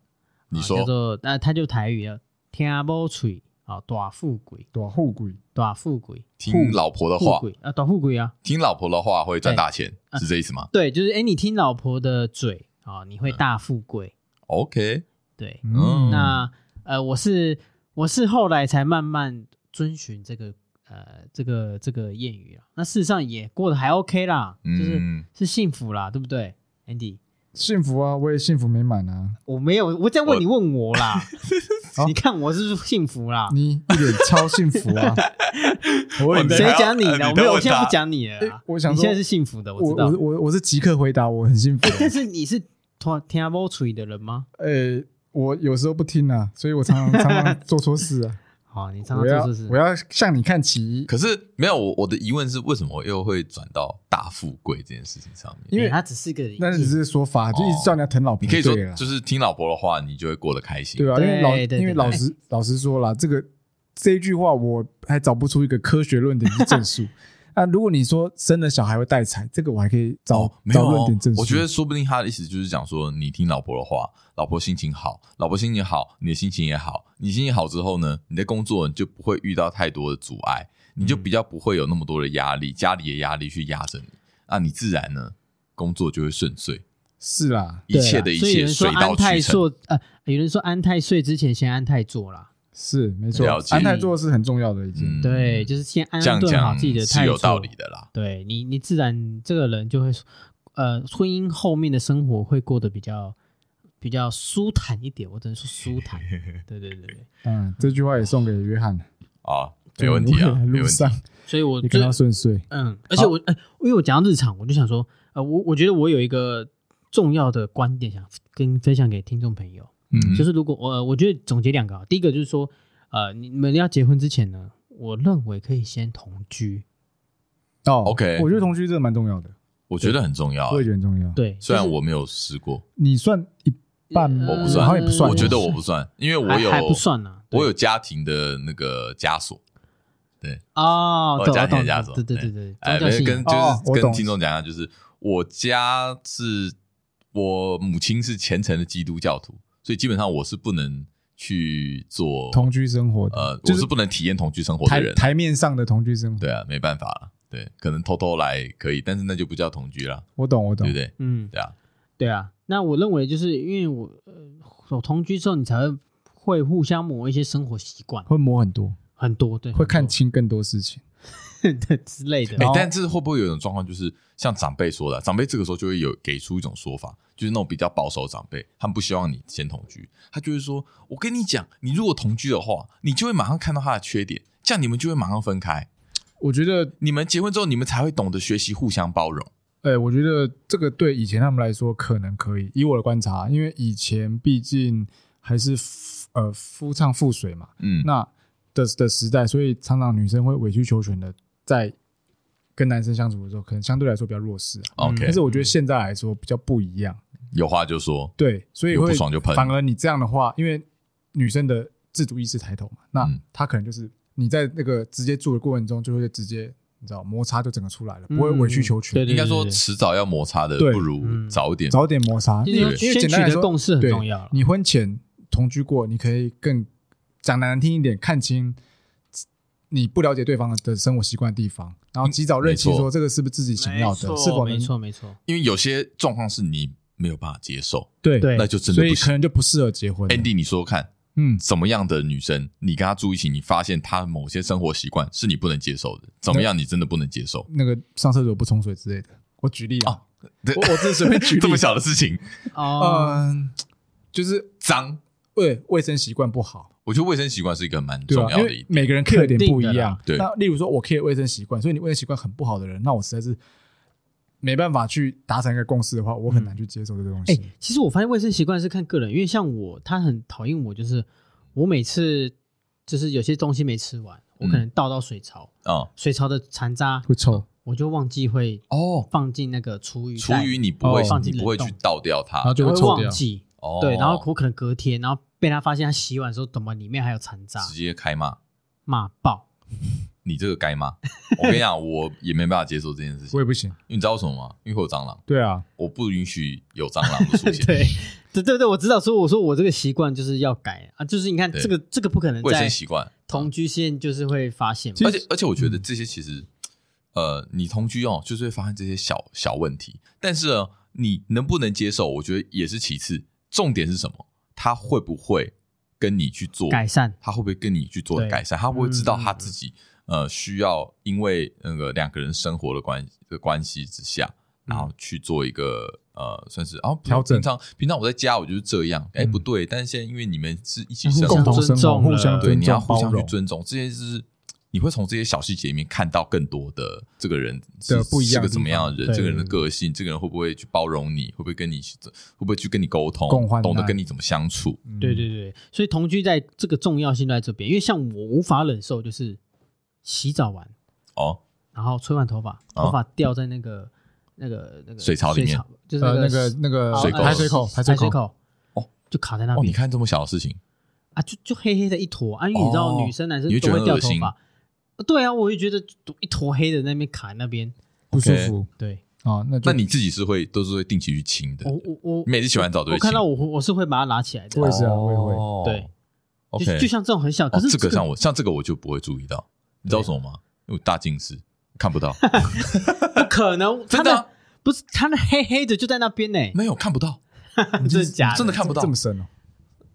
B: 你说
C: 叫做那、他就台语了，天阿波吹啊，大富贵，
A: 多后贵，
C: 大富贵，
B: 听老婆的
C: 富
B: 话，
C: 贵啊，大富贵啊，
B: 听老婆的话会赚大钱，是这意思吗
C: 对，就是哎，你听老婆的嘴啊，你会大富贵，
B: ？OK，
C: 对，
B: 嗯
C: 那呃，我是我是后来才慢慢遵循这个呃这个这个谚语啊。那事实上也过得还 OK 啦，就是
B: 嗯，
C: 是幸福啦，对不对，Andy？
A: 幸福啊，我也幸福美满啊，
C: 我没有，我在问
B: 我
C: 你问我 啦
B: 哦
A: 好，
C: 你看我是不是幸福啦？
A: 你一脸超幸福 啊！我
B: 哇
A: 也
B: 你
C: 谁
B: 还要
C: 讲你
B: 呃
C: 的？
B: 你
C: 我没
B: 都
C: 有，我
B: 问
C: 现在
B: 他
C: 不讲你了啦
A: 哎。我想
C: 你现在
A: 说
C: 是幸福的，
A: 我
C: 知道
A: 我。 我我是即刻回答，我很幸福
C: 哎
A: 啊。
C: 但是你是听听不出的人吗？
A: 呃，我有时候不听啊，所以我常常常 常做错事啊。
C: 好，哦你常
A: 我
C: 常
A: 要
C: 做事
A: 我
C: 是
A: 要向你看齐，
B: 可是没有我我的疑问是，为什么我又会转到大富贵这件事情上面？
A: 因为
C: 欸他只是个
A: 那只是说法，就一直叫人家疼老婆
B: 你哦
A: 就
B: 可以说
A: 对了啦，
B: 就是听老婆的话，你就会过得开心。
A: 对吧？因为老
C: 对啊对
A: 因为
C: 对
A: 老实老实说啦，这个这一句话我还找不出一个科学论点去证 述。那如果你说生了小孩会带财，这个我还可以找
B: 哦，没有
A: 找
B: 哦、
A: 论点证述。
B: 我觉得说不定他的意思就是讲说，你听老婆的话，老婆心情好，老婆心情好，你的心情也好，你心情好之后呢，你的工作你就不会遇到太多的阻碍，你就比较不会有那么多的压力，家里的压力去压着你，那你自然呢，工作就会顺遂，
A: 是啦，
B: 一切的一
C: 啊所以有
B: 切
C: 人说
B: 水到
C: 安泰
B: 渠成。
C: 硕呃，有人说安泰税之前先安泰做啦，
A: 是没错
B: 了，解
A: 安泰做的是很重要的一件。
B: 嗯
C: 对，就是先安
B: 这样
C: 顿好
B: 讲
C: 自己的泰
B: 是有
C: 硕
B: 道理。的啦。
C: 对你，你自然这个人就会，呃，婚姻后面的生活会过得比较比较舒坦一点。我只能说舒坦。 对对对对，
A: 嗯，这句话也送给约翰，
B: 啊，没问题啊，
A: 在
B: 没 问
A: 路
B: 题
A: 上。
C: 所以我
A: 你跟
C: 最
A: 他顺遂，
C: 嗯，而且我呃，因为我讲到日常，我就想说，呃，我我觉得我有一个重要的观点想跟分享给听众朋友，
B: 嗯
C: 就是如果我、呃我觉得总结两个啊，第一个就是说，呃，你们要结婚之前呢，我认为可以先同居，
A: 哦
B: OK
A: 我觉得同居真的蛮重要的，
B: 我觉得很重要啊、
A: 我也觉得很重要。，
C: 对，
B: 虽然我没有试过，
A: 你算一半吗？
C: 呃
B: 我不算
A: 嗯好像也不算。
B: 嗯我觉得我不算，因为我
C: 还
B: 有
C: 还不算呢，对
B: 我有家庭的那个枷锁。
C: 哦，
B: 我
C: 懂
B: 家
C: 了
B: 庭
C: 懂
B: 的枷
C: 了
B: 锁
C: 对对
B: 哎
C: 对对，
B: 哎，
C: 宗
B: 没
C: 教信
B: 跟
C: 仰
B: 就
A: 哦
B: 是
A: 我
B: 跟
A: 懂
B: 听众讲一下，啊就是我家是我母亲是虔诚的基督教徒，所以基本上我是不能去做
A: 同居生活的，
B: 呃，
A: 就
B: 我是不能体验同居生活的
A: 台
B: 人啊。
A: 台面上的同居生活。
B: 对啊，没办法了。对，可能偷偷来可以，但是那就不叫同居啦，
A: 我懂，我懂
B: 对不。对？
C: 嗯，
B: 对啊，
C: 对啊，那我认为就是因为我呃，我同居之后，你才会会互相磨一些生活习惯，
A: 会磨很多，
C: 很多
B: 嗯
C: 对，
A: 会看
C: 很多
A: 清更多事情。
C: 对之类的
B: 哎、。
A: 后
B: 但是会不会有一种状况，就是像长辈说的啊，长辈这个时候就会有给出一种说法，就是那种比较保守的长辈，他们不希望你先同居，他就会说：“我跟你讲，你如果同居的话，你就会马上看到他的缺点，这样你们就会马上分开。
A: 我觉得，
B: 你们结婚之后，你们才会懂得学习互相包容。
A: 哎，我觉得这个对以前他们来说可能可以。以我的观察，因为以前毕竟还是夫呃夫唱妇随嘛，
B: 嗯”
A: 那的的时代，所以常常女生会委曲求全的，在跟男生相处的时候，可能相对来说比较弱势、啊。
B: OK，、
A: 但是我觉得现在来说比较不一样，
B: 有话就说，
A: 对，所以
B: 有
A: 会
B: 不爽就喷
A: 反而你这样的话，因为女生的自主意识抬头嘛，那
B: 嗯
A: 她可能就是你在那个直接住的过程中，就会直接你知道摩擦就整个出来了，
C: 嗯
A: 不会委曲求全，
C: 对对
B: 应该说
C: 对对
B: 迟早要摩擦的，
A: 对
B: 不如
C: 嗯
B: 早点。
A: 早点摩擦，
C: 就
A: 因
C: 是
A: 为
C: 说
A: 因为
C: 先
A: 简单来
C: 取得
A: 说，
C: 共识很
A: 对
C: 重要了
A: 你婚前同居过，你可以更讲难听一点，看清你不了解对方的生活习惯的地方，然后及早认
B: 嗯没
A: 清
B: 错
A: 说这个是不是自己想要的，
C: 没错
A: 是否
C: 没
A: 能
C: 错没错，
B: 因为有些状况是你没有办法接受
A: 对
C: 对
B: 那就真的不
A: 所以
B: 行
A: 可能就不适合结婚了。
B: ，Andy，你说说看，
A: 嗯，
B: 怎么样的女生，你跟她住一起，你发现她某些生活习惯是你不能接受的，怎么样你真的不能接受？
A: 那个上厕所不冲水之类的，我举例啊，
B: 哦对
A: 我我只是 随便举例，
B: 这么小的事情，呃
C: 哦，
A: 嗯，就是
B: 脏，
A: 卫卫生习惯不好，
B: 我觉得卫生习惯是一个蛮
A: 对吧
B: 重？要
A: 因
B: 的一
A: 为
B: 点。
A: 每个人 care 点不一
C: 肯定的
A: 样
C: 啦。
B: 对
A: 那例如说我 care 卫生习惯，所以你卫生习惯很不好的人，那我实在是没办法去达成一个共识的话，我很难去接受这个东
C: 哎
A: 西。，
C: 其实我发现卫生习惯是看个人，因为像我，他很讨厌我，就是我每次就是有些东西没吃完，我可能倒到水槽，
B: 啊
C: 水槽的残渣
A: 会臭，
C: 我就忘记会
B: 哦，
C: 放进那个厨余
B: 厨
C: 袋
B: 余你不会
A: 哦
B: 你不会去倒掉它，
A: 然后就
C: 我
A: 会
C: 会
A: 臭掉
C: 忘记，
B: 哦，
C: 对，然后我可能隔天，然后被他发现他洗碗的时候，怎么里面还有残渣，
B: 直接开骂，
C: 骂爆。
B: 你这个该骂。我跟你讲，我也没办法接受这件事情，因
A: 我也不行。
B: 为你知道为什么吗？因为会有蟑螂，
A: 对啊，
B: 我不允许有蟑螂的出现。
C: 对，对对对，我知道，所以我说我这个习惯就是要改啊，就是你看
B: 对
C: 这个这个不可能
B: 卫生
C: 在
B: 习惯，
C: 同居线就是会发现
A: 其
C: 嘛
B: 而
A: 实，
B: 且而且我觉得这些其实，呃，你同居哦，就是会发现这些小小问题，但是呢，你能不能接受，我觉得也是其次，重点是什么？他会不会跟你去做
C: 改善，
B: 他会不会跟你去做
C: 对
B: 改善？他会不会知道他
C: 嗯嗯
B: 自己、呃需要因为那个两个人生活的关的关系之下，然后去做一个呃算是啊不
A: 调整
B: 平常平常我在家我就是这样，哎、
A: 嗯啊
B: 不对，但是现在因为你们是一起
C: 互
B: 生
C: 相
A: 共
B: 活
A: 同生
C: 尊重啊
A: 活，互
C: 了
A: 相
B: 呃对，
A: 尊
B: 你要
A: 重、
B: 互
A: 包
B: 相去
A: 容。
B: 尊重，这些就是你会从这些小细节里面看到更多的这个人是
D: 的不一样
B: 是
D: 的
B: 个怎么样的
D: 地
B: 人，
D: 方
B: 这个人的
D: 对对对
B: 个性，这个人会不会去包容你，会不会跟你会不会去跟你沟通
A: 共患，难
B: 懂得跟你怎么相处。
A: 嗯
C: 对
B: 嗯
C: 对对，所以同居在这个重要性都在这边，因为像我无法忍受就是洗澡完，
B: 哦，
C: 然后吹完头发，
B: 啊
C: 头发掉在那个、那个那个
B: 水槽里面
C: 水就是
D: 呃，
C: 那
D: 那个那个
C: 啊
B: 水沟
D: 排水口，
C: 排
D: 水
C: 水
D: 口，
C: 口
B: 哦，
C: 就卡在那
B: 哦，你
C: 边、
B: 看这么小的事情，
C: 啊，就就黑黑的一坨啊，因为你知道
B: 哦
C: 女生男生
B: 你会
C: 都
B: 觉得
C: 会掉
B: 很恶
C: 头
B: 心
C: 发，呃对啊，我就觉得一坨黑的在那边卡在那边，
D: 不舒
B: OK
D: 服
C: 对
D: 啊。那就
B: 那你自己是会都是会定期去清的
C: 我。我我
B: 你每次洗完澡都
C: 我
B: 会清
C: 看到我我是会把它拿起来的
D: 我，也是啊，我也会。
B: 哦
C: 对就
B: ，OK，
C: 就像这种很小，可
B: 哦
C: 是
B: 这个像我像这个我就不会注意到，你知道为什么吗？因为我大近视看不 到，
C: 不可能，
B: 真
C: 他
B: 的啊
C: 的不是他那黑黑的就在那边呢，
B: 没有看不到，
C: 真的假的？
B: 真的看不到
A: 这么，深哦，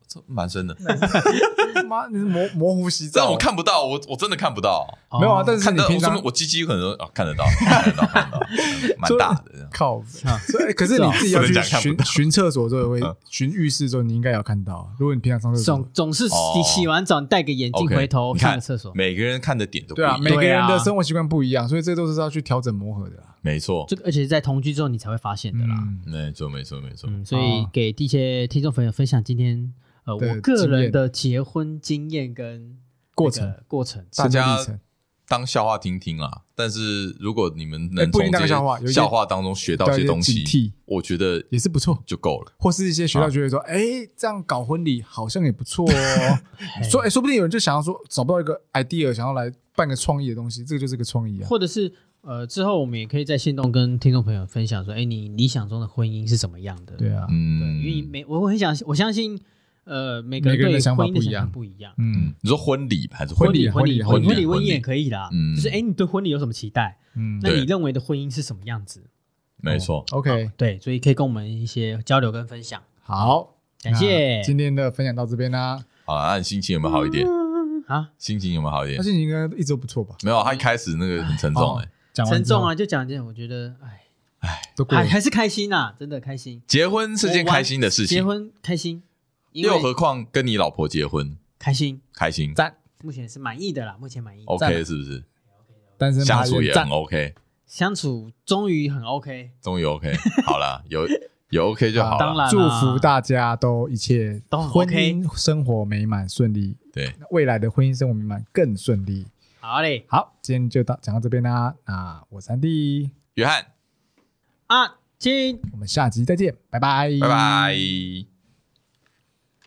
B: 这蛮深的。
C: 哦
A: 妈，你是模模糊洗
B: 但
A: 澡，
B: 我看不到，我我真的看不到，
C: 哦
A: 没有啊，但是
B: 看
A: 你
B: 到我
A: 平
B: 说
A: 常
B: 明我鸡鸡可能啊看得到，看得到，看得到，蛮大 的这样。
A: 靠北，啊所以哎可是
C: 是
A: 你
C: 哦
A: 自己要
B: 不能讲
A: 去
B: 看不
A: 巡
B: 到
A: 巡厕所之后会
B: 嗯
A: 巡浴室之后，你应该有看到。啊如果你平常上厕所
C: 总，总是
B: 哦
C: 洗洗完澡，你戴个眼镜
B: OK，
C: 回头
B: 你看
C: 看个厕所，
B: 每个人看的点都不一
A: 对啊，
B: 样，
A: 每个人
C: 对
A: 的
C: 啊
A: 生活习惯不一样，所以这都是要去调整磨合的啦。
B: 没错，
C: 这个而且是在同居之后你才会发现的啦。
A: 嗯，哦
B: 没错，没错，没错。
C: 嗯，所以给一些听众朋友分享今天呃
A: 对
C: 我个人的结婚经验跟
A: 过
C: 那个
A: 程
C: 过程。
A: 大家
B: 大家当笑话听听啦，但是如果你们
A: 哎
B: 能
A: 不一
B: 从
A: 定
B: 这
A: 当笑话有
B: 些
A: 一些
B: 笑话当中学到一些东
A: 对有一些警
B: 西
A: 惕，
B: 我觉得
A: 也是不错，
B: 就够了。
A: 或是一些学
B: 啊
A: 校觉得说，哎，这样搞婚礼好像也不错 哦。说，哎，说不定有人就想要说找不到一个 idea，想要来办个创意的东西，这个就是个创意啊。
C: 或者是呃之后我们也可以在线动跟听众朋友分享说，哎，你理想中的婚姻是怎么样的？
A: 对啊，
C: 对，因为
B: 嗯，
C: 每我我很想我相信呃每个
A: 每个人
C: 对
A: 的想法
C: 婚姻的
A: 不一
C: 想法
A: 样
C: 不一样。
A: 嗯
B: 你说婚礼还是
A: 婚
B: 礼
A: 礼？
C: 婚礼
A: 婚
B: 礼
C: 婚礼
B: 婚
C: 婚
B: 礼
C: 礼也可以啦，
B: 嗯
C: 就是哎你对婚礼有什么期待？
A: 嗯
C: 那
B: 对
C: 你认为的婚姻是什么样子？
B: 没错。
C: 哦
A: ，OK，
C: 对，所以可以跟我们一些交流跟分享。
A: 好，
C: 感谢
A: 那今天的分享到这边啦。
B: 好啦，那你心情有没有好一点？
C: 啊，
B: 心情有没有好一
A: 那
B: 点？
A: 心情应该一直都不错吧？
B: 没有，啊他一开始那个很沉
A: 哦
B: 重哎。
A: 讲完
C: 沉
A: 之后
C: 重，啊，就讲这，我觉得哎，
A: 都过
C: 还
A: 了。
C: 还是开心呐，真的开心。
B: 结婚是件
C: 我玩
B: 开心的事情，
C: 结婚开心，因
B: 又
C: 为
B: 何况跟你老婆结婚
C: 开心，
B: 开心
A: 赞
C: 目前是满意的啦，目前满意。
A: 赞
B: ，OK
A: 了
B: 是不是？
A: 单身
B: 相
A: 八
B: 处
A: 年
B: 也
A: 赞
B: 很 OK，
C: 相处终于很 OK，
B: 终于 OK，好啦，有有 OK 就好
A: 啊
B: 了。
C: 当然啦
A: 祝福大家都一切
C: 都很
A: 婚
C: OK
A: 姻生活美满顺利，
B: 对，
A: 未来的婚姻生活美满更顺利。
C: 好嘞
A: 好，今天就到讲到这边啦。那我三弟，
B: 约翰，
C: 啊，亲。
A: 我们下集再见，拜拜，
C: 嗯
B: 拜拜。